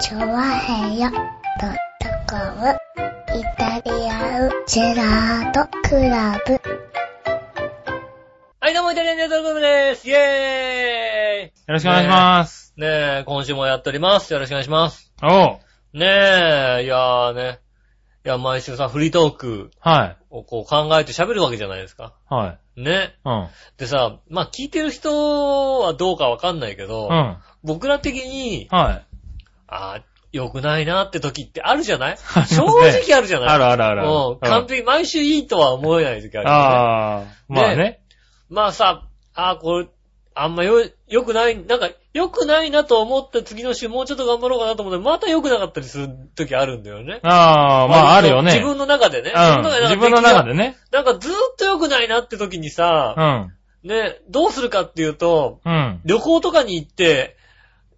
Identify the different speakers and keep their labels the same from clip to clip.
Speaker 1: チョワヘヨドットコムイタリアンジェラートクラブ。
Speaker 2: はい、どうも、イタリアンジェラートクラブです。イェーイ
Speaker 3: よろしくお願いします。
Speaker 2: ねえ、今週もやっております。よろしくお願いします。
Speaker 3: おう。
Speaker 2: ねえ、いやーね。いや、毎週さ、フリートーク
Speaker 3: はい。
Speaker 2: をこう考えて喋るわけじゃないですか。
Speaker 3: はい。
Speaker 2: ね。
Speaker 3: うん。
Speaker 2: でさ、まあ、聞いてる人はどうかわかんないけど、
Speaker 3: うん。
Speaker 2: 僕ら的に、
Speaker 3: はい。
Speaker 2: あー、良くないなって時ってあるじゃない
Speaker 3: あります
Speaker 2: 正
Speaker 3: ね
Speaker 2: 直あるじゃない
Speaker 3: あるあるあるある。
Speaker 2: うん。完璧、毎週いいとは思えない時あるよね。
Speaker 3: ああ、まあね。
Speaker 2: まあさ、ああ、これ、あんまよ、良くない、なんか、良くないなと思って次の週もうちょっと頑張ろうかなと思って、また良くなかったりする時あるんだよね。
Speaker 3: ああ、まああるよね。
Speaker 2: 自分の中でね。
Speaker 3: うん。自分の中で
Speaker 2: ね。
Speaker 3: ね。
Speaker 2: なんかずーっと良くないなって時に
Speaker 3: う
Speaker 2: さ、
Speaker 3: ん。
Speaker 2: ね、どうするかっていうと、
Speaker 3: うん。
Speaker 2: 旅行とかに行って、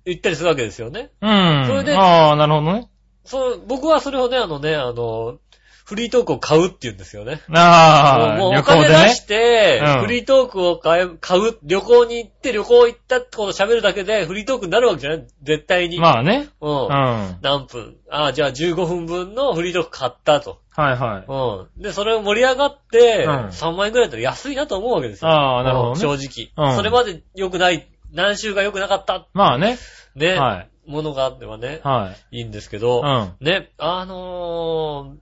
Speaker 2: 行ったりするわけですよね。
Speaker 3: うん。
Speaker 2: それで
Speaker 3: ああ、なるほどね。
Speaker 2: そう、僕はそれをね、あのね、あの、フリートークを買うって言うんですよね。
Speaker 3: あ
Speaker 2: もう
Speaker 3: あ、
Speaker 2: もう
Speaker 3: 旅
Speaker 2: お金
Speaker 3: 行で
Speaker 2: 出
Speaker 3: ね
Speaker 2: し。て、
Speaker 3: うん
Speaker 2: フリートークを買え買う、旅行に行って、旅行行ったってことを喋るだけで、フリートークになるわけじゃない絶対に。
Speaker 3: まあね。
Speaker 2: う。
Speaker 3: うんん。は
Speaker 2: 何分ああ、じゃあ15分分のフリートーク買ったと。
Speaker 3: いはい。
Speaker 2: うん。で、それを盛り上がって、
Speaker 3: うん
Speaker 2: 3万円くらいだったら安いなと思うわけですよ。
Speaker 3: ああ、なるほどね。
Speaker 2: うん正直、
Speaker 3: うん
Speaker 2: それまで良くない、何週が良くなかった、
Speaker 3: まあね。
Speaker 2: ね、
Speaker 3: は
Speaker 2: ものがあってはね、
Speaker 3: はい。
Speaker 2: いいんですけど、
Speaker 3: うん。
Speaker 2: ね、あのー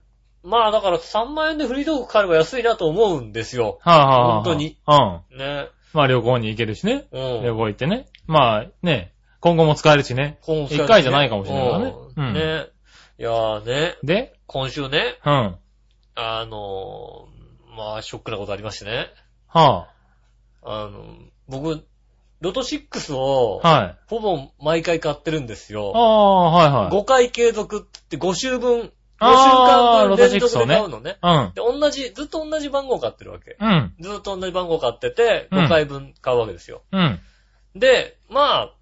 Speaker 2: まあだから3万円でフリートーク買えば安いなと思うんですよ。
Speaker 3: はあ、はあはあ。
Speaker 2: 本当に。
Speaker 3: うん。
Speaker 2: ね。
Speaker 3: まあ旅行に行けるしね。
Speaker 2: うん。
Speaker 3: 旅行行ってね。まあね、今後も使えるしね。
Speaker 2: 今週
Speaker 3: 一回じゃないかもしれないからね
Speaker 2: うん
Speaker 3: うん
Speaker 2: ね。いやーね、
Speaker 3: で、
Speaker 2: 今週ね、
Speaker 3: うん。は
Speaker 2: あのー、まあ、ショックなことありましてね。
Speaker 3: あ。
Speaker 2: あの、僕、ロト6を、
Speaker 3: はい。
Speaker 2: ほぼ毎回買ってるんです
Speaker 3: あ
Speaker 2: よ。
Speaker 3: あ、はいはい。
Speaker 2: 5回継続って5週分、5週
Speaker 3: あ
Speaker 2: 間
Speaker 3: ー
Speaker 2: 分連続で買うのね。
Speaker 3: うん。
Speaker 2: で、同じ、ずっと同じ番号買ってるわけ。
Speaker 3: うん。
Speaker 2: ずっと同じ番号買ってて、
Speaker 3: うん
Speaker 2: 5回分買うわけですよ。
Speaker 3: うん。
Speaker 2: で、まあ、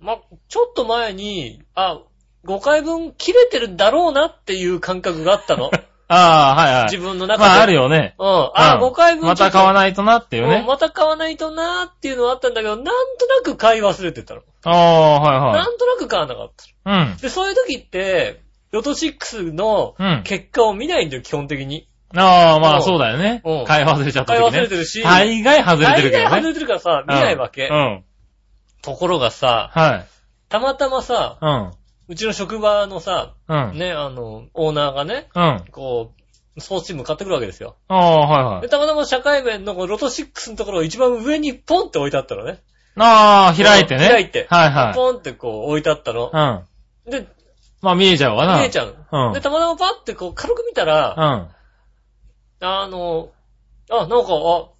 Speaker 2: まあ、ちょっと前に、あ、5回分切れてるんだろうなっていう感覚があった の。
Speaker 3: ああ、はいはい。
Speaker 2: 自分の
Speaker 3: ま
Speaker 2: 中で。
Speaker 3: あ、ある。よね。
Speaker 2: うん。あ、
Speaker 3: うん
Speaker 2: 5回分
Speaker 3: また買わないとなって
Speaker 2: い
Speaker 3: いうね。
Speaker 2: また買わないとなーっていうのはあったんだけど、なんとなく買い忘れてたの。
Speaker 3: ああ、はい
Speaker 2: なんとなく買わなかった。
Speaker 3: はい。
Speaker 2: で、そういう時って、ロト6の
Speaker 3: うん。うん。
Speaker 2: 結果を見ないんだよ、基本的に。
Speaker 3: ああ、ま
Speaker 2: うん
Speaker 3: あそうだよね
Speaker 2: うん。
Speaker 3: 買い忘れちゃった
Speaker 2: 買い
Speaker 3: 時ね。
Speaker 2: 忘れてるし、
Speaker 3: 大概外れてるけどね。
Speaker 2: 大概外れてるからさ、見ないわけ
Speaker 3: う。ん。
Speaker 2: ところがさ、
Speaker 3: はい。
Speaker 2: たまたまさ、
Speaker 3: うん。
Speaker 2: うちの職場のさ、
Speaker 3: うん。
Speaker 2: ね、あの、オーナーがね、
Speaker 3: うん。あ
Speaker 2: こう、スポーツチーム買ってくるわけですよ。
Speaker 3: あ、はいは
Speaker 2: で、
Speaker 3: い。
Speaker 2: たまたま社会面のこのロト6のところを一番上にポンって置いてあったのね。
Speaker 3: ああ、開いてね。
Speaker 2: 開いて。
Speaker 3: はいはい。
Speaker 2: ポンってこう置いてあったの
Speaker 3: う。ん。
Speaker 2: で、
Speaker 3: まあ見えちゃうわな。
Speaker 2: 見えち
Speaker 3: ゃ
Speaker 2: ゃう
Speaker 3: う
Speaker 2: の。
Speaker 3: ん
Speaker 2: で、たまたまパってこう軽く見たら、
Speaker 3: うん。
Speaker 2: あの、あ、なんか、あ、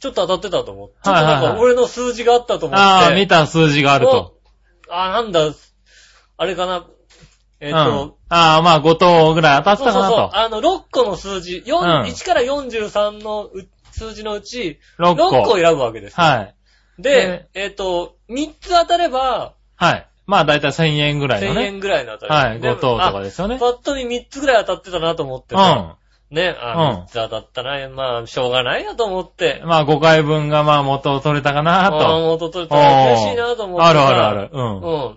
Speaker 2: ちょっと当たってたと思って。ちょっと
Speaker 3: はいはいはい
Speaker 2: なんか俺の数字があったと思って。
Speaker 3: ああ、見た数字があると。
Speaker 2: おあ、なんだ、あれかな。えっ、
Speaker 3: うん
Speaker 2: と、、
Speaker 3: ああ、まあ5等ぐらい当たって
Speaker 2: そう
Speaker 3: た
Speaker 2: そ
Speaker 3: か
Speaker 2: う
Speaker 3: な
Speaker 2: そう
Speaker 3: と、。
Speaker 2: あの、6個の数字、四
Speaker 3: うん
Speaker 2: 1から43のう数字のうち、
Speaker 3: 6
Speaker 2: 6
Speaker 3: 個。
Speaker 2: 個選ぶわけです。
Speaker 3: はい。
Speaker 2: で、えっ、と、3つ当たれば、
Speaker 3: はい。まあだいたい1000円ぐらいの
Speaker 2: 1000
Speaker 3: ね。
Speaker 2: 円ぐらいの当た
Speaker 3: は
Speaker 2: り
Speaker 3: い、
Speaker 2: で。
Speaker 3: 5等とかですよ
Speaker 2: あ
Speaker 3: ね。
Speaker 2: パッと見3つぐらい当たってたなと思って
Speaker 3: うん。
Speaker 2: さ。
Speaker 3: ま
Speaker 2: ね、あ、
Speaker 3: うん
Speaker 2: 3つ当たったな、まあ、しょうがないなと思って。
Speaker 3: あ5回分がまあ元を取れたか
Speaker 2: あ
Speaker 3: な
Speaker 2: あ、
Speaker 3: と。
Speaker 2: もう取れたら悔しいなと思ってさ。
Speaker 3: あるあるある。う。
Speaker 2: うんん。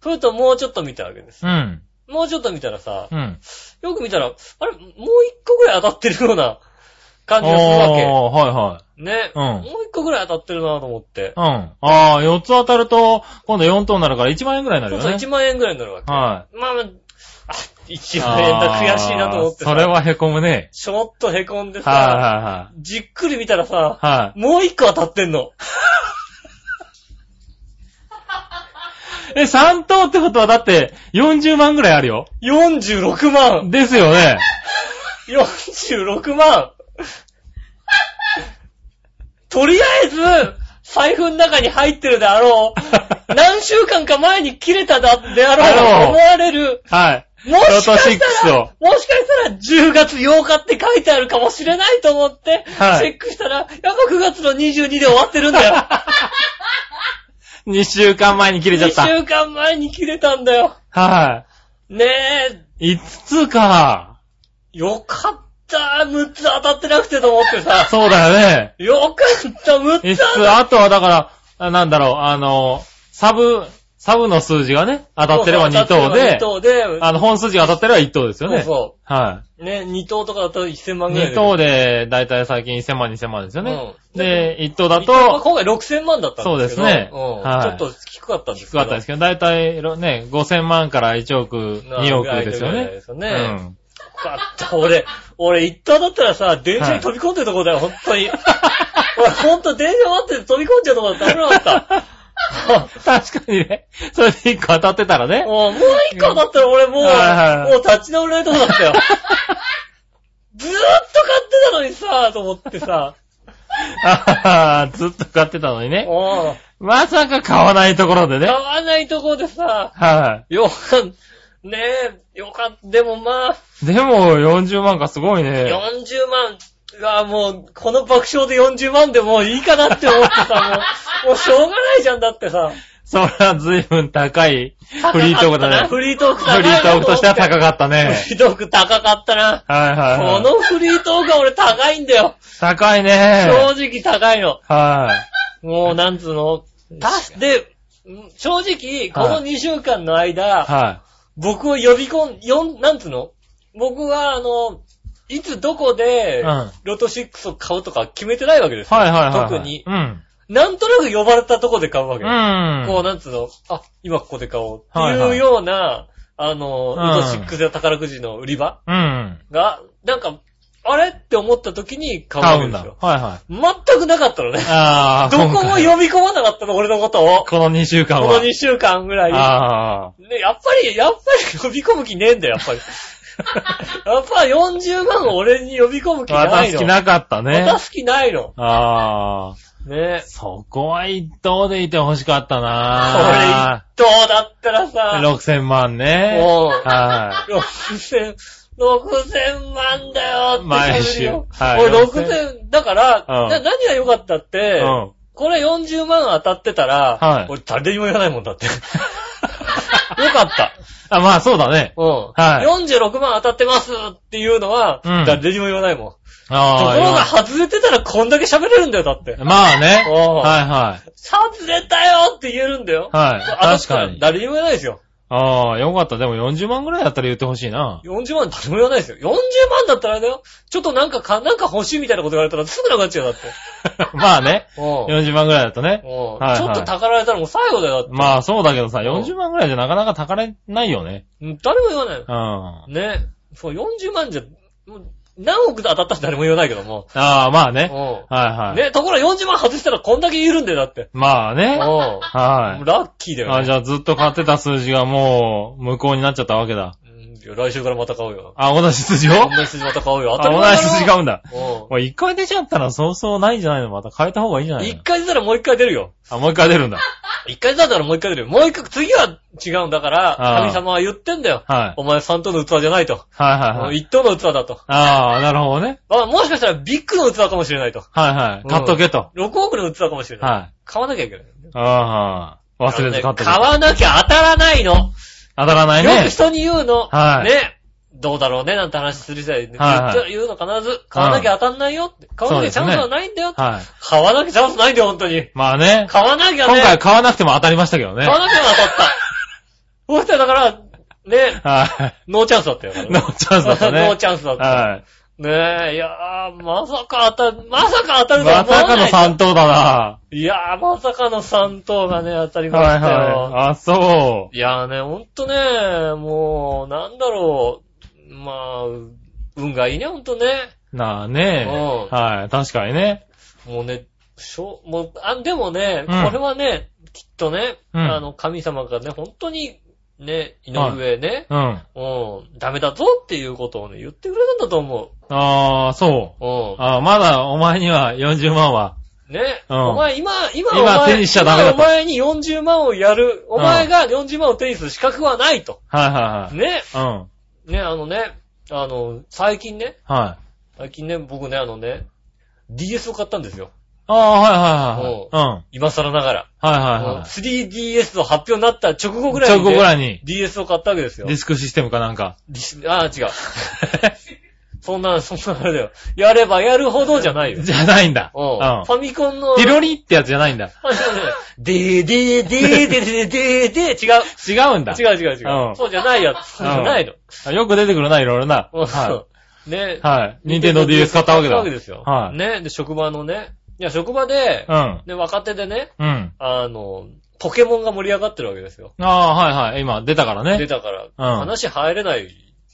Speaker 2: それともうちょっと見たわけです。
Speaker 3: うん。
Speaker 2: もうちょっと見たらさ、
Speaker 3: うん。
Speaker 2: よく見たら、あれ、もう一個ぐらい当たってるような感
Speaker 3: お
Speaker 2: じがするわ
Speaker 3: ー、はいは
Speaker 2: け。ね。
Speaker 3: うん
Speaker 2: もう一個ぐらい当たってるなと思って
Speaker 3: い。。うん。ああ、4つ当たると、今度4等になるから1万円ぐらいにな
Speaker 2: そ
Speaker 3: る
Speaker 2: う
Speaker 3: よ
Speaker 2: そう、
Speaker 3: ね。
Speaker 2: 1万円ぐらいになるわけ。
Speaker 3: は
Speaker 2: まあまあ、あ、1
Speaker 3: い。
Speaker 2: 万円だ、悔しいなと思って
Speaker 3: あ
Speaker 2: さ。
Speaker 3: ーそれ。は凹むね。
Speaker 2: ちょっと凹んで
Speaker 3: はいはい
Speaker 2: さ、
Speaker 3: はい。
Speaker 2: じっくり見たらさ、
Speaker 3: はい。
Speaker 2: もう一個当たってんの。
Speaker 3: え、3等ってことはだって40万ぐらいあるよ。
Speaker 2: 46万
Speaker 3: ですよね。
Speaker 2: 46万とりあえず、財布の中に入ってるであろ う。何週間か前に切れただであろう
Speaker 3: あろう
Speaker 2: 思われる。
Speaker 3: はい。
Speaker 2: もしかし
Speaker 3: ロト
Speaker 2: た
Speaker 3: 6
Speaker 2: ら
Speaker 3: を、
Speaker 2: もしかしたら10月8日って書いてあるかもしれないと思って、
Speaker 3: はい
Speaker 2: チェックしたら、やっぱ9月の22で終わってるんだ よ。
Speaker 3: 2週間前に切れちゃ
Speaker 2: 2
Speaker 3: った。
Speaker 2: 週間前に切れたんだよ。
Speaker 3: は
Speaker 2: ね
Speaker 3: い。5つか。
Speaker 2: え、よかった。6つ当たってなくてと思って さ。
Speaker 3: そうだよね。
Speaker 2: よかった、6
Speaker 3: え、
Speaker 2: つ当たっ
Speaker 3: あとはだから、あなんだろう、あの、サブ、サブの数字がね、当たってれば2等で、
Speaker 2: そうそう当たってれば二等で、
Speaker 3: あの、本数字が当たってれば1等ですよね。
Speaker 2: そうそ
Speaker 3: は
Speaker 2: う。ね、2等とかだったら1000
Speaker 3: い。
Speaker 2: 万ぐらい
Speaker 3: 2
Speaker 2: で。
Speaker 3: 等で、だいたい最近1000万、2000万ですよね。
Speaker 2: うん
Speaker 3: で、1等だ
Speaker 2: 二等は
Speaker 3: と、
Speaker 2: 今回6000万だったんですけど。
Speaker 3: そうですね
Speaker 2: うん
Speaker 3: はい
Speaker 2: ちょっと低かったんです
Speaker 3: 低かったですすけど、だいたいね、5000万から1億、2億ですよ
Speaker 2: ぐらいで
Speaker 3: ね。
Speaker 2: すよ
Speaker 3: う
Speaker 2: ね。
Speaker 3: ん。
Speaker 2: よかった。俺、俺一等だったらさ、電車に飛び込んでるとこだよ、ほんとに。俺ほんと電車待ってて飛び込んじゃうとこだったら危なかった。
Speaker 3: 確かにね。それで1個当たってたらね。
Speaker 2: もう、もう一個だったら俺もう、
Speaker 3: はいはい
Speaker 2: もう立ち直れないとこだったよ。ずーっと買ってたのにさ、と思ってさ。
Speaker 3: あははずっと買ってたのにね。
Speaker 2: うん
Speaker 3: まさか買わないところでね。
Speaker 2: 買
Speaker 3: はい、
Speaker 2: わないとこでさ、よかん、ねえ、よかった。でもまあ、
Speaker 3: でも、40万かすごいね。
Speaker 2: 40万、うわもう、この爆笑で40万でもういいかなって思ってさ、もう、もうしょうがないじゃんだってさ。
Speaker 3: それは随分高いフリートークだね。
Speaker 2: フ
Speaker 3: フ
Speaker 2: リートーク高い
Speaker 3: リ
Speaker 2: な
Speaker 3: ートークとしては
Speaker 2: 思っ
Speaker 3: 高かったね。
Speaker 2: フリートーク高かったな。
Speaker 3: はいはい
Speaker 2: こ
Speaker 3: はい。
Speaker 2: のフリートークは俺高いんだよ。
Speaker 3: 高いね。
Speaker 2: 正直高いの。
Speaker 3: は
Speaker 2: もう、なんつうの。たで、うん正直、この2週間の
Speaker 3: い。
Speaker 2: 間、
Speaker 3: は
Speaker 2: 僕を呼び込ん、よん、なんつうの僕は、あの、いつどこで
Speaker 3: うん、
Speaker 2: ロト6を買うとか決めてないわけで
Speaker 3: い。
Speaker 2: すよ。
Speaker 3: はいはいはい。
Speaker 2: 特に
Speaker 3: う。ん。
Speaker 2: なんとなく呼ばれたとこで買うわけ
Speaker 3: う
Speaker 2: です。こう、
Speaker 3: ん。
Speaker 2: なんつうの、あ、今ここで買おう。って
Speaker 3: はい
Speaker 2: い
Speaker 3: は
Speaker 2: う
Speaker 3: い
Speaker 2: ような、あの、
Speaker 3: うん
Speaker 2: ロト6や宝くじの売り場
Speaker 3: うん。
Speaker 2: が、なんか、あれって思った時に買うわ
Speaker 3: 買う
Speaker 2: け
Speaker 3: ん
Speaker 2: で
Speaker 3: だ。
Speaker 2: す
Speaker 3: はい
Speaker 2: よ。
Speaker 3: は
Speaker 2: 全くなかったのね
Speaker 3: い。。ああ、
Speaker 2: どこも
Speaker 3: 今回
Speaker 2: 呼び込まなかったの、俺のことを。
Speaker 3: この2週間
Speaker 2: こ
Speaker 3: は。
Speaker 2: の2週間ぐらい。
Speaker 3: ああ。
Speaker 2: ね、やっぱり、やっぱり 呼び込む気ねえんだよ、 やっぱり。やっぱ40万を俺に呼び込む気な
Speaker 3: 渡
Speaker 2: い
Speaker 3: す
Speaker 2: の。
Speaker 3: 気なかったね。
Speaker 2: 渡す気ないの。
Speaker 3: ああ。
Speaker 2: ね。
Speaker 3: そこは一等でいて欲しかった
Speaker 2: これ一
Speaker 3: な
Speaker 2: 等だったらさ、
Speaker 3: 6000万ね。
Speaker 2: もう、
Speaker 3: は
Speaker 2: 6000、6000万だよって
Speaker 3: 毎週はい
Speaker 2: 俺6000、だから、
Speaker 3: うん
Speaker 2: な何が良かったっ
Speaker 3: い。
Speaker 2: て、
Speaker 3: うん。
Speaker 2: これ40万当たってたら、
Speaker 3: はい
Speaker 2: 俺誰にも言わないもんだって。よかった。
Speaker 3: あ、まあそうだね。
Speaker 2: うん。
Speaker 3: はい
Speaker 2: 46万当たってますっていうのは、
Speaker 3: うん
Speaker 2: 誰にも言わないもん。とこ
Speaker 3: ああ。
Speaker 2: ろが外れてたらこんだけ喋れるんだよ、だって。
Speaker 3: まあね。
Speaker 2: おう
Speaker 3: はいはい。
Speaker 2: 外れたよって言えるんだよ。
Speaker 3: はい
Speaker 2: 当たったら
Speaker 3: 確かに
Speaker 2: 誰にも言わないですよ。
Speaker 3: ああ、よかった。でも40万ぐらいだったら言ってほし いな。
Speaker 2: 40万誰も言わないですよ。40万だったらあれだよ。ちょっとなんかか、なんか欲しいみたいなこと言われたらすぐなくなっちゃうよ、だって。
Speaker 3: まあね。
Speaker 2: うん。
Speaker 3: 40万ぐらいだとね。
Speaker 2: うん
Speaker 3: はいはい
Speaker 2: ちょっとたかられたらもう最後だよ、だって。
Speaker 3: まあそうだけどさ、
Speaker 2: ん
Speaker 3: 40万ぐらいじゃなかなかたかれないよね。
Speaker 2: うん誰も言わないの
Speaker 3: うん。。あ
Speaker 2: ね。そう、40万じゃ、もう何億で当たったって誰も言わないけども。
Speaker 3: あ、まあね。
Speaker 2: う
Speaker 3: はいは
Speaker 2: ん。
Speaker 3: い。
Speaker 2: ね、ところが40万外したらこんだけいるんだよ、だって。
Speaker 3: まあ
Speaker 2: うん。
Speaker 3: ね。
Speaker 2: も
Speaker 3: は
Speaker 2: うラッキーだ
Speaker 3: い。あ
Speaker 2: よ、
Speaker 3: じ
Speaker 2: ね。
Speaker 3: ゃあずっと買ってた数字がもう無効になっちゃったわけだ。
Speaker 2: うんいや来週からまた買うよ。
Speaker 3: あ、同じ数字を
Speaker 2: 同じ数字また買うよ。当た
Speaker 3: あ、
Speaker 2: り
Speaker 3: 同
Speaker 2: 前
Speaker 3: じ数
Speaker 2: だ
Speaker 3: 字買うんだ。
Speaker 2: ろ。
Speaker 3: もう一回出ちゃったらそうそうないんじゃないのまた変えた方がいいんじゃ
Speaker 2: うん。
Speaker 3: ない
Speaker 2: 一
Speaker 3: の
Speaker 2: 回出たらもう一回出るよ。
Speaker 3: あ、もう一回 出るんだ。
Speaker 2: 一回出たらもう一回出るよ。もう一回、次は違うんだから、
Speaker 3: ああ
Speaker 2: 神様は言ってんだよ。
Speaker 3: はい。
Speaker 2: お前三等の器じゃないと。
Speaker 3: はいはいはい。
Speaker 2: 一等の器だと。
Speaker 3: ああ、なるほどね。
Speaker 2: あもしかしたらビッグの器かもしれないと。
Speaker 3: はいはい。買っとけと。
Speaker 2: 6億の器かもしれない。
Speaker 3: はい。
Speaker 2: 買わなきゃいけない。
Speaker 3: ああ、忘れず買っとけ。
Speaker 2: 買わなきゃ当たらないの。
Speaker 3: 当たらない
Speaker 2: よく
Speaker 3: ね。
Speaker 2: 人に言うの。
Speaker 3: はい
Speaker 2: ね。どうだろうね、なんて話する人は言って
Speaker 3: はいはい
Speaker 2: 言うの必ず。買わなきゃ当たんないよって。買わなきゃチャンスはないんだよって。
Speaker 3: はい。
Speaker 2: 買わなきゃチャンスないんだよ、本当に。
Speaker 3: まあね。
Speaker 2: 買わなきゃ
Speaker 3: 今
Speaker 2: ね。
Speaker 3: 回買わなくても当たりましたけどね
Speaker 2: 買。わなきゃ当たった。 そしたらだから、ね、
Speaker 3: はい。
Speaker 2: ノーチャンスだったよ。
Speaker 3: ノーチャンスだったね。
Speaker 2: ノーチャンスだった。
Speaker 3: はい。
Speaker 2: ねえ、いやー、まさか当たる、まさか当たるとは
Speaker 3: ま
Speaker 2: 思わ
Speaker 3: さ
Speaker 2: な
Speaker 3: か
Speaker 2: い
Speaker 3: の3等だな。
Speaker 2: いやー、まさかの3等がね、当たりま
Speaker 3: はい
Speaker 2: したよ。
Speaker 3: はい。あ、そ
Speaker 2: いやーね、ほんとね、もう、なんだろう。まあ、運がいいね、ほんとね。
Speaker 3: う。なあね。
Speaker 2: う
Speaker 3: はい。確かにね。
Speaker 2: もうね、しょう、もう、あ、でもね、
Speaker 3: うん
Speaker 2: これはね、きっとね、
Speaker 3: うん
Speaker 2: あの、神様がね、ほんとに、ね、井上ね、
Speaker 3: うん。
Speaker 2: うん、ダメだぞっていうことをね、言ってくれたんだと思
Speaker 3: ああ、そう。
Speaker 2: う。
Speaker 3: ああ、まだお前には40万は。
Speaker 2: うん。ね、
Speaker 3: うん
Speaker 2: お前、今、今、
Speaker 3: 今
Speaker 2: お前
Speaker 3: 手にしちゃダメだと
Speaker 2: 今お前に40万をやる、お前が40万を手にする資格はないと。
Speaker 3: はいはい
Speaker 2: ね、
Speaker 3: はい。うん。
Speaker 2: ね、あのね、あの、最近ね、
Speaker 3: はい。
Speaker 2: 最近ね、僕ね、あのね、DS を買ったんですよ。
Speaker 3: ああ、はいはいはい。うん。
Speaker 2: 今更ながら。
Speaker 3: はい
Speaker 2: あ
Speaker 3: はい
Speaker 2: の
Speaker 3: はい。
Speaker 2: 3DS の発表になった直後ぐらいに、
Speaker 3: 直後ぐらいに
Speaker 2: DS を買ったわけですよ
Speaker 3: デ。ィスクシステムかなんか。
Speaker 2: ディスああ、違う。そんな、そんなあれだよ。やればやるほどじゃないよ。
Speaker 3: じゃないんだ。
Speaker 2: うんファミコンの、
Speaker 3: ピロリってやつじゃないんだ。
Speaker 2: あのねでーでーでーでーでーでーでー違う。
Speaker 3: 違うんだ。
Speaker 2: 違う違う違う。
Speaker 3: うん
Speaker 2: そうじゃないやつ。そうじゃないの。
Speaker 3: よく出てくるな、いろいろな。
Speaker 2: うん
Speaker 3: は
Speaker 2: ね
Speaker 3: い。。はい。任天堂 DS 買ったわけだ。
Speaker 2: 買ったわけですよ。
Speaker 3: はい
Speaker 2: ね。で、職場のね。いや、職場で、
Speaker 3: うん。
Speaker 2: ね、若手でね、
Speaker 3: うん。
Speaker 2: あの、ポケモンが盛り上がってるわけですよ。
Speaker 3: ああ、はいはい。今、出たから
Speaker 2: 出
Speaker 3: ね。
Speaker 2: たから、
Speaker 3: うん
Speaker 2: 話入れない。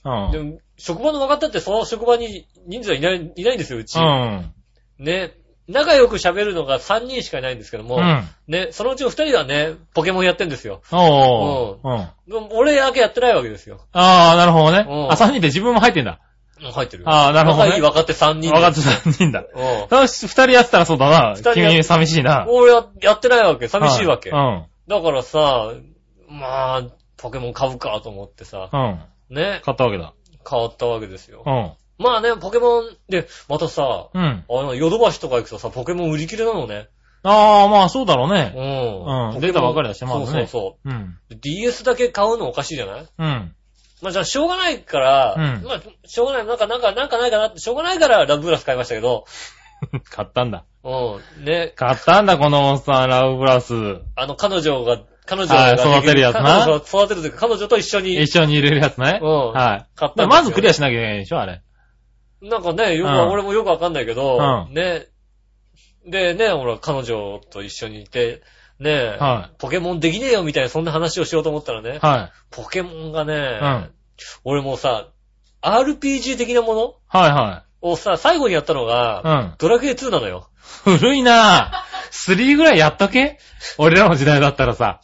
Speaker 3: うん。
Speaker 2: でも、職場の若手ってその職場に人数はいない、いないんですよ、うち。
Speaker 3: うん。
Speaker 2: ね。仲良く喋るのが3人しかいないんですけども、
Speaker 3: うん。
Speaker 2: ね、そのうちの2人はね、ポケモンやってんですよ。
Speaker 3: おー。うん。
Speaker 2: でも俺だけやってないわけですよ。
Speaker 3: ああ、なるほどね
Speaker 2: う。ん
Speaker 3: あ、3人で自分も入ってんだ。
Speaker 2: もう入ってる。
Speaker 3: ああ、なるほど
Speaker 2: 仲い
Speaker 3: ね。
Speaker 2: い
Speaker 3: 分
Speaker 2: 若手3人。
Speaker 3: かった、3人だ。
Speaker 2: うん
Speaker 3: ただし、2人やってたらそうだな
Speaker 2: 二人。や
Speaker 3: 君寂しいな。
Speaker 2: 俺はやってないわけ。寂しいわけ。
Speaker 3: は
Speaker 2: だからさ、まあ、ポケモン買うかと思ってさ
Speaker 3: い、うん。うん。
Speaker 2: ね、
Speaker 3: 買ったわけだ。
Speaker 2: 変わったわけですよ
Speaker 3: う。ん。
Speaker 2: まあね、ポケモンで、またさ、
Speaker 3: うん。
Speaker 2: あの、ヨドバシとか行くとさ、ポケモン売り切れなのね。
Speaker 3: ああ、まあそうだろうね。
Speaker 2: うん。
Speaker 3: うん出たばかりだしまだ
Speaker 2: そうそう
Speaker 3: ね
Speaker 2: そ
Speaker 3: うん。
Speaker 2: う。DS だけ買うのおかしいじゃない
Speaker 3: うん。
Speaker 2: まあじゃあ、しょうがないから、
Speaker 3: うん
Speaker 2: まあ、しょうがない、なんか、なんか、なんかないかなって、しょうがないからラブブラス買いましたけど、
Speaker 3: 買ったんだ。
Speaker 2: うん。ね、
Speaker 3: 買ったんだ、このおっさん、ラブブラス。
Speaker 2: あの、彼女が、彼女が
Speaker 3: はい
Speaker 2: でき、
Speaker 3: 育てるやつな
Speaker 2: 彼女が育てるというか、彼女と一緒に
Speaker 3: 一緒に入れるやつね。
Speaker 2: うん
Speaker 3: はい。
Speaker 2: 買ったんですよ。
Speaker 3: まずクリアしなきゃいけないでしょ、あれ。
Speaker 2: なんかね、よく、
Speaker 3: うん
Speaker 2: 俺もよくわかんないけど、
Speaker 3: う
Speaker 2: ね。でね、俺は彼女と一緒にいて、ね、
Speaker 3: は
Speaker 2: ポケモンできねえよみたいなそんな話をしようと思ったらね、
Speaker 3: はい。
Speaker 2: ポケモンがね、
Speaker 3: ん
Speaker 2: 俺もうさ、RPG 的なもの
Speaker 3: はいは
Speaker 2: をさ、最後にやったのが、
Speaker 3: い。うん。
Speaker 2: ドラクエ2なのよ。
Speaker 3: 古いなぁ。3ぐらいやっとけ俺らの時代だったらさ。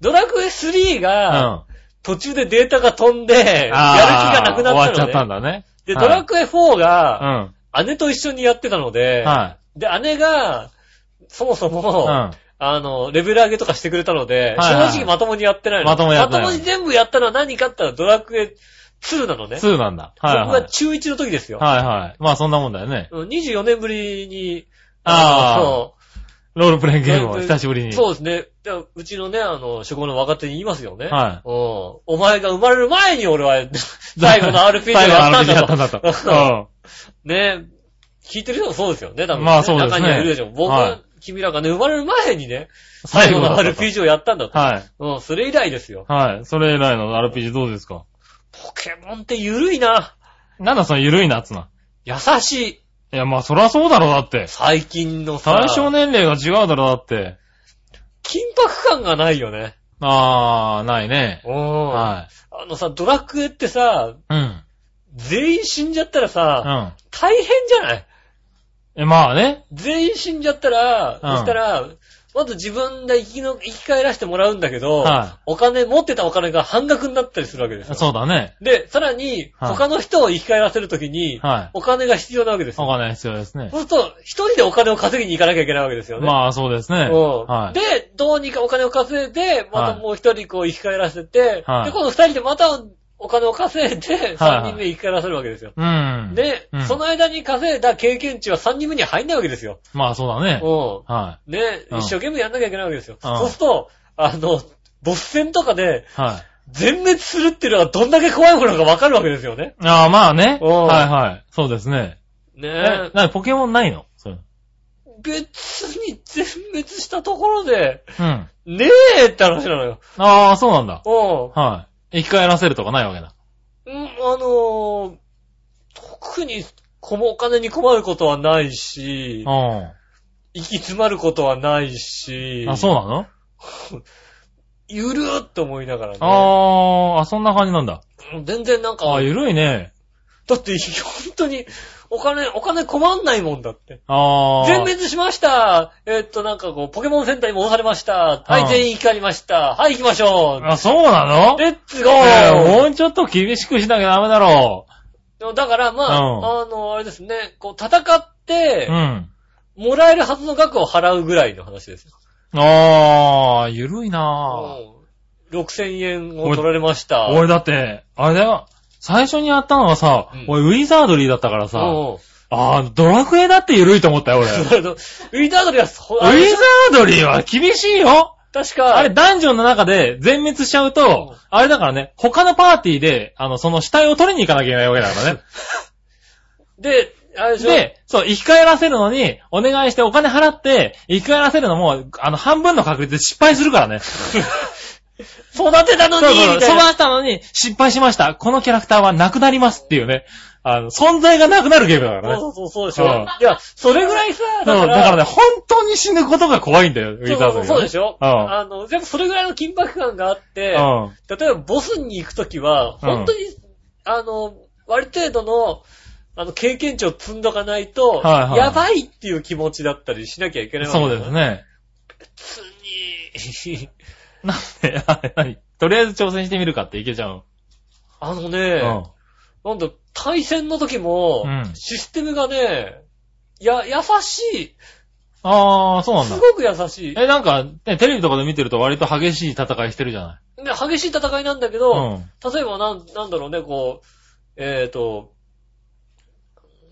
Speaker 2: ドラクエ3
Speaker 3: うん。
Speaker 2: が、
Speaker 3: あ
Speaker 2: 途中でデータが飛んで、やる気
Speaker 3: あ
Speaker 2: がなくな
Speaker 3: 終わ
Speaker 2: っ
Speaker 3: っち
Speaker 2: たの
Speaker 3: ゃっ
Speaker 2: ね。
Speaker 3: たんだね。
Speaker 2: で、
Speaker 3: は
Speaker 2: ド
Speaker 3: い
Speaker 2: ラクエ4
Speaker 3: う
Speaker 2: が、
Speaker 3: ん。
Speaker 2: 姉と一緒にやってたので、
Speaker 3: は
Speaker 2: で、姉が、そもそ
Speaker 3: い。
Speaker 2: も、
Speaker 3: うん。
Speaker 2: あの、レベル上げとかしてくれたので、
Speaker 3: はいはい
Speaker 2: 正直まともにやってないの。
Speaker 3: まともにやってない
Speaker 2: まともに全部やったのは何かって言ったらドラクエ2なのね。
Speaker 3: 2なんだ。はいは
Speaker 2: 僕
Speaker 3: い
Speaker 2: が。中1の時ですよ。
Speaker 3: はいはい。まあそんなもんだよね。
Speaker 2: うん24年ぶりに、
Speaker 3: あー
Speaker 2: の
Speaker 3: ロールプレイングゲーム
Speaker 2: ロール
Speaker 3: を
Speaker 2: プレイ
Speaker 3: 久しぶり
Speaker 2: そう
Speaker 3: に。。
Speaker 2: そううですね。でうちのね、あの、職場の若手に言いますよね。
Speaker 3: は
Speaker 2: うんお前が生まれる前に俺 は、最後の RPG を
Speaker 3: 最後
Speaker 2: やったん
Speaker 3: の RPG や
Speaker 2: だ
Speaker 3: っ
Speaker 2: と。
Speaker 3: たんだと。 うん。
Speaker 2: ね。聞いてる人もそうですよね、多分、
Speaker 3: まあそうですね
Speaker 2: 中にはいるでしょ。僕、
Speaker 3: はい
Speaker 2: 君らがね、生まれる前にね、最
Speaker 3: 最
Speaker 2: 後
Speaker 3: 後
Speaker 2: の
Speaker 3: だったと。
Speaker 2: RPG をやったんだと。
Speaker 3: はい。
Speaker 2: うん、それ以来ですよ。
Speaker 3: はい。それ以来の RPG どうですか
Speaker 2: ポケモンってゆるいな。
Speaker 3: なんだその緩いなっつうの。
Speaker 2: 優しい。
Speaker 3: いや、まあそらそうだろう、だって。
Speaker 2: 最近のさ
Speaker 3: 対、象年齢が違うだろう、だって。
Speaker 2: 緊迫感がないよね。
Speaker 3: あー、ないね。
Speaker 2: うん。
Speaker 3: は
Speaker 2: あのさ、ドラクエってさ、
Speaker 3: い。うん。
Speaker 2: 全員死んじゃったら
Speaker 3: う
Speaker 2: さ、
Speaker 3: ん。
Speaker 2: 大変じゃない
Speaker 3: え、まあね。
Speaker 2: 全員死んじゃったら、
Speaker 3: う
Speaker 2: そ
Speaker 3: ん
Speaker 2: したら、まず自分で生きの、生き返らせてもらうんだけど、
Speaker 3: は
Speaker 2: お金、持ってたお金が半額になったりするわけですよ。
Speaker 3: そうだね。
Speaker 2: で、さらに、
Speaker 3: はい
Speaker 2: 他の人を生き返らせるときに、
Speaker 3: は
Speaker 2: お金が必要なわけです
Speaker 3: い。お
Speaker 2: よ。
Speaker 3: 金必要ですね。
Speaker 2: そうすると、一人でお金を稼ぎに行かなきゃいけないわけですよね。
Speaker 3: まあそうですね。
Speaker 2: うん
Speaker 3: はい。
Speaker 2: で、どうにかお金を稼いで、また
Speaker 3: はい
Speaker 2: もう一人こう生き返らせて、
Speaker 3: はい
Speaker 2: で、今度二人でまたお金を稼いで、三人目生き返らせるわけですよ。
Speaker 3: うん。
Speaker 2: で、
Speaker 3: うん
Speaker 2: その間に稼いだ経験値は三人目には入んないわけですよ。
Speaker 3: まあそうだね。
Speaker 2: う
Speaker 3: は
Speaker 2: ん。ね、
Speaker 3: うん
Speaker 2: 一生懸命やんなきゃいけないわけですよ。
Speaker 3: うん
Speaker 2: そうすると、あの、ボス戦とかで
Speaker 3: い。はい。
Speaker 2: 全滅するっていうのはどんだけ怖いものかわかるわけですよね。
Speaker 3: ああ、まあね。
Speaker 2: うん
Speaker 3: はいはい。そうですね。え、
Speaker 2: ね
Speaker 3: なにポケモンないのそう
Speaker 2: 別に全滅したところで、
Speaker 3: うん。
Speaker 2: ねえって話なのよ。
Speaker 3: ああ、そうなんだ。
Speaker 2: うん。
Speaker 3: はい。生き返らせるとかないわけだ。
Speaker 2: うん、あのー特に、このお金に困ることはないし、
Speaker 3: う
Speaker 2: 行き詰まることはないし
Speaker 3: ん。、あ、そうなの、
Speaker 2: ゆるーって思いながらね。
Speaker 3: あーあ、そんな感じなんだ。
Speaker 2: 全然なんか、
Speaker 3: ああ、ゆるいね。
Speaker 2: だって、本当に、お金、お金困んないもんだって。
Speaker 3: ああ。
Speaker 2: 全滅しましたえっと、なんかこう、ポケモンセンターに戻されましたは
Speaker 3: う
Speaker 2: い、
Speaker 3: ん
Speaker 2: 全員帰りましたはい、行きましょう
Speaker 3: あ、そうなの
Speaker 2: レッツゴ
Speaker 3: ねえも
Speaker 2: ー
Speaker 3: うちょっと厳しくしなきゃダメだろ
Speaker 2: だから、まあ、あの、あれですね、こう、戦っ
Speaker 3: う。
Speaker 2: て
Speaker 3: う、ん。
Speaker 2: もらえるはずの額を払うぐらいの話ですよ。
Speaker 3: ああ、ゆるいなぁ。
Speaker 2: うん6000円を取られました。
Speaker 3: 俺だって、あれだよ。最初にやったのはさ、
Speaker 2: うん
Speaker 3: 俺ウィザードリーだったから
Speaker 2: う
Speaker 3: さ、あ
Speaker 2: ん。
Speaker 3: あー、ドラクエだってゆるいと思ったよ、俺。ウィ
Speaker 2: あのウィザードリーはそ、
Speaker 3: ザードリーは厳しいよ
Speaker 2: 確か、
Speaker 3: あれ、ダンジョンの中で全滅しちゃう
Speaker 2: うん
Speaker 3: と、あれだからね、他のパーティーで、あの、その死体を取りに行かなきゃいけないわけだからね。
Speaker 2: で、あれでしょ、
Speaker 3: で、そう、生き返らせるのに、お願いしてお金払って、生き返らせるのも、あの、半分の確率で失敗するからね。
Speaker 2: 育てたのに
Speaker 3: そうそう、
Speaker 2: みたい
Speaker 3: 飛
Speaker 2: な。
Speaker 3: ばしたのに、失敗しました。このキャラクターはなくなりますっていうね。あの、存在がなくなるゲームだからね。
Speaker 2: そうそうそうそうでし
Speaker 3: う
Speaker 2: ょ
Speaker 3: ん。
Speaker 2: いや、それぐらいさ、
Speaker 3: そうだからね、本当に死ぬことが怖いんだよ、ウ
Speaker 2: そ
Speaker 3: ィ
Speaker 2: うそ
Speaker 3: ザー
Speaker 2: うそ
Speaker 3: ド
Speaker 2: う
Speaker 3: には
Speaker 2: そう
Speaker 3: ね
Speaker 2: でしょ
Speaker 3: うん
Speaker 2: あの、でもそれぐらいの緊迫感があって、
Speaker 3: うん。
Speaker 2: 例えばボスに行くときは、本当に、あの、割程度の、あの、経験値を積んどかないと、
Speaker 3: はいはい
Speaker 2: やばいっていう気持ちだったりしなきゃいけないわけ
Speaker 3: そう
Speaker 2: だ
Speaker 3: です
Speaker 2: ね。
Speaker 3: ね。
Speaker 2: 普通に、
Speaker 3: なんで、あれ何とりあえず挑戦してみるかっていけちゃう。
Speaker 2: あの
Speaker 3: う
Speaker 2: ね、
Speaker 3: ん。
Speaker 2: なんだ、対戦の時も、
Speaker 3: うん
Speaker 2: システムがね、や、優しい。
Speaker 3: あー、そうなん
Speaker 2: す
Speaker 3: だ。
Speaker 2: ごく優しい。
Speaker 3: え、なんか、ね、テレビとかで見てると割と激しい戦いしてるじゃない。
Speaker 2: で激しい戦いなんだけ
Speaker 3: う
Speaker 2: ど、
Speaker 3: ん。
Speaker 2: 例えばなん、なんだろうね、こう、えっ、と、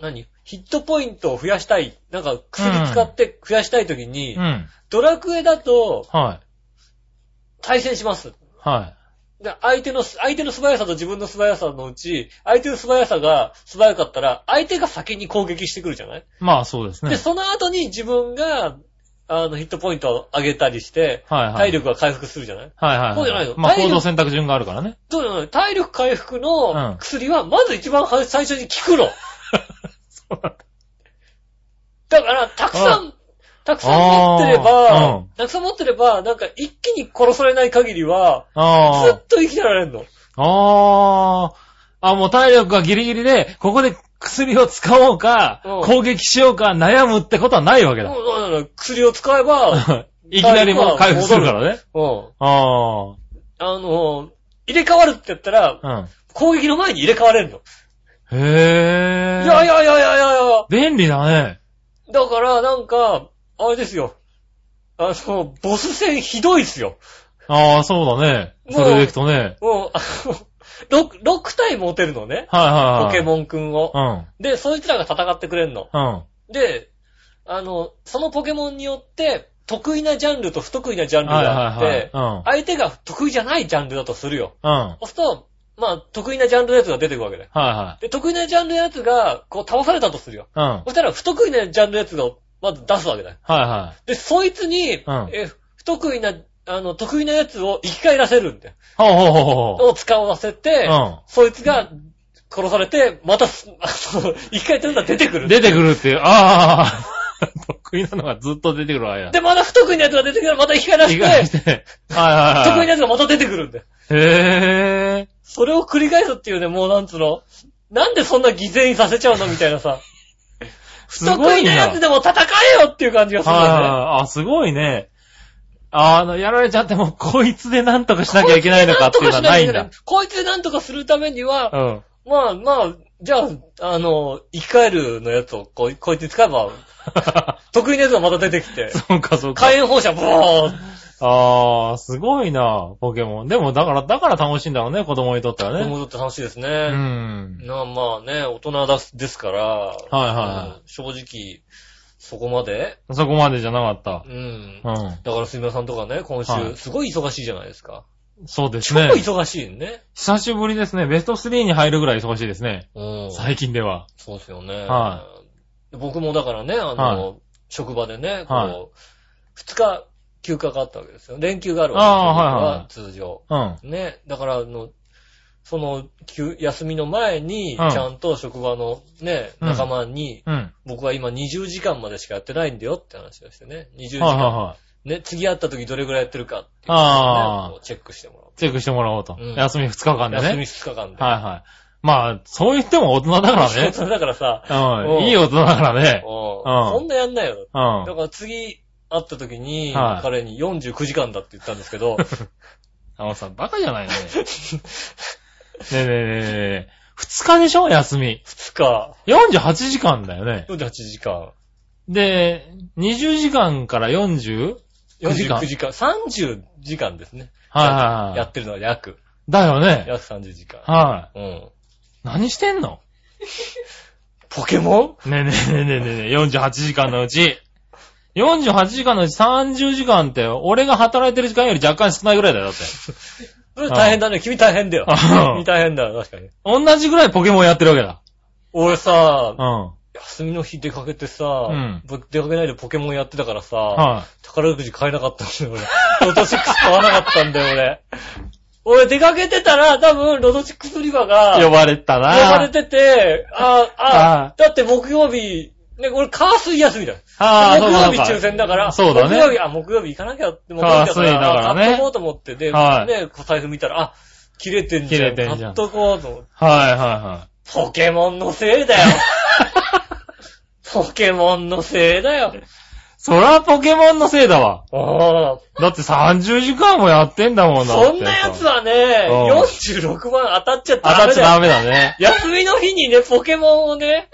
Speaker 2: 何ヒットポイントを増やしたい。なんか、薬使って増やしたい時に、
Speaker 3: うん。
Speaker 2: ドラクエだと
Speaker 3: はい。
Speaker 2: 対戦します。
Speaker 3: はい。
Speaker 2: で相手の、相手の素早さと自分の素早さのうち、相手の素早さが素早かったら、相手が先に攻撃してくるじゃない
Speaker 3: まあ、そうです
Speaker 2: で、
Speaker 3: ね。
Speaker 2: その後に自分が、あの、ヒットポイントを上げたりして、
Speaker 3: はいは
Speaker 2: 体
Speaker 3: い。
Speaker 2: 力が回復するじゃない
Speaker 3: はいはい。
Speaker 2: そうじゃないの
Speaker 3: まあ、
Speaker 2: 体力
Speaker 3: 行動選択順がある からね。
Speaker 2: そうじゃない体力回復
Speaker 3: う
Speaker 2: の
Speaker 3: ん
Speaker 2: 薬は、まず一番は最初に効くの。だから、たくさ、
Speaker 3: うん
Speaker 2: たくさん持ってれ
Speaker 3: あーう
Speaker 2: ば
Speaker 3: ん、
Speaker 2: たくさん持ってれば、なんか一気に殺されない限りは、ず
Speaker 3: あ
Speaker 2: っと生きてられんの。
Speaker 3: あ。ああ。あ、もう体力がギリギリで、ここで薬を使おうか、
Speaker 2: うん
Speaker 3: 攻撃しようか悩むってことはないわけだ。
Speaker 2: うんうんうん薬を使えば、
Speaker 3: いきなりもう回復するからね。
Speaker 2: うん。
Speaker 3: あ
Speaker 2: あの、入れ替わるって言ったら、
Speaker 3: あ。うん。
Speaker 2: 攻撃の前に入れ替われるの。
Speaker 3: へえ。
Speaker 2: いやいやいやいやいやいや。
Speaker 3: 便利だね。
Speaker 2: だから、なんか、あれですよ。あの、ボス戦ひどいっすよ。
Speaker 3: ああ、そうだね。
Speaker 2: もう
Speaker 3: それでいくとね。
Speaker 2: もう、あの、6、6体 持てるのね。
Speaker 3: はいはいはい。
Speaker 2: ポケ
Speaker 3: ン。
Speaker 2: モンくんを。で、そいつらが戦ってくれんの。
Speaker 3: うん。うん。
Speaker 2: で、あの、そのポケモンによって、得意なジャンルと不得意なジャンル
Speaker 3: はい
Speaker 2: があっ
Speaker 3: はいはい
Speaker 2: て。、
Speaker 3: うん。
Speaker 2: 相手が得意じゃないジャンルだとするよ。
Speaker 3: うん。は
Speaker 2: そう
Speaker 3: い
Speaker 2: すると、まあ、得意なジャンルのやつが出てくるわけだよ。
Speaker 3: は
Speaker 2: で、得意なジャンルのやつが、こう、倒されたとするよ。
Speaker 3: い。うん。はい
Speaker 2: そしたら、不得意なジャンルのやつを、まず出すわけだよ。
Speaker 3: はい。
Speaker 2: で、そいつに、
Speaker 3: ん
Speaker 2: え不得意な、あの、得意なやつを生き返らせるんだよ。
Speaker 3: ほうほうほうほう。
Speaker 2: を使わせて、
Speaker 3: うん
Speaker 2: そいつが殺されて、また す、あの生き返ったやつが出てくる。
Speaker 3: 出てくるっていう、ああ、 得意なのがずっと出てくるわや。
Speaker 2: で、また不得意なやつが出てくるまた生き返らせ
Speaker 3: 意
Speaker 2: て、
Speaker 3: 外して。はいはい
Speaker 2: 得
Speaker 3: は
Speaker 2: 意
Speaker 3: い。
Speaker 2: なやつがまた出てくるんだよ。
Speaker 3: へえ。
Speaker 2: それを繰り返すっていうね、もうなんつうの。なんでそんな偽善させちゃうのみたいなさ。不
Speaker 3: すご
Speaker 2: 得
Speaker 3: い
Speaker 2: 意なや
Speaker 3: な。
Speaker 2: つでも戦えよっていう感じがするんだよね。
Speaker 3: ああ、すごいね。あの、やられちゃっても、こいつでなんとかしなきゃいけないのかっていうのはないんだ。
Speaker 2: こいつでなんとかするためには、
Speaker 3: うん。
Speaker 2: まあまあ、じゃあ、あの、生き返るのやつをこいこいつ使え ば、得意なやつがまた出てきて、
Speaker 3: そうかそうか
Speaker 2: 火。炎放射、ブーン
Speaker 3: ああ、すごいな、ポケモン。でも、だから、だから楽しいんだろうね、子供にとっては
Speaker 2: って
Speaker 3: ね。
Speaker 2: 戻って楽しいです
Speaker 3: う
Speaker 2: ね。
Speaker 3: ん。
Speaker 2: なあまあね、大人だすですから、
Speaker 3: はいは
Speaker 2: うん正直、そこまで、
Speaker 3: そこまでじゃなかっ
Speaker 2: うん
Speaker 3: た。。う
Speaker 2: だから、すみまさんとかね、今
Speaker 3: は
Speaker 2: 週、
Speaker 3: い
Speaker 2: すごい忙しいじゃないですか。
Speaker 3: ん。そうです
Speaker 2: 超
Speaker 3: ね。
Speaker 2: 忙しいね。
Speaker 3: 久しぶりですね。ベスト3に入るぐらい忙しいですね。
Speaker 2: うん。
Speaker 3: 最近では。
Speaker 2: そうですよね。
Speaker 3: は
Speaker 2: 僕もだからね、あの、
Speaker 3: は
Speaker 2: 職場でね、
Speaker 3: は
Speaker 2: こう、二日休暇があったわけですよ。連休がある
Speaker 3: あ
Speaker 2: わ
Speaker 3: あ
Speaker 2: けですよ、僕は通常。
Speaker 3: うん。
Speaker 2: ね、だから、あの、その、休休みの前に、ち
Speaker 3: うん
Speaker 2: ゃんと職場のね、
Speaker 3: うん
Speaker 2: 仲間に、
Speaker 3: うん。
Speaker 2: 僕は今20時間までしかやってないんだよって話をしてね。20時
Speaker 3: はいはい
Speaker 2: 間。
Speaker 3: はい。
Speaker 2: ね、次会った時どれぐらいやってるかっていう
Speaker 3: ああ
Speaker 2: ねこうチェックしても
Speaker 3: チェックしてもらおうと。
Speaker 2: うん
Speaker 3: 休み2日
Speaker 2: ら
Speaker 3: 間で
Speaker 2: う。休み
Speaker 3: ね。
Speaker 2: 2日間で。
Speaker 3: はいはい。まあ、 そう言っても大人だからね。
Speaker 2: そうだからさ、
Speaker 3: う
Speaker 2: うん
Speaker 3: ん。いい大人だからね。
Speaker 2: うんそんなやんないよ。
Speaker 3: う
Speaker 2: だ
Speaker 3: ん。
Speaker 2: から次会った時に、
Speaker 3: はい
Speaker 2: 彼に49時間だって言ったんですけ ど、
Speaker 3: あのさ、バカじゃない ね。ねえねえねえねえ。2日でしょ休み。
Speaker 2: 2日、
Speaker 3: 48時間だよね。
Speaker 2: 48時間、
Speaker 3: で、20時間から 40? 9時間
Speaker 2: 49時間、30時間ですね。
Speaker 3: はいはい
Speaker 2: や
Speaker 3: はい
Speaker 2: ってるのは約、。
Speaker 3: だよね。
Speaker 2: 約30時間。
Speaker 3: は
Speaker 2: うん。
Speaker 3: い。何してんの
Speaker 2: ポケモ
Speaker 3: ねえねえねえねえねえ、48時間のうち。48時間のうち30時間って、俺が働いてる時間より若干少ないぐらいだよ、だって。
Speaker 2: ン大変だね。君大変だよ。
Speaker 3: あ
Speaker 2: 君大変だよ、確かに。
Speaker 3: 同じぐらいポケモンやってるわけだ。
Speaker 2: 俺さ、
Speaker 3: うん。
Speaker 2: 休みの日出かけてさ、
Speaker 3: ん
Speaker 2: ぼ出かけないでポケモンやってたからさ、
Speaker 3: は
Speaker 2: 宝くじ買えなかったんだよ、俺。ロト6買わなかったんだよ、俺。俺出かけてたら、多分、ロト6売り場が、
Speaker 3: い。呼ばれたな。
Speaker 2: 呼ばれてて、あーあ
Speaker 3: あ
Speaker 2: ー、だって木曜日、ね、俺、火水休みだよ。
Speaker 3: ああ、そ
Speaker 2: 木
Speaker 3: う
Speaker 2: 曜
Speaker 3: だ
Speaker 2: 日抽選だから、
Speaker 3: そうだ
Speaker 2: 木
Speaker 3: ね
Speaker 2: 曜日、あ、木曜日行かなきゃって、木曜日
Speaker 3: 火水だからね
Speaker 2: 買っとこうと思って、で、
Speaker 3: はい
Speaker 2: ね、お財布見たら、あ、切れてんじゃん。
Speaker 3: 切れてんじゃん
Speaker 2: 買っとこうと思って。
Speaker 3: はいはいは
Speaker 2: ポケモンのせい だよ。ポケモンのせいだよ。
Speaker 3: い。そらポケモンのせいだわ。
Speaker 2: ああ。
Speaker 3: だって30時間もやってんだもんな。
Speaker 2: そんなやつ
Speaker 3: は
Speaker 2: はね、
Speaker 3: うん
Speaker 2: 46万当たっちゃ
Speaker 3: 当た
Speaker 2: ダ
Speaker 3: っ
Speaker 2: メ
Speaker 3: ちゃ
Speaker 2: だ
Speaker 3: ダ
Speaker 2: よ。
Speaker 3: メだね。
Speaker 2: 休みの日にね、ポケモンをね、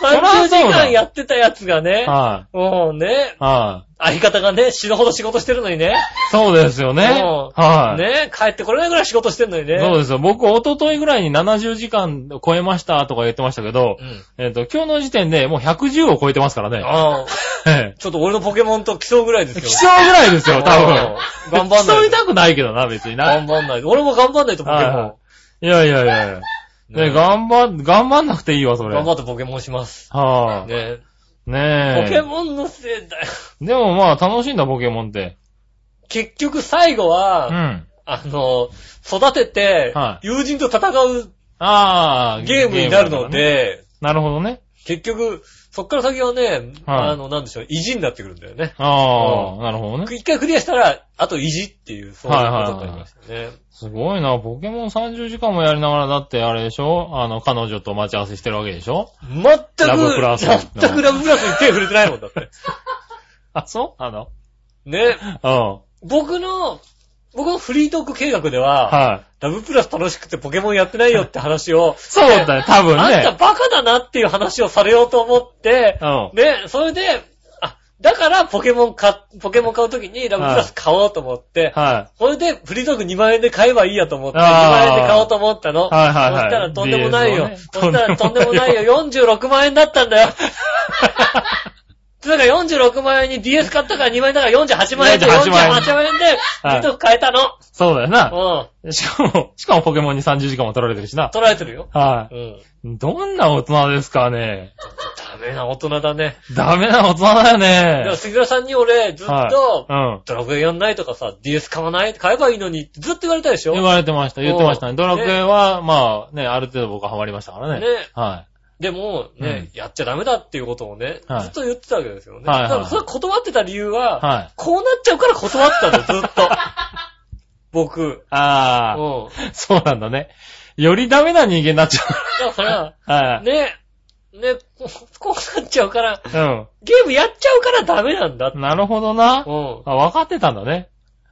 Speaker 3: そりゃそ
Speaker 2: 30
Speaker 3: う
Speaker 2: 時
Speaker 3: だ
Speaker 2: 間やってたやつがね、
Speaker 3: は
Speaker 2: もうね
Speaker 3: い。、は
Speaker 2: 相方がね、死ぬほど仕事してるのにね、
Speaker 3: い。そうですよね。
Speaker 2: うん
Speaker 3: はい。
Speaker 2: ね、帰ってこれないぐらい仕事してるのにね。
Speaker 3: そうですよ。僕、一昨日ぐらいに70時間超えましたとか言ってましたけど、
Speaker 2: うん。
Speaker 3: えっ、と、今日の時点でもう110を超えてますからね。
Speaker 2: ああ、
Speaker 3: ええ
Speaker 2: ちょっと俺のポケモンと競うぐらいですよ。
Speaker 3: 貴重ぐらいですよ、多分。
Speaker 2: うん頑 張んない
Speaker 3: 競いたくないけどな、別にな。
Speaker 2: 頑張んないと。俺も頑張んないとポケモン。
Speaker 3: はいはいいやいやいやいや。ね、頑張、頑張んなくていいわ、それ。
Speaker 2: 頑張ってポケモンします。
Speaker 3: はぁ、
Speaker 2: ね
Speaker 3: ねえ。
Speaker 2: ポケモンのせいだよ。
Speaker 3: でもまあ、楽しいんだ、ポケモンって。
Speaker 2: 結局最後
Speaker 3: う
Speaker 2: は、
Speaker 3: ん。
Speaker 2: あの、育てて、
Speaker 3: は
Speaker 2: 友人と戦う
Speaker 3: ああ、
Speaker 2: ゲームになるの
Speaker 3: ゲームだからね。
Speaker 2: で、
Speaker 3: なるほどね。
Speaker 2: 結局、そっから先はね、
Speaker 3: はい
Speaker 2: あの、なんでしょう、意地になってくるんだよね。
Speaker 3: あ
Speaker 2: う
Speaker 3: あ、なるほどね。
Speaker 2: 一回クリアしたら、あと意地っていう、そういうことになりましたね。
Speaker 3: すごいな、ポケモン30時間もやりながら、だってあれでしょあの、彼女と待ち合わせしてるわけでしょ
Speaker 2: 全く、
Speaker 3: ラブプラス
Speaker 2: 全くラブプラスに手触れてないもんだって。
Speaker 3: あ、そうあの、
Speaker 2: ね。
Speaker 3: うん。
Speaker 2: 僕の、僕のフリートーク計画では、
Speaker 3: はい。
Speaker 2: ラブプラス楽しくてポケモンやってないよって話を、
Speaker 3: そうだね、多分
Speaker 2: あんた
Speaker 3: ね。
Speaker 2: バカだなっていう話をされようと思って、
Speaker 3: うん。
Speaker 2: で、それで、あ、だからポケモン買、ポケモン買うときにラブプラス買おうと思って、
Speaker 3: は
Speaker 2: それでフリートーク2万円で買えばいいやと思って、2
Speaker 3: あー
Speaker 2: 万円で買おうと思ったの。
Speaker 3: はいはいはい
Speaker 2: そしたらとんでもないよ。
Speaker 3: DS をね
Speaker 2: そしたらとんでもないよ。46万円だったんだよ。 だから46万円に DS 買ったから2万円だから48万円で48
Speaker 3: 48
Speaker 2: 万
Speaker 3: 万
Speaker 2: 円
Speaker 3: 円
Speaker 2: で、フリートーク買えたの。
Speaker 3: い。そうだよな。
Speaker 2: うん。
Speaker 3: しかも、しかもポケモンに30時間も取られてるしな。
Speaker 2: 取られてるよ。
Speaker 3: は
Speaker 2: うん。
Speaker 3: い。どんな大人ですかね。
Speaker 2: ダメな大人だね。
Speaker 3: ダメな大人だよ
Speaker 2: だから
Speaker 3: ね。
Speaker 2: 杉浦さんに俺、ずっと、
Speaker 3: はい。うん。
Speaker 2: ドラクエやんないとかさ、DS 買わない買えばいいのにってずっと言われたでしょ
Speaker 3: 言われてました。言ってました
Speaker 2: う
Speaker 3: ね。
Speaker 2: ん
Speaker 3: ドラクエは、まあね、ある程度僕はハマりましたからね。
Speaker 2: ね
Speaker 3: は
Speaker 2: でも、ね、やっちゃダメだっていうことをね、
Speaker 3: はい
Speaker 2: ずっと言ってたわけですよね。
Speaker 3: はいはい
Speaker 2: だからそれ断ってた理由は、
Speaker 3: はい
Speaker 2: こうなっちゃうから断ってたの、ずっと。 僕。
Speaker 3: い。ああ、
Speaker 2: うん。
Speaker 3: そうなんだね。よりダメな人間になっちゃ
Speaker 2: だから、
Speaker 3: う。はい。
Speaker 2: ね、ね、こうこうなっちゃうから、
Speaker 3: う
Speaker 2: ゲームやっちゃうからダメなんだって。
Speaker 3: ん。なるほどな
Speaker 2: う。ん。
Speaker 3: あ、分かってたんだね。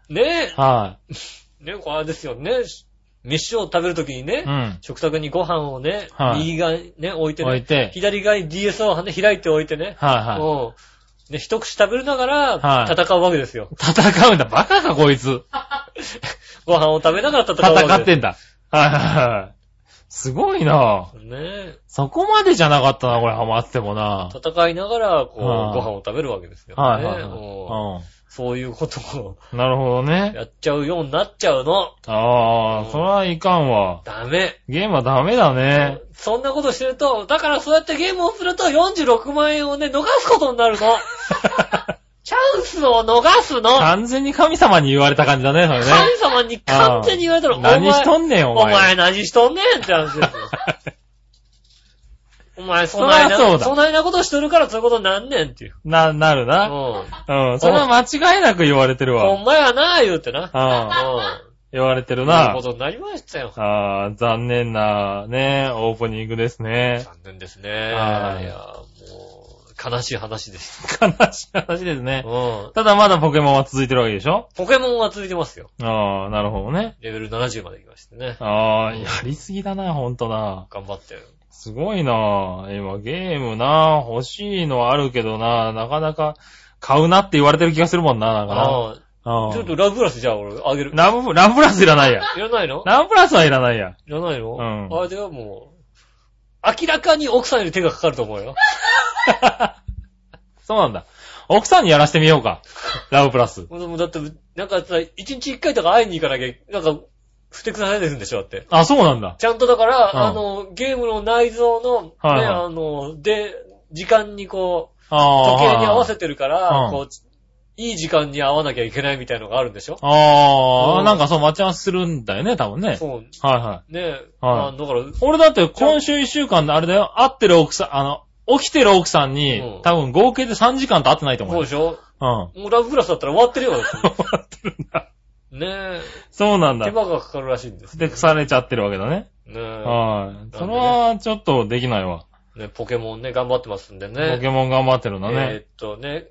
Speaker 2: ね、
Speaker 3: は
Speaker 2: ね、こうあれですよね、飯を食べるときにね
Speaker 3: い。う、ん。
Speaker 2: 食卓にご飯をね、
Speaker 3: はい
Speaker 2: 右側にね、置いて
Speaker 3: 置
Speaker 2: ね
Speaker 3: い、て。
Speaker 2: 左側に DS を、ね、開いておいてね、
Speaker 3: はいはい。
Speaker 2: うん。で、一口食べるながら
Speaker 3: は、い
Speaker 2: 戦うわけですよ。
Speaker 3: 戦うんだ。バカか、こいつ。
Speaker 2: ご飯を食べながら戦うわけです。
Speaker 3: 戦ってんだ。はいはいはい。すごいなぁ。
Speaker 2: ねえ。
Speaker 3: そこまでじゃなかったな、これ、ハマってもなぁ。
Speaker 2: 戦いながら、こう、ご
Speaker 3: はい
Speaker 2: 飯を食べるわけですよ、ね。
Speaker 3: はいはい
Speaker 2: も
Speaker 3: は
Speaker 2: うそういうことを
Speaker 3: い。うん。なるほどね。
Speaker 2: やっちゃうようになっちゃうの。
Speaker 3: ああ、それはいかんわ。
Speaker 2: ダメ。
Speaker 3: ゲームはダメだね。
Speaker 2: そんなことしてると、だからそうやってゲームをすると46万円をね、逃すことに なるの。チャンスを逃すの。
Speaker 3: 完全に神様に言われた感じだね、それね。
Speaker 2: 神様に完全に言われたら、お前、
Speaker 3: 何しとんねん、 お
Speaker 2: お
Speaker 3: 前。
Speaker 2: 前何しとんねんって話 ですよ。お前、そないな、
Speaker 3: そりゃそうだ
Speaker 2: そないなことしてるからそういうことなんねんっていう。
Speaker 3: な、なる
Speaker 2: う
Speaker 3: な。
Speaker 2: ん。
Speaker 3: うん。それは間違いなく言われてる
Speaker 2: ほ
Speaker 3: わ。
Speaker 2: んまやな言うてな。
Speaker 3: うん
Speaker 2: うん。。
Speaker 3: 言われてる
Speaker 2: そういう
Speaker 3: な
Speaker 2: こ。とになりましたよ。
Speaker 3: ああ、残念な、ね、オープニングですね。
Speaker 2: 残念ですね。い
Speaker 3: は
Speaker 2: や
Speaker 3: い、
Speaker 2: もう、悲しい話です。
Speaker 3: 悲しい話ですね
Speaker 2: う。ん。
Speaker 3: ただまだポケモンは続いてるわけでしょ
Speaker 2: ポケモンは続いてますよ。
Speaker 3: ああ、なるほどね。
Speaker 2: レベル70まで行きましてね。
Speaker 3: ああ、やりすぎだな、ほんとな。
Speaker 2: 頑張ってる。
Speaker 3: すごいな。今、ゲームな、欲しいのはあるけどな、なかなか買うなって言われてる気がするもんな、なんかな。
Speaker 2: あ
Speaker 3: あ
Speaker 2: あ。
Speaker 3: あ
Speaker 2: ちょっとラブプラスじゃあ俺あげる。
Speaker 3: ラブ、ラブプラスいらないや。
Speaker 2: いらないの
Speaker 3: ラブプラスはいらないや。
Speaker 2: いらないの
Speaker 3: うん
Speaker 2: あれではもう、明らかに奥さんより手がかかると思うよ。
Speaker 3: そうなんだ。奥さんにやらせてみようか。ラブプラス。
Speaker 2: 俺もだって、なんかさ、一日一回とか会いに行かなきゃ、なんか、ふてくされてるんでしょ、だって。
Speaker 3: あ、そうなんだ。
Speaker 2: ちゃんとだから、
Speaker 3: うん
Speaker 2: あの、ゲームの内蔵の、ね、
Speaker 3: はいはい
Speaker 2: あの、で、時間にこう、
Speaker 3: ああ。
Speaker 2: 時計に合わせてるから、
Speaker 3: うん
Speaker 2: こう、いい時間に合わなきゃいけないみたいのがあるんでしょ
Speaker 3: あ
Speaker 2: う
Speaker 3: あ、
Speaker 2: ん
Speaker 3: なんかそう、待ち合わせするんだよね、多分ね。
Speaker 2: そう。
Speaker 3: はいはい。
Speaker 2: ねえ。
Speaker 3: は
Speaker 2: あ
Speaker 3: い
Speaker 2: だから、うん。
Speaker 3: 俺だって今週一週間であれだよ、会ってる奥さん、あの、起きてる奥さんに、
Speaker 2: うん
Speaker 3: 多分合計で3時間と会ってないと思
Speaker 2: そうう
Speaker 3: よ。
Speaker 2: でしょ
Speaker 3: うん。終
Speaker 2: もうラブクラスだったら終わって るよ。だって
Speaker 3: わって るんだ。
Speaker 2: ね
Speaker 3: そうなん
Speaker 2: え。手
Speaker 3: だ。
Speaker 2: 間がかかるらしいんです。
Speaker 3: で、腐れちゃってるわけだね。
Speaker 2: ねえ。
Speaker 3: はい。それはちょっとできないわ。
Speaker 2: ねポケモンね、頑張ってますんでね。
Speaker 3: ポケモン頑張ってるんだ
Speaker 2: えー
Speaker 3: ね。
Speaker 2: っとね、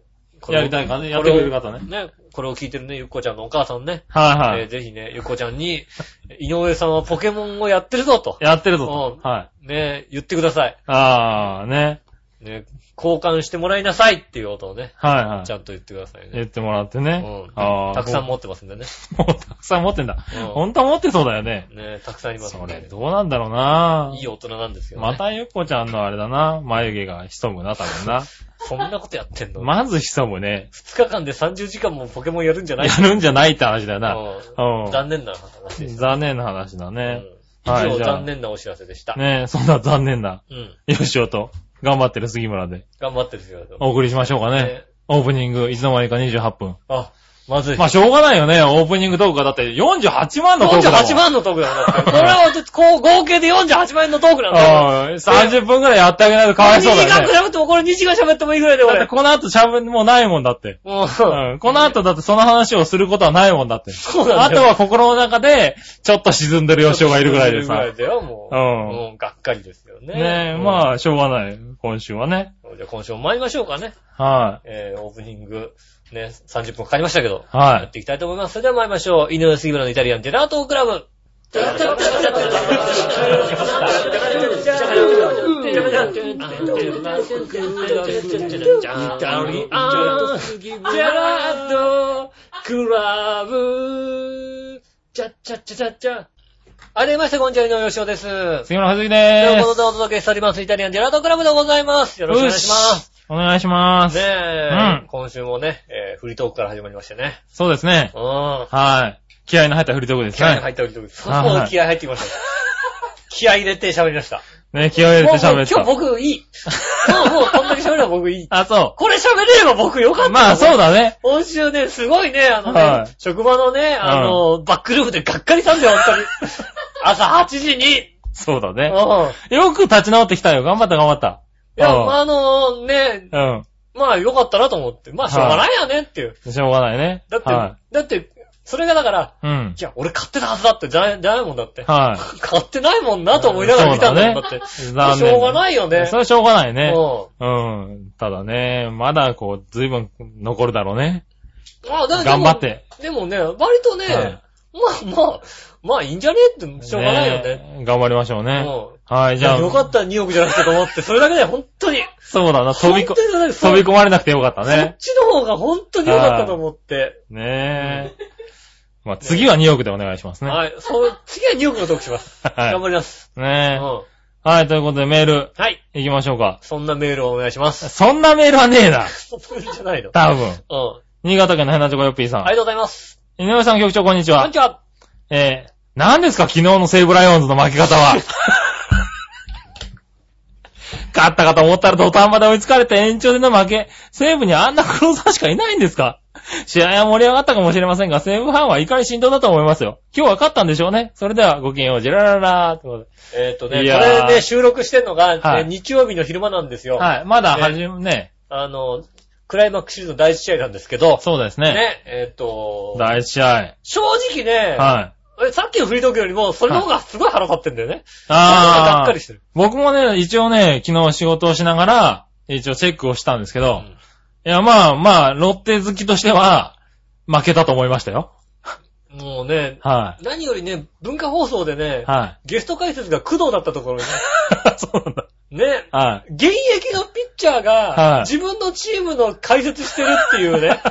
Speaker 3: やりたいかねやってくれる方ね
Speaker 2: これをね、これを聞いてるね、ゆっこちゃんのお母さんね。
Speaker 3: はいは
Speaker 2: えー
Speaker 3: い。
Speaker 2: ぜひね、ゆっこちゃんに、 井上さんはポケモンをやってるぞと、
Speaker 3: やってるぞと。はい。
Speaker 2: ね、言ってください。
Speaker 3: ああ、ね。
Speaker 2: ね、交換してもらいなさいっていうことをね、
Speaker 3: はいは
Speaker 2: ち
Speaker 3: い。
Speaker 2: ゃんと言ってくださいね。
Speaker 3: 言ってもらってね
Speaker 2: うん。
Speaker 3: ああ。
Speaker 2: たくさん持ってますんでね。
Speaker 3: もうたくさん持ってんだ
Speaker 2: うん。
Speaker 3: 本当は持ってそうだよね。
Speaker 2: ね、たくさんあります
Speaker 3: そ
Speaker 2: ん
Speaker 3: れ、
Speaker 2: で。
Speaker 3: どうなんだろうない
Speaker 2: い大人なんですよ、ね。
Speaker 3: またゆっこちゃんのあれだな、眉毛が潜むな、多分な。
Speaker 2: そんなことやってんの
Speaker 3: まず潜むね。
Speaker 2: 2日間で30時間もポケモンやるんじゃない
Speaker 3: やるんじゃないって話だよな。
Speaker 2: うん
Speaker 3: う
Speaker 2: 残念な話で
Speaker 3: ん。
Speaker 2: した。
Speaker 3: 残念な話だ
Speaker 2: う
Speaker 3: ね。
Speaker 2: ん以
Speaker 3: はい
Speaker 2: 上、
Speaker 3: じゃあ
Speaker 2: 残念なお知らせでした。
Speaker 3: ねえ、そんな残念な。
Speaker 2: うん。
Speaker 3: よしおと、頑張ってる杉村で、
Speaker 2: 頑張ってるよ。でも
Speaker 3: お送りしましょうかね
Speaker 2: ね。
Speaker 3: オープニング、いつの間にか28分。
Speaker 2: あ、まずい。
Speaker 3: まあ、しょうがないよね、オープニングトークが。だって48万のトークだもん。
Speaker 2: 48万のトークだな。これは、こう、合計で48万円のトークなんだよ。
Speaker 3: うん、30分くらいやってあげないとかわいそうだ
Speaker 2: 2時間
Speaker 3: よね。
Speaker 2: くらい喋っても、これ2時間喋ってもいいぐらいで、
Speaker 3: だって
Speaker 2: 俺。
Speaker 3: この後しゃぶもうないもんだって。
Speaker 2: もう、
Speaker 3: うん。この後だってその話をすることはないもんだって。
Speaker 2: そうな
Speaker 3: あ
Speaker 2: んだ
Speaker 3: と
Speaker 2: よ。
Speaker 3: は心の中で、ちょっと沈んでる吉尾がいるぐらいでさ。
Speaker 2: いるぐらいだよ、もう。
Speaker 3: うん
Speaker 2: もう、がっかりですよね。
Speaker 3: ねえ、
Speaker 2: あ。
Speaker 3: まあ、しょうがない。今週はね。
Speaker 2: じゃあ今週も参りましょうかね。
Speaker 3: は
Speaker 2: えー、オープニング、ね、30分かかりましたけど。
Speaker 3: い。は
Speaker 2: やっ
Speaker 3: い。
Speaker 2: ていきたいと思います。それでは参りましょう。犬の杉村のイタリアンジェラートクラブ。ありました、こんにちは、井上芳雄です。
Speaker 3: 杉村和樹
Speaker 2: とい
Speaker 3: で
Speaker 2: う
Speaker 3: ー
Speaker 2: こと
Speaker 3: す。
Speaker 2: でお届けしております、イタリアンジェラートクラブでございます。よろしくお願いします。
Speaker 3: お願いします。
Speaker 2: ねえ、
Speaker 3: うん
Speaker 2: 今週もね、えーフリートークから始まりましてね。
Speaker 3: そうですね。
Speaker 2: うん。
Speaker 3: はい。気合の入ったフリートークです
Speaker 2: 気合が
Speaker 3: ね。
Speaker 2: 入っております。
Speaker 3: はい
Speaker 2: もう気合入ってきました。気合入れて喋りました。
Speaker 3: ね、気合を入れ
Speaker 2: もう
Speaker 3: て喋
Speaker 2: もう今
Speaker 3: っ
Speaker 2: 日
Speaker 3: た。
Speaker 2: 僕いい。もう、もうこんだけ喋るのは僕いい。
Speaker 3: あ、そ
Speaker 2: これ喋れれば僕よかっ
Speaker 3: う。
Speaker 2: た。
Speaker 3: まあ、そうだね。
Speaker 2: 今週ね、すごいね、あの
Speaker 3: は
Speaker 2: ね
Speaker 3: い、
Speaker 2: 職場のね、あの、バックルームでがっかりしたんだよ、 本当に。朝8時に。
Speaker 3: そうだ
Speaker 2: うん。い
Speaker 3: ね。よく立ち直ってきたよ。頑張った、頑張った。
Speaker 2: や、
Speaker 3: うん
Speaker 2: まああの、ね、まあよかったなと思って。まあしょうがないよねっていう。
Speaker 3: うん。しょうがないね。
Speaker 2: だって、
Speaker 3: は
Speaker 2: だって、それがだから、
Speaker 3: い。うん
Speaker 2: い。や、俺買ってたはずだって、じゃないじゃないもんだって。
Speaker 3: は
Speaker 2: 買ってないもんなと思いながら見たんだよ、
Speaker 3: そ
Speaker 2: だ
Speaker 3: う
Speaker 2: っ
Speaker 3: だ
Speaker 2: て。
Speaker 3: い。
Speaker 2: しょうがないよね。
Speaker 3: それはしょうがないね。
Speaker 2: う
Speaker 3: うん。ただね、まだこう、随分残るだろうね。
Speaker 2: ん。まあ、だからで
Speaker 3: 頑
Speaker 2: も
Speaker 3: 張って。
Speaker 2: でもね、割とね、
Speaker 3: はい
Speaker 2: まあまあ、まあいいんじゃねえって、しょうがないよね。
Speaker 3: え。頑張りましょうね。
Speaker 2: うん
Speaker 3: はい、じゃあ。
Speaker 2: よかった、2億じゃなくてと思って、それだけで本当に。
Speaker 3: そうだな、飛びこ、
Speaker 2: 本当にだねそ
Speaker 3: 飛び込まれなくてよかった
Speaker 2: そっ
Speaker 3: ね。
Speaker 2: ちの方が本当に良かったと思って。
Speaker 3: ねえ。まあ、次は2億でお願いしますね。は
Speaker 2: はい。そう、次は2億の得します。頑張ります。
Speaker 3: い。
Speaker 2: う
Speaker 3: ね
Speaker 2: ん。
Speaker 3: え。はい、ということでメール、
Speaker 2: はい。
Speaker 3: 行きましょうか。
Speaker 2: そんなメールをお願いします。
Speaker 3: そんなメールはねえな。
Speaker 2: そんなメールじゃないの。
Speaker 3: 多分。
Speaker 2: うん。
Speaker 3: 新潟県のヘナチョコヨッピーさ
Speaker 2: あ
Speaker 3: ん。
Speaker 2: りがとうございます。
Speaker 3: 井上さん局長、こんにち
Speaker 2: こん
Speaker 3: は
Speaker 2: に。ちは。
Speaker 3: えー、何ですか昨日の西武ライオンズの負け方 は。勝ったかと思ったら土壇場で追いつかれて延長での負け。西武にあんなクローザーしかいないんですか試合は盛り上がったかもしれませんが、西武ファンは怒り心頭だと思いますよ。今日は勝ったんでしょうね。それではごきげんよう、ジェラララーってことで
Speaker 2: えっとね、こ
Speaker 3: いやー
Speaker 2: れね、収録してんのが
Speaker 3: は
Speaker 2: ね
Speaker 3: い
Speaker 2: 日曜日の昼間なんですよ。
Speaker 3: はい。まだ始め、ね。
Speaker 2: あの、クライマックスシリーズの第一試合なんですけど、
Speaker 3: そうですね。
Speaker 2: ね、えっ、と、
Speaker 3: 第一試合。
Speaker 2: 正直ね、
Speaker 3: はい。
Speaker 2: えさっきのフリートークよりも、それの方がすごい腹立ってんだよね。
Speaker 3: あー
Speaker 2: がっかりしてる。
Speaker 3: 僕もね、一応ね、昨日仕事をしながら、一応チェックをしたんですけど、
Speaker 2: うん
Speaker 3: いや、まあまあ、ロッテ好きとしては、負けたと思いましたよ。
Speaker 2: もうね、
Speaker 3: は
Speaker 2: 何よりね、文化放送でね
Speaker 3: い。、は
Speaker 2: ゲスト解説が工藤だったところに
Speaker 3: い。 そうなんだ。
Speaker 2: ね、ね、
Speaker 3: はい。
Speaker 2: 現役のピッチャーが
Speaker 3: はい、
Speaker 2: 自分のチームの解説してるっていうね、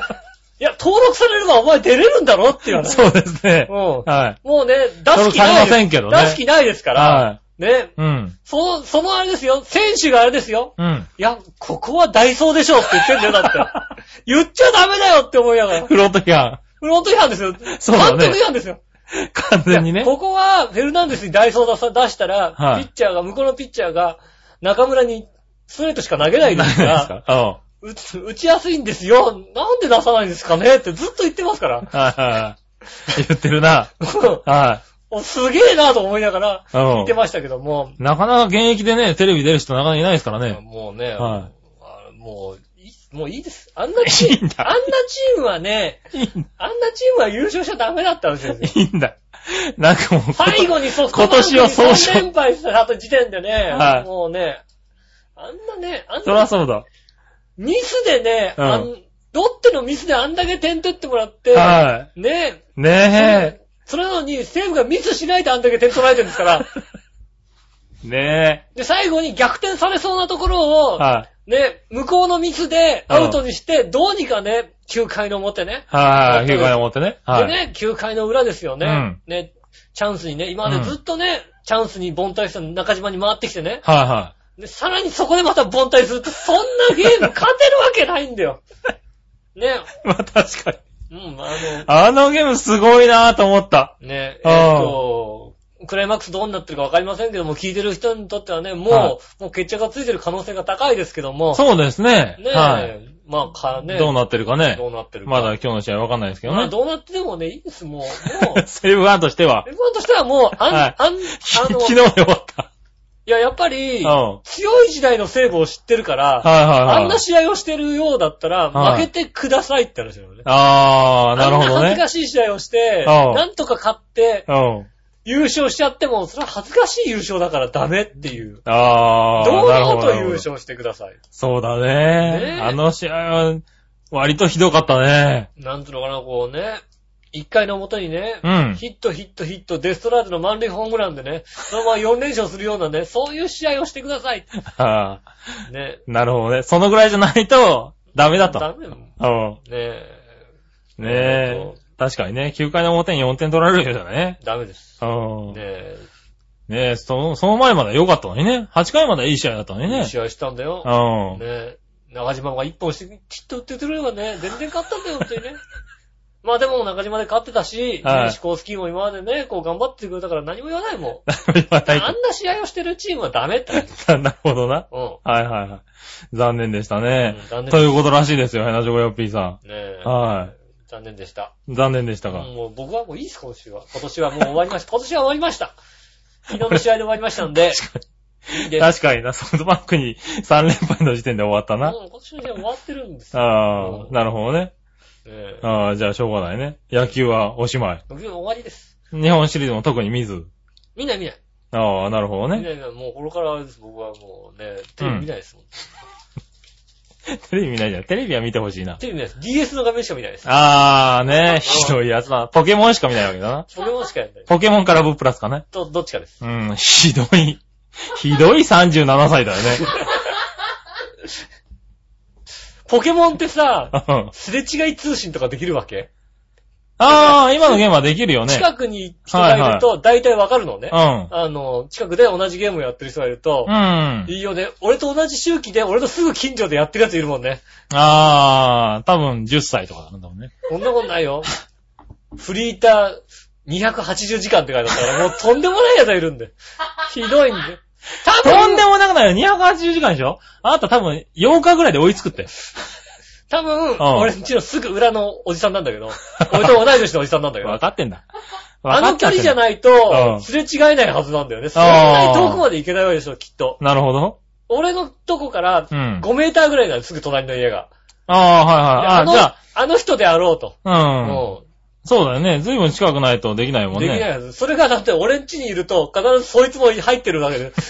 Speaker 2: いや、登録されればお前出れるんだろっていうね。
Speaker 3: そうですね。
Speaker 2: うん
Speaker 3: は
Speaker 2: もうね、出す気
Speaker 3: 登録され
Speaker 2: ない
Speaker 3: ませ
Speaker 2: で
Speaker 3: ん
Speaker 2: す。
Speaker 3: けどね
Speaker 2: 出す気ないです
Speaker 3: い。
Speaker 2: から、
Speaker 3: は
Speaker 2: ね、
Speaker 3: い。うん。
Speaker 2: その、そのあれですよ、選手があれですよ、
Speaker 3: うん。
Speaker 2: いや、ここはダイソーでしょって言ってんだよ、だ って。言っちゃダメだよって思いながら。
Speaker 3: フロート批判。
Speaker 2: フロント違反ですよ。
Speaker 3: そうだね
Speaker 2: 監督違反ですよ。
Speaker 3: 完全にね。
Speaker 2: ここは、フェルナンデスに代走出さ出したら、
Speaker 3: はい
Speaker 2: ピッチャーが、向こうのピッチャーが、中村にストレートしか投げないで
Speaker 3: ないですす
Speaker 2: から、
Speaker 3: か。うん。は
Speaker 2: 打つ 打ちやすいんですよ。なんで出さないんですかねってずっと言ってますから。
Speaker 3: いはいはい。言ってるな。は
Speaker 2: おすげえなと思いながら、
Speaker 3: い。う
Speaker 2: 言って
Speaker 3: ん。
Speaker 2: ましたけども、
Speaker 3: なかなか現役でね、テレビ出る人なかなかいないですからね。
Speaker 2: もうね、あ
Speaker 3: は
Speaker 2: もういい、もういいです。あんないチーム、
Speaker 3: いん
Speaker 2: あんな
Speaker 3: だ。
Speaker 2: チームはね、
Speaker 3: いいんだ。
Speaker 2: あんなチームは優勝しちゃダメだったんです よ。
Speaker 3: いいんだ。なんかもう、
Speaker 2: 最後にソフトバンク
Speaker 3: 今年は総
Speaker 2: 3
Speaker 3: 勝
Speaker 2: 連敗した後時点でね、
Speaker 3: はい
Speaker 2: もうね、あんなね、あん
Speaker 3: そりゃ
Speaker 2: な
Speaker 3: そうだ。
Speaker 2: ミスでね、
Speaker 3: うん
Speaker 2: あんロッテのミスであんだけ点取ってもらって、
Speaker 3: は
Speaker 2: ね、
Speaker 3: い。ね
Speaker 2: それなのに西武がミスしないであんだけ点取られてるんです から、
Speaker 3: え。ね
Speaker 2: で、最後に逆転されそうなところ
Speaker 3: え。
Speaker 2: を、
Speaker 3: はい。
Speaker 2: ね、向こうのミスで
Speaker 3: うん
Speaker 2: アウトにして、どうにかね、9回の表ね。
Speaker 3: はい。結構思ってね。は
Speaker 2: で
Speaker 3: い。
Speaker 2: ね、9回の裏ですよね。
Speaker 3: うん
Speaker 2: ね、チャンスにね、今までずっとね、チャンスに凡退した中島に回ってきてね。
Speaker 3: はいは
Speaker 2: で、さらにそこでまた凡退すると、そんなゲーム勝てるわけないんだ よ。ね、
Speaker 3: い。まあ確かに。
Speaker 2: うん、あ
Speaker 3: あのゲームすごいなぁと思った。
Speaker 2: の、ね、え
Speaker 3: うん
Speaker 2: ーっと、クライマックスどうなってるかわかりませんけども、聞いてる人にとってはね、もう、
Speaker 3: は
Speaker 2: もう決着がついてる可能性が高いですけども、
Speaker 3: そうですね。
Speaker 2: ねえ、
Speaker 3: は
Speaker 2: まあ、かね、
Speaker 3: い。どうなってるかね。
Speaker 2: どうなってるか。
Speaker 3: まだ今日の試合わかんないですけど
Speaker 2: まあ、
Speaker 3: ね。
Speaker 2: どうなってもね、いいです、もう。 もう、
Speaker 3: セレブワンとしては。
Speaker 2: F1 としてはもう、あん、
Speaker 3: はい
Speaker 2: あん、あ
Speaker 3: 昨
Speaker 2: の、
Speaker 3: 日
Speaker 2: い
Speaker 3: で終わった。
Speaker 2: や、やっぱ
Speaker 3: うん。
Speaker 2: り、
Speaker 3: は
Speaker 2: 強い時代の西武を知ってるから、
Speaker 3: いはいはい。
Speaker 2: あんな試合をしてるようだったら、負
Speaker 3: はい
Speaker 2: けてくださいって話だよね。
Speaker 3: あー、なるほ
Speaker 2: あん
Speaker 3: ど
Speaker 2: な恥ず
Speaker 3: ね。
Speaker 2: かしい試合をして、
Speaker 3: うん
Speaker 2: なんとか勝って、
Speaker 3: うん。
Speaker 2: 優勝しちゃっても、それは恥ずかしい優勝だからダメっていう。
Speaker 3: あー、
Speaker 2: 堂
Speaker 3: なるほ
Speaker 2: 々
Speaker 3: ど。
Speaker 2: と優勝してください。
Speaker 3: そうだね
Speaker 2: ねえ
Speaker 3: あの試合は、割とひどかったね。
Speaker 2: なんつうのかな、こうね、一回の表にね、
Speaker 3: うん
Speaker 2: ヒットヒットヒット、デストラーデの満塁ホームランでね、そのまま4連勝するようなね、そういう試合をしてください。
Speaker 3: あ
Speaker 2: ね。
Speaker 3: ーなるほどね。そのぐらいじゃないと、ダメだと。
Speaker 2: ダメだもんね
Speaker 3: うん。
Speaker 2: え。
Speaker 3: ね
Speaker 2: なるほど。
Speaker 3: え確かにね、9回の表に4点取られるよね。
Speaker 2: ダメです。
Speaker 3: うん。
Speaker 2: ね
Speaker 3: ね
Speaker 2: え。
Speaker 3: え、その、その前までは良かったのにね。8回まではいい試合だったのに
Speaker 2: いい
Speaker 3: ね。
Speaker 2: 試合したんだよ。
Speaker 3: う
Speaker 2: ね
Speaker 3: ん。
Speaker 2: え。中島が一本して、きっと打ってくれればね、全然勝ったんだよ、本当にね。まあでも中島で勝ってたし、
Speaker 3: はい
Speaker 2: 西コースキーも今までね、こう頑張ってくれたから何も言わないもん。
Speaker 3: 言わ な
Speaker 2: あ
Speaker 3: い
Speaker 2: んな試合をしてるチームはダメって。
Speaker 3: となるほどな。
Speaker 2: うん。
Speaker 3: はいはいはい。残念でしたね
Speaker 2: うん。残念
Speaker 3: ということらしいですよ、ヘナジョコヨッピーさ
Speaker 2: ねえ
Speaker 3: ん。。は
Speaker 2: 残念でした。
Speaker 3: い。残念でしたが。
Speaker 2: もう僕はもういいです、今週は。今年はもう終わりました。今年は終わりました。昨日の試合で終わりましたんで。いいです。
Speaker 3: 確かにな、ソフトバンクに3連敗の時点で終わったな。
Speaker 2: うん今年の試合終わってるんですよ。
Speaker 3: あ
Speaker 2: うん
Speaker 3: あ、なるほどね。
Speaker 2: ねえ
Speaker 3: ああ、じゃあしょうがないね。野球はおしまい。
Speaker 2: 僕は終わりです。
Speaker 3: 日本シリーズも特に見ず。
Speaker 2: 見ない見ない。
Speaker 3: ああ、なるほど
Speaker 2: 見
Speaker 3: ね。
Speaker 2: ない見ない。もうこれからあれです。僕はもうね、テレビ見ないですもん。
Speaker 3: テレビ見ないじゃん。テレビは見てほしいな。
Speaker 2: テレビ見ないです。DS の画面しか見ないです。
Speaker 3: あーね、ひどいやつだ。ポケモンしか見ないわけだな。
Speaker 2: ポケモンしかやんない。
Speaker 3: ポケモンからブプラスかね。
Speaker 2: ど、どっちかです。
Speaker 3: うん、ひどい。ひどい37歳だよね。
Speaker 2: ポケモンってさ、
Speaker 3: うん
Speaker 2: すれ違い通信とかできるわけ、
Speaker 3: あー、今のゲームはできるよね。
Speaker 2: 近くに人がいると、大体わかるのね。
Speaker 3: うん。
Speaker 2: あの、近くで同じゲームをやってる人がいると
Speaker 3: う、ん
Speaker 2: い。いよね。俺と同じ周期で、俺のすぐ近所でやってるやついるもんね。
Speaker 3: あー、多分10歳とかなんだもんね。
Speaker 2: こんなことないよ。フリーター280時間って書いてあったから、もうとんでもないやつがいるんで。ひどいんで。多
Speaker 3: とん
Speaker 2: 分、
Speaker 3: でもなくないよ。280時間でしょあなた多分8日ぐらいで追いつくって。
Speaker 2: 多分、
Speaker 3: ん
Speaker 2: 俺んちのすぐ裏のおじさんなんだけど、俺と同い年のおじさんなんだけど
Speaker 3: わ、かってんだ。
Speaker 2: あ
Speaker 3: わか
Speaker 2: の
Speaker 3: っち
Speaker 2: 距
Speaker 3: ゃって
Speaker 2: 離
Speaker 3: ん
Speaker 2: じゃ
Speaker 3: だ
Speaker 2: ないと
Speaker 3: う、ん
Speaker 2: すれ違えないはずなんだよね。そんなに遠くまで行けないわけでしょ、きっと。
Speaker 3: なるほど。
Speaker 2: 俺のとこから、
Speaker 3: うん。
Speaker 2: 5メーターぐらいなの、すぐ隣の家が。
Speaker 3: あー、はい
Speaker 2: の
Speaker 3: はい。あ、
Speaker 2: あの人であろうと。
Speaker 3: じゃあ、うん。
Speaker 2: も
Speaker 3: そうだよね。ずいぶん近くないとできないも
Speaker 2: うんで
Speaker 3: ね。
Speaker 2: きないはず。それがだって俺ん家にいると、必ずそいつも入ってるわけで。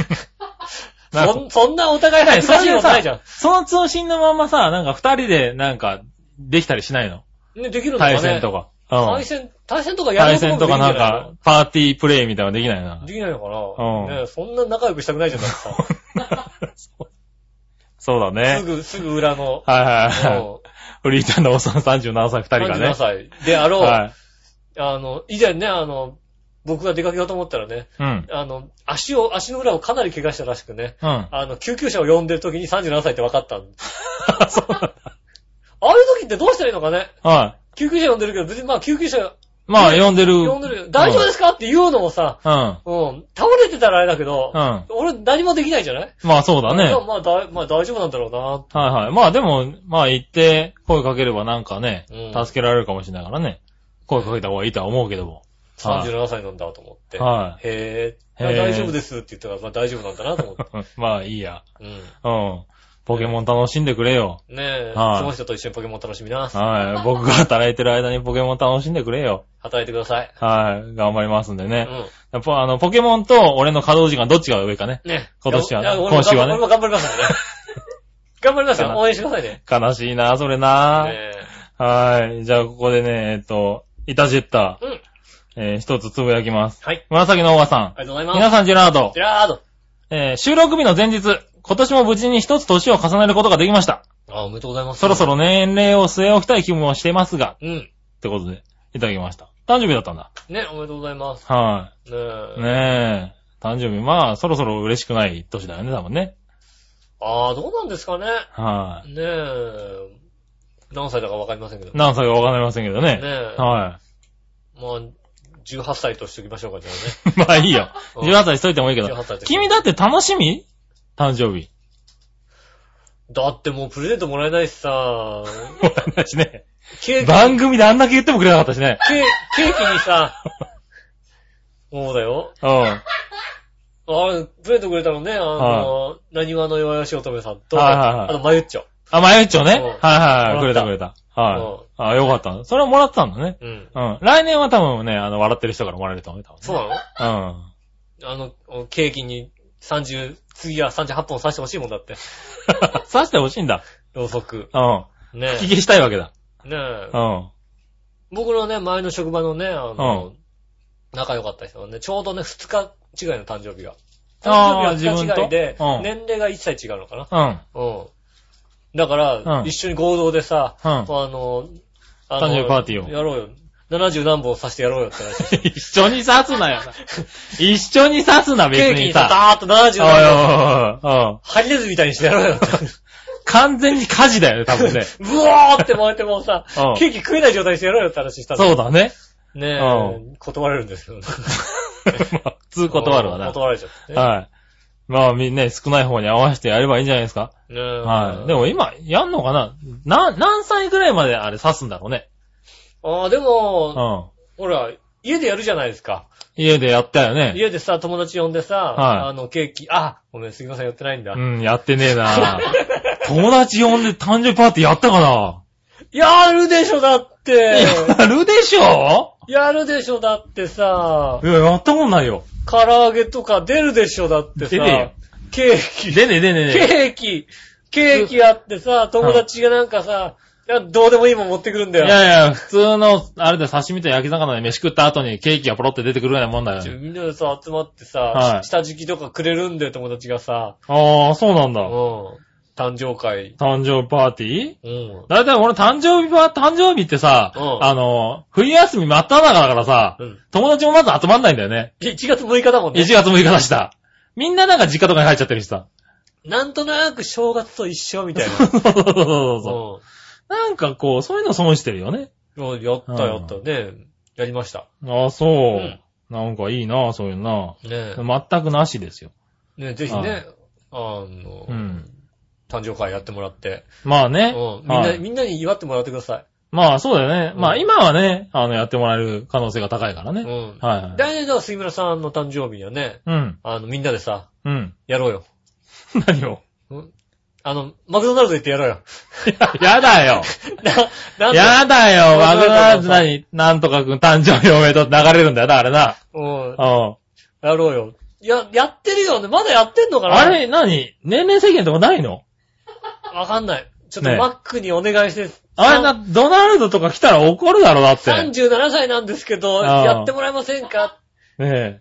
Speaker 3: なんか
Speaker 2: そんそんなお互い 恥ずかしいことないじゃ
Speaker 3: その通信のまんまさ、なんか二人で、なんか、できたりしないの
Speaker 2: ん。ね、できるのかね。
Speaker 3: 対戦と。か。う
Speaker 2: 対
Speaker 3: ん。
Speaker 2: 戦、対戦とかやる
Speaker 3: 対
Speaker 2: こともで
Speaker 3: 戦と
Speaker 2: き
Speaker 3: か
Speaker 2: んじ
Speaker 3: な
Speaker 2: ゃ
Speaker 3: ん
Speaker 2: ない
Speaker 3: か、パーティープレイみたいなのできない
Speaker 2: の
Speaker 3: な。
Speaker 2: できないのか
Speaker 3: う
Speaker 2: なんねそんな仲良くしたくないじゃん、だって
Speaker 3: そうだ
Speaker 2: さ。す
Speaker 3: ね。
Speaker 2: ぐ、すぐ裏 の。
Speaker 3: はいはいはい。
Speaker 2: も
Speaker 3: フリーターのおっさん37歳二
Speaker 2: う37
Speaker 3: 人がね。
Speaker 2: 歳であろう。
Speaker 3: はい。
Speaker 2: あの、以前ね、あの、僕が出かけようと思ったらね、
Speaker 3: うん。
Speaker 2: あの、足を、足の裏をかなり怪我したらしくね、
Speaker 3: うん。
Speaker 2: あの、救急車を呼んでる時に37歳って分かったんです。
Speaker 3: そうなんだ。
Speaker 2: ああいう時ってどうしたらいいのかね
Speaker 3: は
Speaker 2: 救急車呼んでるけど、別にまあ救急車、
Speaker 3: まあ、呼んでる。
Speaker 2: 呼んでるよ。大丈夫ですかって言うのもさ、
Speaker 3: うん。
Speaker 2: うん。倒れてたらあれだけど、
Speaker 3: うん
Speaker 2: 俺何もできないじゃない
Speaker 3: まあ、そうだね
Speaker 2: で。もまあ、だいまあ大丈夫なんだろうな。
Speaker 3: はいはい。まあ、でも、まあ、行って、声かければなんかね、
Speaker 2: うん
Speaker 3: 助けられるかもしれないからね。声かけた方がいいとは思うけども。
Speaker 2: 37歳なんだと思って。
Speaker 3: は
Speaker 2: へえ、
Speaker 3: へー
Speaker 2: 大丈夫ですって言ったから、まあ大丈夫なんだなと思って。
Speaker 3: まあ、いいや。
Speaker 2: うん。
Speaker 3: うん。ポケモン楽しんでくれよ。
Speaker 2: ねえ、
Speaker 3: はい
Speaker 2: その人と一緒にポケモン楽しみな。
Speaker 3: はい。僕が働いてる間にポケモン楽しんでくれよ。
Speaker 2: 働いてください。
Speaker 3: はい。頑張りますんで
Speaker 2: う
Speaker 3: ね。
Speaker 2: ん。
Speaker 3: やっぱ、あの、ポケモンと俺の稼働時間どっちが上かね。
Speaker 2: ね。
Speaker 3: 今年はいね
Speaker 2: や俺も
Speaker 3: 今週はね
Speaker 2: 俺も頑張ります からね。頑張りますよ。応援してくださいね。
Speaker 3: 悲しいな、それな。
Speaker 2: ね
Speaker 3: はい。じゃあ、ここでね、えっと、イタジェッタ
Speaker 2: えうん。
Speaker 3: ー、えー一つつぶやきます。
Speaker 2: はい。
Speaker 3: 紫のオーガさん
Speaker 2: あ。りがとうございます。
Speaker 3: 皆さん、ジェラード
Speaker 2: ジ。ェラード。
Speaker 3: えー収録日の前日、今年も無事に一つ年を重ねることができました。
Speaker 2: あ、おめでとうございます。
Speaker 3: そろそ。ろ年齢を据え置きたい気分をしていますが、
Speaker 2: うん。
Speaker 3: ってことで、いただきました。誕生日だったんだ。
Speaker 2: ね、おめでとうございます。
Speaker 3: は
Speaker 2: ねえ。
Speaker 3: い。ねえ。誕生日、まあ、そろそろ嬉しくない年だよね、多分ね。
Speaker 2: ああ、どうなんですかね。
Speaker 3: はい。
Speaker 2: ねえ。何歳だかわかりませんけど。ね
Speaker 3: 何歳かわかりませんけどね。
Speaker 2: え。
Speaker 3: は
Speaker 2: まあ、18歳としておきましょうか、じゃあ
Speaker 3: い。 まあいいよ。
Speaker 2: うん
Speaker 3: 18歳しといてもいいけ
Speaker 2: 18
Speaker 3: ど
Speaker 2: 歳。と
Speaker 3: 君だって楽しみ誕生日。
Speaker 2: ね。だってもうプレゼントもらえないしさ、
Speaker 3: もらえないしね。
Speaker 2: ケーキ、
Speaker 3: 番組であんだけ言ってもくれなかったしね。
Speaker 2: ケケーキに さ、そうだよ。
Speaker 3: うん。
Speaker 2: あれ、プレゼントくれたのね、あ
Speaker 3: は
Speaker 2: の、何話の弱々しい乙女さんと、
Speaker 3: はいはいはい
Speaker 2: あと、まゆっちょ。
Speaker 3: あ、まゆっちょね。は
Speaker 2: うん
Speaker 3: いはいはい。く
Speaker 2: もら
Speaker 3: れ
Speaker 2: ったた
Speaker 3: くれた。はい。あ、よかった。それはもらってたんだね。
Speaker 2: うん。
Speaker 3: うん。来年は多分ね、あの、笑ってる人からもらえると思うよ。多分ね
Speaker 2: そうなの
Speaker 3: うん。
Speaker 2: あの、ケーキに30、次は38本刺してほしいもんだって。
Speaker 3: 刺してほしいんだ。
Speaker 2: ろうそく。
Speaker 3: うん。
Speaker 2: ね
Speaker 3: 聞きしたいわけだ。
Speaker 2: え。ねえ
Speaker 3: う。ん。
Speaker 2: 僕のね、前の職場のね、あの、仲良かった人はね、ちょうどね、2日違いの誕生日が。誕
Speaker 3: あー
Speaker 2: 生日が2日違いで
Speaker 3: 自分、とうん
Speaker 2: 年齢が1歳違うのかな。
Speaker 3: うん。
Speaker 2: うん。だから、
Speaker 3: うん
Speaker 2: 一緒に合同でさ、
Speaker 3: うん
Speaker 2: あの、あの
Speaker 3: 誕生日パーティーを
Speaker 2: やろうよ。70何本刺してやろうよって話。
Speaker 3: 一緒に刺すなよ。一緒に刺すな、別
Speaker 2: ケーキ
Speaker 3: に
Speaker 2: にさ、
Speaker 3: さ。
Speaker 2: ダーッと70
Speaker 3: おいおい
Speaker 2: 何本。
Speaker 3: おいおいうん
Speaker 2: ハリネズミみたいにしてやろう よって。
Speaker 3: 完全に火事だよね、多分 ね。
Speaker 2: うおーって燃えてもさ
Speaker 3: うん、
Speaker 2: ケーキ食えない状態にしてやろうよって話したの
Speaker 3: そうだね。
Speaker 2: ね
Speaker 3: う
Speaker 2: え、断れるんですけどね。
Speaker 3: まあ普通断るわな。
Speaker 2: 断られちゃってね。
Speaker 3: はい。まあ、みんなね少ない方に合わせてやればいいんじゃないですか。
Speaker 2: ねえ
Speaker 3: はい。でも今、やんのかなな、何歳ぐらいまであれ刺すんだろうね。
Speaker 2: ああ、で
Speaker 3: う
Speaker 2: も、
Speaker 3: ん。
Speaker 2: ほら、家でやるじゃないですか。
Speaker 3: 家でやったよね。
Speaker 2: 家でさ、友達呼んでさ、
Speaker 3: はい
Speaker 2: あの、ケーキ、あ、ごめん、すみません、やってないんだ。
Speaker 3: うん、やってねえ な友達呼んで誕生日パーティーやったかな
Speaker 2: やるでしょ、だって。
Speaker 3: やるでしょ
Speaker 2: やるでしょ、だってさ
Speaker 3: い、や、やったことないよ。
Speaker 2: 唐揚げとか出るでしょ、だってさ
Speaker 3: 出ね、
Speaker 2: ケーキ、
Speaker 3: でねえでねえねえ。
Speaker 2: ケーキ、ケーキあってさ、友達がなんかさ、いやどうでもいいもん持ってくるんだ
Speaker 3: い
Speaker 2: よ。
Speaker 3: やいや、普通の、あれで刺身と焼き魚で飯食った後にケーキがポロって出てくるようなもんだよ。
Speaker 2: みんなでさ、集まってさ、
Speaker 3: はい
Speaker 2: 下敷きとかくれるんだよ、友達がさ、
Speaker 3: ああ、そうなん
Speaker 2: う
Speaker 3: だ
Speaker 2: ん。。誕生会。
Speaker 3: 誕生日パーティー
Speaker 2: うん。
Speaker 3: だいたい俺誕生日は、誕生日ってさ、
Speaker 2: うん
Speaker 3: あの、冬休み真っ只中だからさ、
Speaker 2: うん
Speaker 3: 友達もまず集まんないんだよね。
Speaker 2: 1月6日だもんね
Speaker 3: 1。月6日だした。みんななんか実家とかに入っちゃってる しさ。
Speaker 2: なんとなく正月と一緒みたいな。
Speaker 3: そうそうそうそうそうう。なんかこう、そういうの損してるよね。
Speaker 2: ん。もうやったやった。ねやりました。
Speaker 3: ああ、そう。
Speaker 2: ん
Speaker 3: なんかいいな、そういうの
Speaker 2: ね
Speaker 3: な。全くなしですよ。
Speaker 2: ねぜひね、あの、
Speaker 3: うん。
Speaker 2: 誕生会やってもらって、
Speaker 3: まあね。
Speaker 2: うんみん
Speaker 3: は
Speaker 2: な、
Speaker 3: い
Speaker 2: みんなに祝ってもらってください。
Speaker 3: まあそうだよね。
Speaker 2: うん
Speaker 3: まあ今はね、あの、やってもらえる可能性が高いから
Speaker 2: う
Speaker 3: ね。
Speaker 2: ん。
Speaker 3: はいはい。
Speaker 2: 大体だ、杉村さんの誕生日にはね、
Speaker 3: うん。
Speaker 2: あの、みんなでさ、
Speaker 3: うん。
Speaker 2: やろうよ。
Speaker 3: 何を
Speaker 2: あの、マクドナルド行ってやろうよ。
Speaker 3: やだよ。
Speaker 2: な、なん
Speaker 3: やだよ。
Speaker 2: わか
Speaker 3: マグ
Speaker 2: る
Speaker 3: ナーズ何、なんとかくん誕生日おめでとうって流れるんだよな、あれな。
Speaker 2: でうん、
Speaker 3: うん。
Speaker 2: やろうよ。や、やってるよね。まだやってんのかな
Speaker 3: あれ、何年齢制限とかないの
Speaker 2: わかんない。ちょっと
Speaker 3: ね
Speaker 2: マックにお願いして。
Speaker 3: あれな、ドナルドとか来たら怒るだろ、だって。ね
Speaker 2: 37歳なんですけど、
Speaker 3: ああ
Speaker 2: やってもらえませんか
Speaker 3: え。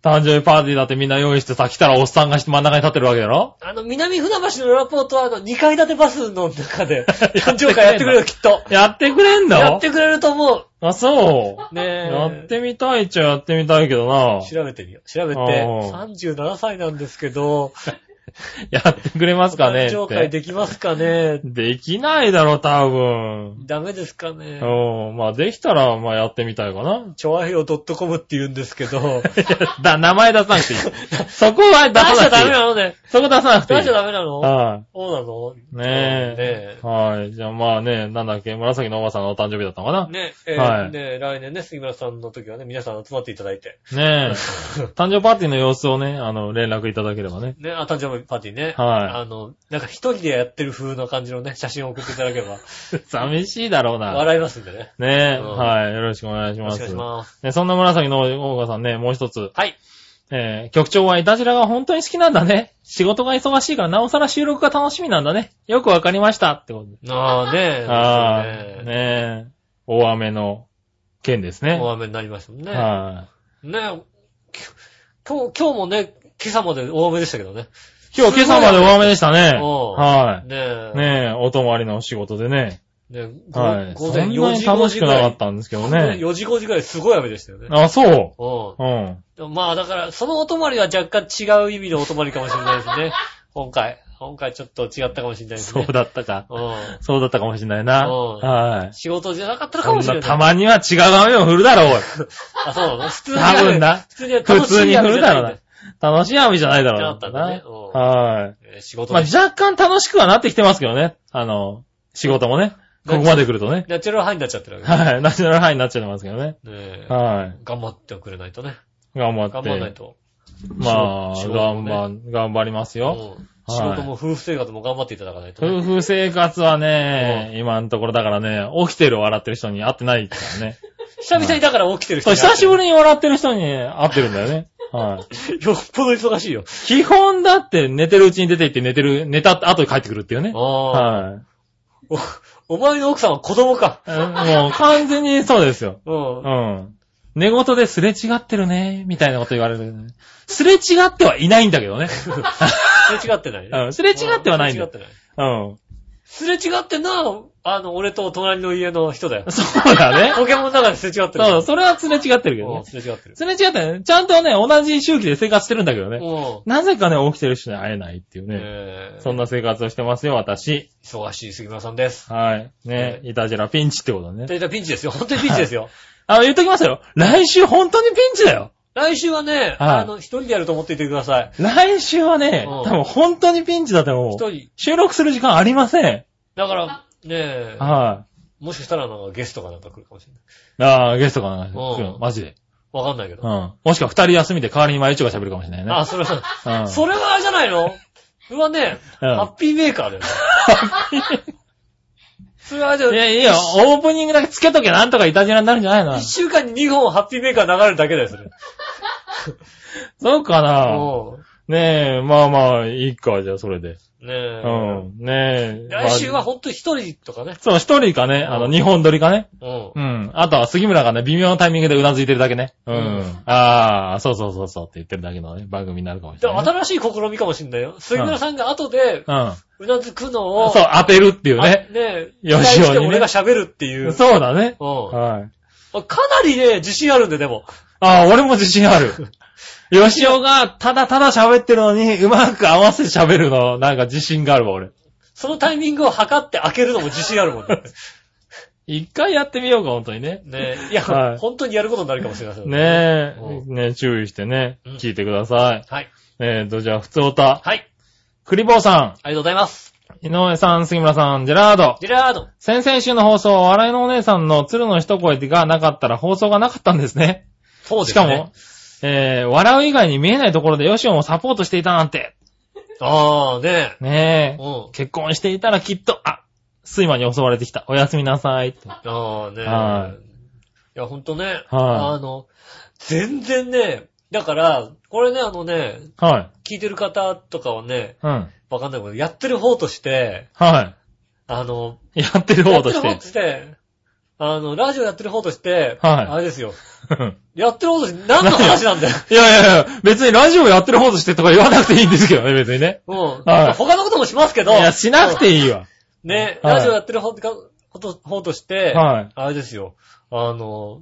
Speaker 3: 誕生日パーティーだってみんな用意してさ、来たらおっさんが真ん中に立ってるわけだろ
Speaker 2: あの、南船橋のラポートは、あの、2階建てバスの中で、誕生会やってくれるよ、きっ と。
Speaker 3: やってくれんだ
Speaker 2: や
Speaker 3: よ
Speaker 2: ってくれると思。
Speaker 3: あ、そう
Speaker 2: ねえ
Speaker 3: う。。やってみたいっちゃやってみたいけどな。
Speaker 2: 調べてみよう。調べて、
Speaker 3: ああ
Speaker 2: 37歳なんですけど、
Speaker 3: やってくれますかね
Speaker 2: 紹
Speaker 3: っ
Speaker 2: 介
Speaker 3: て。
Speaker 2: できますかね
Speaker 3: できないだろ、多分。
Speaker 2: ダメですかね
Speaker 3: うん。まあ、できたら、まあ、やってみたいかな。
Speaker 2: ちょわひろ .com って言うんですけど、
Speaker 3: いやだ、名前出さなくていい。 そこは出
Speaker 2: 出
Speaker 3: さ
Speaker 2: しち
Speaker 3: な
Speaker 2: ゃ
Speaker 3: くて
Speaker 2: ダ
Speaker 3: い
Speaker 2: メ
Speaker 3: い。
Speaker 2: なのね。
Speaker 3: そこ出さなくていい。
Speaker 2: 出しちゃダメなの
Speaker 3: は
Speaker 2: そうなの
Speaker 3: い。ねえ。はい。じゃあまあね、なんだっけ、紫のおばさんのお誕生日だったのかな。
Speaker 2: ねえ、えー
Speaker 3: はい
Speaker 2: ねえ来年ね、杉村さんの時はね、皆さん集まっていただいて。
Speaker 3: ねえ。 誕生パーティーの様子をね、あの、連絡いただければね。
Speaker 2: ね、あ、誕生日パーティーね。
Speaker 3: は
Speaker 2: あの、なんか一人でやってる風の感じのね、写真を送っていただければ、
Speaker 3: い。寂しいだろうな。
Speaker 2: 笑いますんでね。
Speaker 3: ねえ、
Speaker 2: うん
Speaker 3: はい。よろしくお願いし
Speaker 2: よろ
Speaker 3: ま
Speaker 2: しくお願い
Speaker 3: す
Speaker 2: し。ます。
Speaker 3: ね、そんな紫のおばさんね、もう一つ。
Speaker 2: はい。
Speaker 3: えー、局長はいたじらが本当に好きなんだね。仕事が忙しいからなおさら収録が楽しみなんだね。よくわかりました。ってことで。
Speaker 2: ああ、ねえ。そ
Speaker 3: あ
Speaker 2: う
Speaker 3: あ、ねえ。大雨の件ですね。
Speaker 2: 大雨になりましたもんね。
Speaker 3: はい。
Speaker 2: ねえ、きょ今日、今日もね、今朝まで大雨でしたけどね。
Speaker 3: 今日今朝まで大雨でしたね。
Speaker 2: おう
Speaker 3: は
Speaker 2: ねえ。
Speaker 3: い。ねえ、お泊まりのお仕事でね。
Speaker 2: ねえご
Speaker 3: はい。
Speaker 2: 午
Speaker 3: そ
Speaker 2: 前
Speaker 3: んな
Speaker 2: 4
Speaker 3: に
Speaker 2: 時5
Speaker 3: 楽し
Speaker 2: 時ぐ
Speaker 3: くな
Speaker 2: ら
Speaker 3: か
Speaker 2: い
Speaker 3: っ。たんですけど
Speaker 2: ね
Speaker 3: ね。
Speaker 2: 4時5時ぐらいすごい雨でしたよね。
Speaker 3: あ、そう。
Speaker 2: うん。
Speaker 3: うん。
Speaker 2: でもまあだから、そのお泊まりは若干違う意味のお泊まりかもしれない ですね。今回。今回ちょっと違ったかもしれないです
Speaker 3: そ
Speaker 2: ね。
Speaker 3: うだったか。
Speaker 2: うん。
Speaker 3: そうだったかもしれないな。
Speaker 2: うん
Speaker 3: はい。
Speaker 2: 仕事じゃなかったのか
Speaker 3: そ
Speaker 2: も
Speaker 3: ん
Speaker 2: しれ
Speaker 3: な
Speaker 2: な
Speaker 3: た
Speaker 2: い。
Speaker 3: まには違う雨も降るだろう、おい。
Speaker 2: あ、そうなの普通に。
Speaker 3: 多分な
Speaker 2: 普通には
Speaker 3: 普通に降るだろう
Speaker 2: う
Speaker 3: な。楽しい雨じゃないだろう
Speaker 2: じゃなかったんだねうん
Speaker 3: は
Speaker 2: えー仕
Speaker 3: い。
Speaker 2: 事
Speaker 3: まあ
Speaker 2: で。
Speaker 3: 若干楽しくはなってきてますけどね。あの、仕事もね。ここまで来るとね。
Speaker 2: ナチュラルハイになっちゃってるわけね。
Speaker 3: はい。ナチュラルハイになっちゃってますけどね。
Speaker 2: ねえ
Speaker 3: は
Speaker 2: 頑張ってくれないとね。
Speaker 3: い。頑張
Speaker 2: 頑
Speaker 3: っ
Speaker 2: 張らない
Speaker 3: て。
Speaker 2: と。
Speaker 3: まあ、
Speaker 2: 仕事も
Speaker 3: 頑
Speaker 2: ね
Speaker 3: 張、頑張りますよ。
Speaker 2: うん
Speaker 3: はい
Speaker 2: 仕事も夫婦生活も頑張っていただかないとね。
Speaker 3: 夫婦生活はね、今のところだからね、起きてる笑ってる人に会ってないから ね。
Speaker 2: 久々にだから起きてる人
Speaker 3: そう、
Speaker 2: に会っ
Speaker 3: 久
Speaker 2: て
Speaker 3: し
Speaker 2: る
Speaker 3: ぶりに笑ってる人に会ってるんだよね。はい。
Speaker 2: よっぽど忙しいよ。
Speaker 3: 基本だって寝てるうちに出て行って寝てる、寝た後に帰ってくるっていうね。
Speaker 2: ああ。
Speaker 3: はい。
Speaker 2: おお前の奥さんは子供か。
Speaker 3: うんもう完全にそうですよ。
Speaker 2: うん
Speaker 3: う。ん。寝言ですれ違ってるね、みたいなこと言われる、ね。すれ違ってはいないんだけ どね。
Speaker 2: すれ違ってないね。
Speaker 3: うんすれ違ってはないん
Speaker 2: すれ違
Speaker 3: だよ
Speaker 2: っ。てない。
Speaker 3: うん。
Speaker 2: すれ違ってんのは、あの、俺と隣の家の人だよ。
Speaker 3: そうだね。
Speaker 2: ポケモンの中ですれ違ってる。
Speaker 3: そう、それはすれ違ってるけど
Speaker 2: うん
Speaker 3: ね。
Speaker 2: すれ違ってる。
Speaker 3: すれ違ってね、ちゃんとね、同じ周期で生活してるんだけど
Speaker 2: う
Speaker 3: ね。
Speaker 2: ん。
Speaker 3: なぜかね、起きてる人に会えないっていうね。
Speaker 2: え
Speaker 3: そ
Speaker 2: ー
Speaker 3: んな生活をしてますよ、私。
Speaker 2: 忙しい杉村さんです。
Speaker 3: はい。ね、いたじらピンチってことね。
Speaker 2: データピンチですよ。本当にピンチ ですよ。
Speaker 3: あ、言っときますよ。来週本当にピンチだよ。
Speaker 2: 来週はね、
Speaker 3: はい
Speaker 2: あの、一人でやると思っていてください。
Speaker 3: 来週はね、
Speaker 2: うん
Speaker 3: 多分本当にピンチだと思う。
Speaker 2: 一人。
Speaker 3: 収録する時間ありません。
Speaker 2: だから、ねえ、
Speaker 3: は
Speaker 2: もしかしたらなんかゲストかなんか来るかもしれない。
Speaker 3: い。ああ、ゲストかな。来る
Speaker 2: うん
Speaker 3: マジで。
Speaker 2: わかんないけ
Speaker 3: う
Speaker 2: ど。
Speaker 3: ん。もしくは二人休みで代わりに毎日が喋るかもしれないね。
Speaker 2: あ、それは、
Speaker 3: うん。
Speaker 2: それはあれじゃないのそれはね、
Speaker 3: うん
Speaker 2: ハッピーメーカーだよね。それはあれじゃ
Speaker 3: い
Speaker 2: ない
Speaker 3: や、いいよ。オープニングだけつけとけなんとかいたじらになるんじゃないの
Speaker 2: 一週間に2本ハッピーメーカー流れるだけだよ、それ。
Speaker 3: そうかな
Speaker 2: も
Speaker 3: ねえ、まあまあ、いいか、じゃあそれで。
Speaker 2: う、ねえ。
Speaker 3: うん。ねえ。
Speaker 2: 来週
Speaker 3: ま
Speaker 2: は
Speaker 3: あ
Speaker 2: ほんと一人とかね。
Speaker 3: そう、一人かね、あ
Speaker 2: う
Speaker 3: の、
Speaker 2: ん
Speaker 3: 二本撮りかね。
Speaker 2: うん。
Speaker 3: うん。あとは杉村がね、微妙なタイミングでうなずいてるだけね。うん
Speaker 2: うん。
Speaker 3: ああ、そうそうそうそうって言ってるだけのね、番組になるかもし
Speaker 2: で
Speaker 3: れないね。
Speaker 2: 新しい試みかもしんないよ。杉村さんが後で、
Speaker 3: うん。
Speaker 2: うなずくのを、
Speaker 3: そう、当てるっていう
Speaker 2: あ
Speaker 3: ね。
Speaker 2: ねえ、
Speaker 3: よ
Speaker 2: 期
Speaker 3: しようにね
Speaker 2: 待て俺が喋るっていう。
Speaker 3: そうだね。
Speaker 2: うん
Speaker 3: はい。
Speaker 2: あかなりね、自信あるんで、でも。
Speaker 3: ああ、俺も自信ある。 吉尾がただただ喋ってるのに、うまく合わせて喋るの、なんか自信があるわ、俺。
Speaker 2: そのタイミングを測って開けるのも自信あるもんね。
Speaker 3: 一回やってみようか、本当にね。
Speaker 2: ねえ。いや、
Speaker 3: はい
Speaker 2: 本当にやることになるかもしれません。
Speaker 3: ねえ、
Speaker 2: う
Speaker 3: ねえ、注意してね
Speaker 2: うん、
Speaker 3: 聞いてください。
Speaker 2: はい。
Speaker 3: えーと、じゃあ、普通おた。
Speaker 2: はい。
Speaker 3: クリボーさ
Speaker 2: ありがとうございます。
Speaker 3: ん、井上さん、杉村さん、ジェラード。
Speaker 2: ジェラード。
Speaker 3: 先々週の放送、笑いのお姉さんの鶴の一声がなかったら放送がなかったんですね。
Speaker 2: そうで
Speaker 3: し
Speaker 2: すね。
Speaker 3: かも、えー、笑う以外に見えないところで吉尾もサポートしていたなんて。
Speaker 2: ああ、ねえ。
Speaker 3: ねえ
Speaker 2: う。ん。
Speaker 3: 結婚していたらきっと、あ、睡魔に襲われてきた。おやすみなさい。
Speaker 2: ああね。。
Speaker 3: はい
Speaker 2: や、ほんとね。
Speaker 3: はい
Speaker 2: あの、全然ね、だから、これね、あのね、
Speaker 3: はい。
Speaker 2: 聞いてる方とかはね、
Speaker 3: うん。
Speaker 2: わかんないけど、やってる方として、
Speaker 3: は
Speaker 2: あの、
Speaker 3: い。やってる方とし
Speaker 2: やってる方
Speaker 3: て
Speaker 2: と。して、あの、ラジオやってる方として、
Speaker 3: はい
Speaker 2: あれですよ。
Speaker 3: うん
Speaker 2: やってる方として、何の話なん だよ。
Speaker 3: いやいやいや、別にラジオやってる方としてとか言わなくていいんですけどね、別にね。
Speaker 2: うん。
Speaker 3: はい
Speaker 2: 他のこともしますけ
Speaker 3: い
Speaker 2: ど。
Speaker 3: や、しなくていいわ。
Speaker 2: ね、
Speaker 3: はい
Speaker 2: ラジオやってる方かこと方として、
Speaker 3: はい
Speaker 2: あれですよ、あの、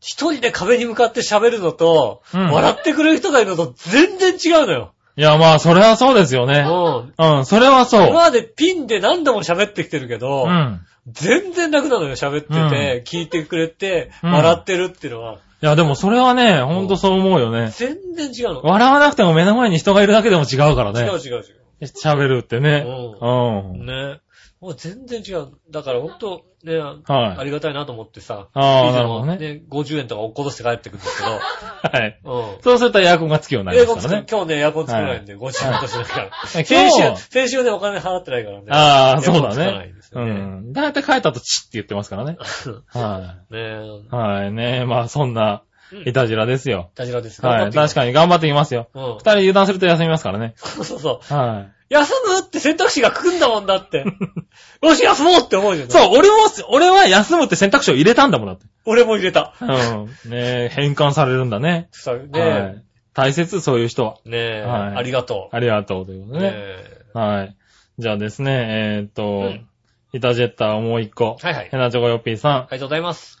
Speaker 2: 一人で壁に向かって喋るのと、
Speaker 3: うん
Speaker 2: 笑ってくれる人がいるのと全然違うのよ。
Speaker 3: いいや、まあ、それはそうですよ
Speaker 2: う
Speaker 3: ね。
Speaker 2: ん。
Speaker 3: うん、それはそう。
Speaker 2: 今までピンで何度も喋ってきてるけど、
Speaker 3: うん。
Speaker 2: 全然楽なのよ、喋ってて、
Speaker 3: うん
Speaker 2: 聞いてくれて、
Speaker 3: うん
Speaker 2: 笑ってるっていうのは、
Speaker 3: いや、でもそれはね、ほんとそう思うよね。
Speaker 2: 全然違うの。
Speaker 3: 笑わなくても目の前に人がいるだけでも違うから
Speaker 2: 違う
Speaker 3: ね。
Speaker 2: 違う違う。
Speaker 3: 喋るってね。
Speaker 2: う
Speaker 3: うん。
Speaker 2: ね。もう全然違う。だから本当ね、あ
Speaker 3: はい。
Speaker 2: りがたいなと思ってさ、
Speaker 3: ああ、
Speaker 2: 近所
Speaker 3: な
Speaker 2: の
Speaker 3: るほどね。
Speaker 2: ね、50円とか落っことして帰ってくるんですけど、
Speaker 3: はい。
Speaker 2: うん。
Speaker 3: そうするとエアコンがつくようになり
Speaker 2: エア
Speaker 3: ま
Speaker 2: コン
Speaker 3: す
Speaker 2: つ
Speaker 3: か
Speaker 2: け
Speaker 3: らね。
Speaker 2: 今日ね、エアコンつけないんで、ごちそうとしながら。
Speaker 3: 今
Speaker 2: 先週、
Speaker 3: 日、
Speaker 2: 先週ね、お金払ってないからね。
Speaker 3: ああ、そうだ
Speaker 2: エアコンつかない
Speaker 3: ね
Speaker 2: んです。
Speaker 3: う
Speaker 2: よね
Speaker 3: ん。だいたい帰ったとチッって言ってますからね。は
Speaker 2: ねえ、
Speaker 3: い。はいね。まあ、そんな
Speaker 2: うん、
Speaker 3: いたじらですよ。
Speaker 2: いたじらです
Speaker 3: はい。確
Speaker 2: に。
Speaker 3: かに頑張っていきますよ。
Speaker 2: うん
Speaker 3: 二。人油断すると休みますからね。
Speaker 2: そうそうそう。
Speaker 3: は
Speaker 2: 休むって選択肢が来んだもんだって。 よし、休もうって思うじゃん。
Speaker 3: い。 そう、俺も、俺は休むって選択肢を入れたんだもんだって。
Speaker 2: 俺も入れた。
Speaker 3: うん。ねえ、変換されるんだね。
Speaker 2: さね
Speaker 3: は
Speaker 2: え。
Speaker 3: い。大切、そういう人は。
Speaker 2: ねえ、
Speaker 3: はい
Speaker 2: ありがと
Speaker 3: ありがとうというこ
Speaker 2: う。
Speaker 3: と
Speaker 2: ね
Speaker 3: でね。
Speaker 2: え。
Speaker 3: はい。じゃあですね、えーっ
Speaker 2: う
Speaker 3: と
Speaker 2: ん、
Speaker 3: ヒタジェッターもう一個。
Speaker 2: はいはい
Speaker 3: ヘナチョコヨッピーさん
Speaker 2: あ。りがとうございます。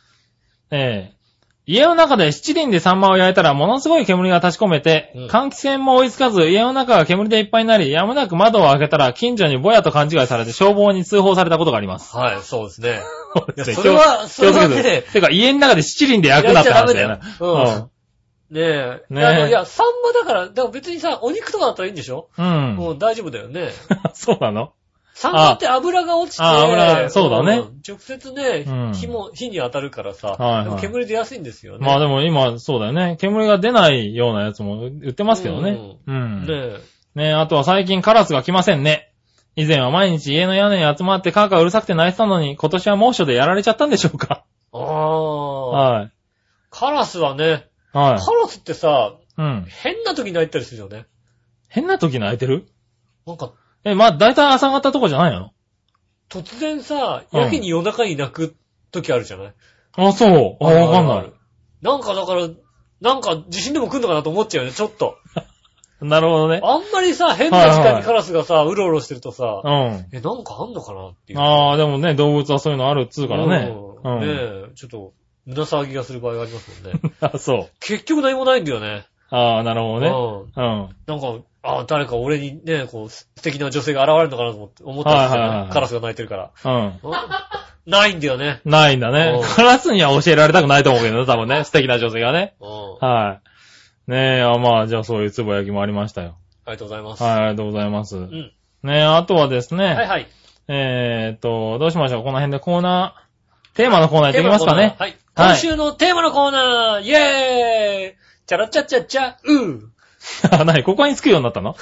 Speaker 3: ええ家の中で七輪でサンマを焼いたらものすごい煙が立ち込めて、
Speaker 2: うん
Speaker 3: 換気扇も追いつかず家の中が煙でいっぱいになり、やむなく窓を開けたら近所にぼやと勘違いされて消防に通報されたことがあります。
Speaker 2: はい、そうですね。 い や
Speaker 3: 気を
Speaker 2: それは
Speaker 3: 気をつけ
Speaker 2: それは
Speaker 3: て
Speaker 2: ね
Speaker 3: てか家の中で七輪で焼くなって話だよな
Speaker 2: やっ。ちゃダメだよねえ。
Speaker 3: ねえ
Speaker 2: あのいや、サンマだから、でも別にさ、お肉とかだったらいいんでしょ
Speaker 3: うん。う
Speaker 2: も
Speaker 3: ん。
Speaker 2: う大丈夫だよね。
Speaker 3: そうなの
Speaker 2: サンマって油が落ちて、
Speaker 3: あ油そうだね
Speaker 2: ん直接ね
Speaker 3: うん、
Speaker 2: 火も、火に当たるからさ
Speaker 3: はいは、い
Speaker 2: でも煙出やすいんですよね。
Speaker 3: まあでも今、そうだよね。煙が出ないようなやつも売ってますけどね。うん。
Speaker 2: ねえ。
Speaker 3: ねえ、あとは最近カラスが来ませんね。以前は毎日家の屋根に集まってカーカーうるさくて泣いてたのに、今年は猛暑でやられちゃったんでしょうか
Speaker 2: ああ。
Speaker 3: はい。
Speaker 2: カラスはね、
Speaker 3: は
Speaker 2: カ
Speaker 3: い。
Speaker 2: ラスってさ、
Speaker 3: うん。
Speaker 2: 変な時に鳴いたりするよね。
Speaker 3: 変な時泣いてる
Speaker 2: なんか、
Speaker 3: え、まあ、だいたい朝方とかじゃないの
Speaker 2: 突然さ、
Speaker 3: うん
Speaker 2: やけに夜中に泣く時あるじゃない
Speaker 3: あ、そう。あ、わかん
Speaker 2: あ
Speaker 3: な
Speaker 2: るなんかだから、なんか地震でも来んのかなと思っちゃうよね、ちょっと。
Speaker 3: い。なるほどね。
Speaker 2: あんまりさ、変な時
Speaker 3: はい
Speaker 2: 間
Speaker 3: は
Speaker 2: に
Speaker 3: い
Speaker 2: カラスがさ、うろうろしてるとさ、
Speaker 3: う
Speaker 2: え、なんかあんのかなってい
Speaker 3: ん。
Speaker 2: う。
Speaker 3: ああ、でもね、動物はそういうのあるっつうからね。
Speaker 2: うんね
Speaker 3: うん。
Speaker 2: え、ちょっと、胸騒ぎがする場合がありますもんね。
Speaker 3: あ、そう。
Speaker 2: 結局何もないんだよね。
Speaker 3: ああ、なるほどね。
Speaker 2: うん
Speaker 3: うん。
Speaker 2: なんか、あ誰か俺にね、こう、素敵な女性が現れるのかなと思って思ったんです
Speaker 3: はいはい
Speaker 2: よ
Speaker 3: はい
Speaker 2: ね。カラスが泣いてるから。
Speaker 3: うん。
Speaker 2: うんないんだよね。
Speaker 3: ないんだ
Speaker 2: う
Speaker 3: ね
Speaker 2: ん。
Speaker 3: カラスには教えられたくないと思うけどね、多分ね。素敵な女性がね。
Speaker 2: うん。あ
Speaker 3: はい。ねえ、あまあ、じゃあそういうつぼ焼きもありましたよ。
Speaker 2: りがとうございます。
Speaker 3: はい
Speaker 2: は、
Speaker 3: ありがとうございます。
Speaker 2: ん
Speaker 3: ねえ、あとはですね、
Speaker 2: いはい。
Speaker 3: えーっと、どうしましょうこの辺でコーナー、テーマのコーナーやっていきますかね。
Speaker 2: はい。
Speaker 3: はい
Speaker 2: 今週のテーマのコーナー、イェーイチャラチャチャチャ、うー。
Speaker 3: あ、なにここにつくようになったの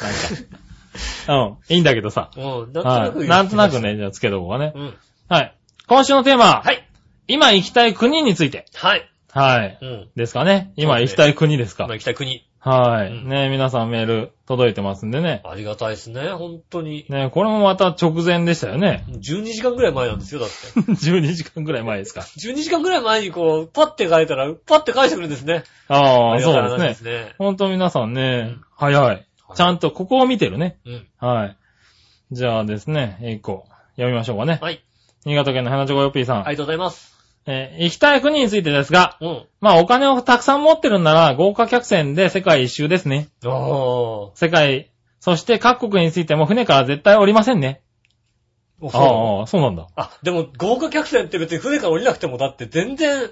Speaker 3: なん か。うん、いいんだけどさ。
Speaker 2: うん、なんとな
Speaker 3: は
Speaker 2: く、
Speaker 3: い。なんとなく。ね、じゃあつけとこうかね。
Speaker 2: うん。
Speaker 3: はい。今週のテーマ、
Speaker 2: はい。
Speaker 3: 今行きたい国について。
Speaker 2: はい。
Speaker 3: はい。
Speaker 2: うん。
Speaker 3: ですかね。
Speaker 2: そう
Speaker 3: 今
Speaker 2: で
Speaker 3: 行
Speaker 2: すね
Speaker 3: きたい国ですか。
Speaker 2: 今行きたい国。
Speaker 3: はい。
Speaker 2: うん
Speaker 3: ね皆さんメール届いてますんでね。
Speaker 2: ありがたいですね、本当に。。
Speaker 3: ねこれもまた直前でしたよね
Speaker 2: 12時間ぐらい前なんですよ、だって。
Speaker 3: 12時間くらい前ですか。
Speaker 2: 12時間ぐらい前にこう、パッて書いたら、パッて返してくるんですね。
Speaker 3: ああ、
Speaker 2: りがたい
Speaker 3: そう
Speaker 2: 話
Speaker 3: ですね。
Speaker 2: ね。
Speaker 3: ほんと皆さんね、早い。ちゃんとここを見てるね。
Speaker 2: うん。
Speaker 3: はい。じゃあですね、一個読みましょうかね。
Speaker 2: はい。
Speaker 3: 新潟県の花チョコヨッピーさん。
Speaker 2: ありがとうございます。
Speaker 3: えー行きたい国についてですが、
Speaker 2: うん。
Speaker 3: まあお金をたくさん持ってるんなら豪華客船で世界一周ですね。
Speaker 2: ああ。
Speaker 3: 世界、そして各国についても船から絶対降りませんね。ああ、そうなんだ。
Speaker 2: あ、でも豪華客船って別に船から降りなくてもだって全然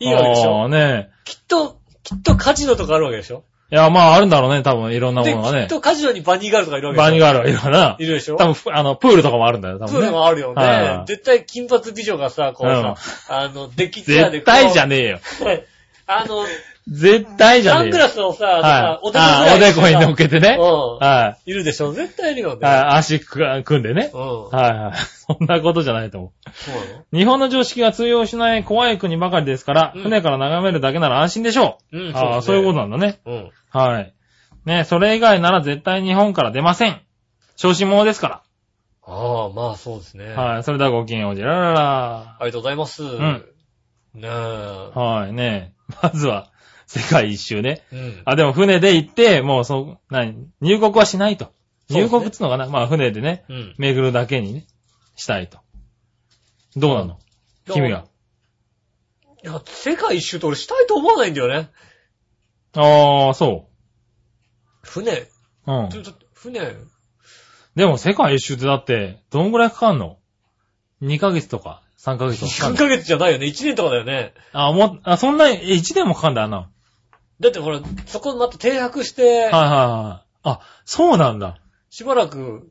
Speaker 2: いいわけでし
Speaker 3: ああ
Speaker 2: ょ
Speaker 3: ね
Speaker 2: きっと、きっとカジノとかあるわけでしょ
Speaker 3: いや、まああるんだろうね、多分いろんなも
Speaker 2: で、
Speaker 3: のが
Speaker 2: きっ
Speaker 3: ね。
Speaker 2: とカジノにバニーガールとかいるわけでしょ。
Speaker 3: バニーガールはいるかない
Speaker 2: るでしょ
Speaker 3: 多分、ふあの、プールとかもあるんだよ、多
Speaker 2: プー
Speaker 3: 分
Speaker 2: ル
Speaker 3: ね。
Speaker 2: もあるよ
Speaker 3: は
Speaker 2: ね
Speaker 3: い。
Speaker 2: 絶対金髪美女がさ、こうさ、あの、デッキツアーで
Speaker 3: 絶
Speaker 2: こう。
Speaker 3: 対じゃねえよ。
Speaker 2: ね。 あの、
Speaker 3: 絶対じゃ
Speaker 2: サ
Speaker 3: ね
Speaker 2: ン
Speaker 3: え
Speaker 2: グ
Speaker 3: よ。
Speaker 2: ラスをさ、
Speaker 3: は
Speaker 2: さ
Speaker 3: い。
Speaker 2: おでこぐ
Speaker 3: あ
Speaker 2: らい
Speaker 3: あお
Speaker 2: に
Speaker 3: で
Speaker 2: して
Speaker 3: こ
Speaker 2: さ
Speaker 3: に乗っけてね。
Speaker 2: う
Speaker 3: は
Speaker 2: ん。
Speaker 3: い。
Speaker 2: いるでしょ絶対いるよね。
Speaker 3: はい、足く組んでね
Speaker 2: う。ん。そ
Speaker 3: はいはい。そんなことじゃないと思
Speaker 2: うなの
Speaker 3: う。日本の常識が通用しない怖い国ばかりですから、
Speaker 2: うん
Speaker 3: 船から眺めるだけなら安心でしょう。
Speaker 2: うん
Speaker 3: ああ、そういうことなんだね。
Speaker 2: と。うん。
Speaker 3: はい。ね、それ以外なら絶対日本から出ません。小心者ですか
Speaker 2: ああ、まあそうですね。
Speaker 3: ら。
Speaker 2: あ
Speaker 3: はい。それではごきげんようじゃららら。
Speaker 2: りがとうございます。
Speaker 3: ん
Speaker 2: ねえ。
Speaker 3: はい、ね。まずは、世界一周ね。
Speaker 2: うん。
Speaker 3: あ、でも船で行って、もうそ、何入国はしないと。
Speaker 2: そうで
Speaker 3: 入
Speaker 2: すね
Speaker 3: 国っつうのかな、まあ船でね、
Speaker 2: うん。
Speaker 3: 巡るだけにね、したいと。どうなの君が。
Speaker 2: いや、世界一周って俺したいと思わないんだよね。
Speaker 3: ああ、そう。
Speaker 2: 船、
Speaker 3: うん
Speaker 2: ち。ょ、ちょっと、船、
Speaker 3: でも世界一周ってだって、どんぐらいかかんの ?2 ヶ月とか、3ヶ月とかかか
Speaker 2: 3
Speaker 3: んの。
Speaker 2: ヶ月じゃないよね。1年とかだよね。
Speaker 3: あ、もう、あ、そんな、え1年もかかんだよな。
Speaker 2: だってほら、そこまた停泊して、
Speaker 3: はいはいはい。あ、そうなんだ。
Speaker 2: しばらく、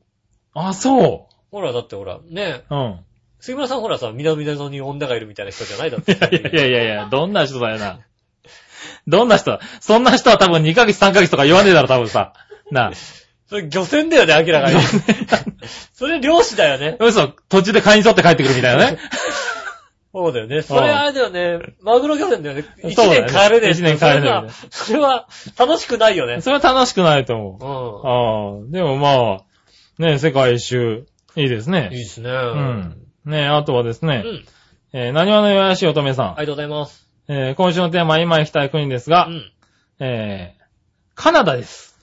Speaker 3: あ、そ
Speaker 2: ほら、だってほら、ねえ、
Speaker 3: う。うん。
Speaker 2: 杉村さんほらさ、南のに女がいるみたいな人じゃないだっ
Speaker 3: い
Speaker 2: て。
Speaker 3: やいやいやいや、どんな人だよな。 どんな人だそんな人は多分2ヶ月3ヶ月とか言わねえだろ、多分さ。なあ。
Speaker 2: それ漁船だよね、明らかに。それ漁師だよね。
Speaker 3: 嘘、途中で買いに沿って帰ってくるみた いなね。
Speaker 2: そうだよね。それあれだよね。マグロ漁船だよね。一
Speaker 3: そうだよ
Speaker 2: 年
Speaker 3: ね
Speaker 2: 帰れねえ。
Speaker 3: 一年帰れねえ
Speaker 2: それは、それは楽しくないよね。
Speaker 3: それは楽しくないと思う。
Speaker 2: う
Speaker 3: ああ、でもまあ、ね、世界一周、いいです
Speaker 2: ん。い
Speaker 3: ね。
Speaker 2: いですね。う
Speaker 3: うん。ね、あとはですね
Speaker 2: う、ん。
Speaker 3: えー、何話のよやしおとめさん
Speaker 2: あ。りがとうございます。
Speaker 3: えー、今週のテーマ、今行きたい国です
Speaker 2: う
Speaker 3: が、
Speaker 2: ん。
Speaker 3: えー、カナダです。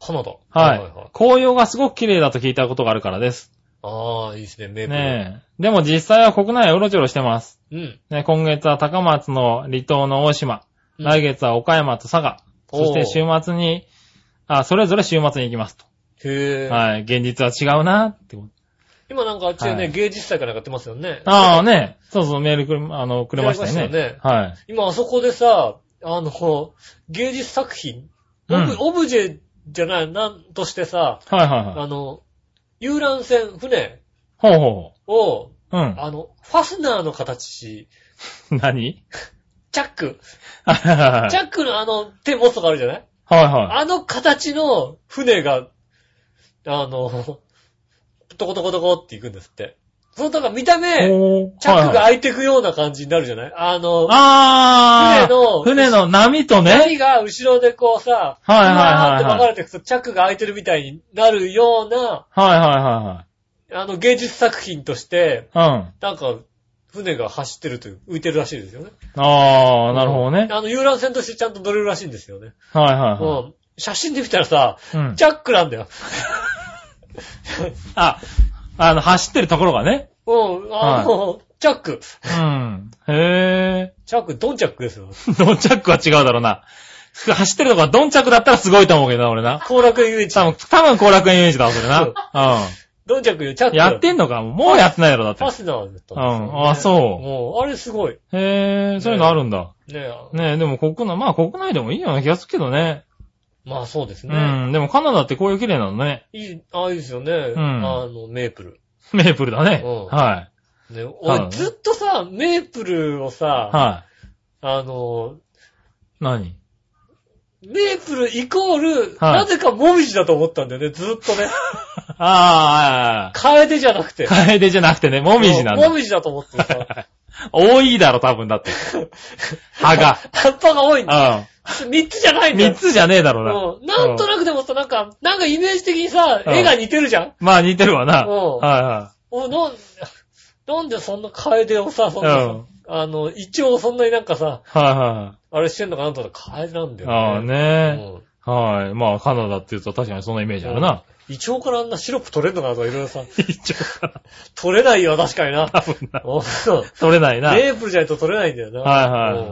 Speaker 2: カナダ。
Speaker 3: はい。紅葉がすごく綺麗だと聞いたことがあるからです。
Speaker 2: ああ、いいですね、メープル。
Speaker 3: ねえ。でも実際は国内をうろちょろしてます。
Speaker 2: うん。
Speaker 3: ね、今月は高松の離島の大島、
Speaker 2: うん
Speaker 3: 来月は岡山と佐賀、
Speaker 2: おー
Speaker 3: そして週末に、あ、それぞれ週末に行きますと。
Speaker 2: へえ。
Speaker 3: はい。現実は違うなっ てこと。
Speaker 2: 今なんかあっちで
Speaker 3: は
Speaker 2: ね、
Speaker 3: い
Speaker 2: 芸術祭かなんかやってますよね。
Speaker 3: ああね、そうそう、メールくれ、あの、くれましたよね。
Speaker 2: くれましたよね
Speaker 3: はい。
Speaker 2: 今あそこでさ、あの、芸術作品、オ
Speaker 3: うん
Speaker 2: ブオブジェじゃない、なんとしてさ、
Speaker 3: はいはいはい。
Speaker 2: あの、遊覧船、船
Speaker 3: ほうほ
Speaker 2: を、
Speaker 3: うほう。うん。
Speaker 2: あの、ファスナーの形、
Speaker 3: 何
Speaker 2: チャック、
Speaker 3: はいはいはい
Speaker 2: チャックのあの、手持つとかあるじゃない
Speaker 3: はいは
Speaker 2: あの形の船が、あの、トコトコトコって行くんですって。その、だから見た
Speaker 3: い。
Speaker 2: 目、
Speaker 3: おー
Speaker 2: チャックが
Speaker 3: はいはい
Speaker 2: 開いてくような感じになるじゃないあの、
Speaker 3: ああ
Speaker 2: 船の
Speaker 3: 船の波とね。
Speaker 2: 波が後ろでこうさ、
Speaker 3: はいはいはいはい
Speaker 2: ふわーって分かれていくと、チャックが開いてるみたいになるような、
Speaker 3: はいはいは
Speaker 2: あの、芸術作品として、
Speaker 3: いはい。うん。
Speaker 2: なんか、船が走ってるという、浮いてるらしいですよね。
Speaker 3: ああ、なるほどね。
Speaker 2: あの、遊覧船としてちゃんと乗れるらしいんですよね。
Speaker 3: はいはいは
Speaker 2: うん。写真で見たらさ、
Speaker 3: い。うん。
Speaker 2: チャックなんだよ。
Speaker 3: あ、あの、走ってるところがね。
Speaker 2: うん、あの、チャック。
Speaker 3: うん。へえ。
Speaker 2: チャック、ドンチャックですよ。
Speaker 3: ドンチャックは違うだろうな。走ってるとこがドンチャックだったらすごいと思うけどな、俺な。
Speaker 2: 後楽園遊園
Speaker 3: 多
Speaker 2: 地。
Speaker 3: 分、多分後楽園イメージだわ、それな。
Speaker 2: そう
Speaker 3: う
Speaker 2: ドンチャックよ、チャッ
Speaker 3: ん。
Speaker 2: ク。
Speaker 3: やってんのかもうやってないだろ、だっ
Speaker 2: フ
Speaker 3: て
Speaker 2: ァ。スナーだったんですよね、
Speaker 3: うんあそう
Speaker 2: もう、あれすごい。
Speaker 3: へえ、そういうのあるんだ。
Speaker 2: ねえ
Speaker 3: ねえ、でも国内、まあ国内でもいいような気がするけどね。
Speaker 2: まあそうです
Speaker 3: う
Speaker 2: ね。
Speaker 3: ん。でもカナダってこういう綺麗なのね。
Speaker 2: いい、ああ、いいですよね。
Speaker 3: ん
Speaker 2: あの、メープル。
Speaker 3: メープルだね。
Speaker 2: うん
Speaker 3: はい。
Speaker 2: ね、
Speaker 3: はい
Speaker 2: 俺ずっとさ、メープルをさ、
Speaker 3: は
Speaker 2: あの、
Speaker 3: い。何
Speaker 2: メープルイコール、
Speaker 3: はい
Speaker 2: なぜかモミジだと思ったんだよね、ずっと ね。
Speaker 3: ああ、
Speaker 2: カエデじゃなくて。
Speaker 3: カエデじゃなくてね、モミジなん
Speaker 2: モ
Speaker 3: だ。
Speaker 2: ミジだと思ってさ、
Speaker 3: 多いだろ、多分だって。葉
Speaker 2: 葉っぱが多 いんだ。
Speaker 3: が。
Speaker 2: 三つじゃな
Speaker 3: う
Speaker 2: い
Speaker 3: ん。
Speaker 2: んだ
Speaker 3: 三
Speaker 2: よ。
Speaker 3: つじゃねえだろうな。
Speaker 2: うん。なんとなくでもさ、なんか、なんかイメージ的にさ、
Speaker 3: うん
Speaker 2: 絵が似てるじゃん
Speaker 3: まあ似てるわな。
Speaker 2: うん
Speaker 3: はいは
Speaker 2: お、なん、なんでそんなカエデをさ、そんな
Speaker 3: う
Speaker 2: さ
Speaker 3: ん、
Speaker 2: あの、一応そんなになんかさ、
Speaker 3: い。はいは
Speaker 2: あれしてんのかなと思ったらカエデなんだ
Speaker 3: い。
Speaker 2: よ
Speaker 3: ああ
Speaker 2: ね。
Speaker 3: ね。
Speaker 2: うん
Speaker 3: はい。まあカナダって言うと確かにそんなイメージあるな。
Speaker 2: 胃腸からあんなシロップ取れんのかなとかいろいろさ、
Speaker 3: 一応か
Speaker 2: 取れないよ、確かに な。
Speaker 3: な、多分な。
Speaker 2: おそう
Speaker 3: 取れないな。
Speaker 2: メープルじゃないと取れないんだよな。
Speaker 3: はいはい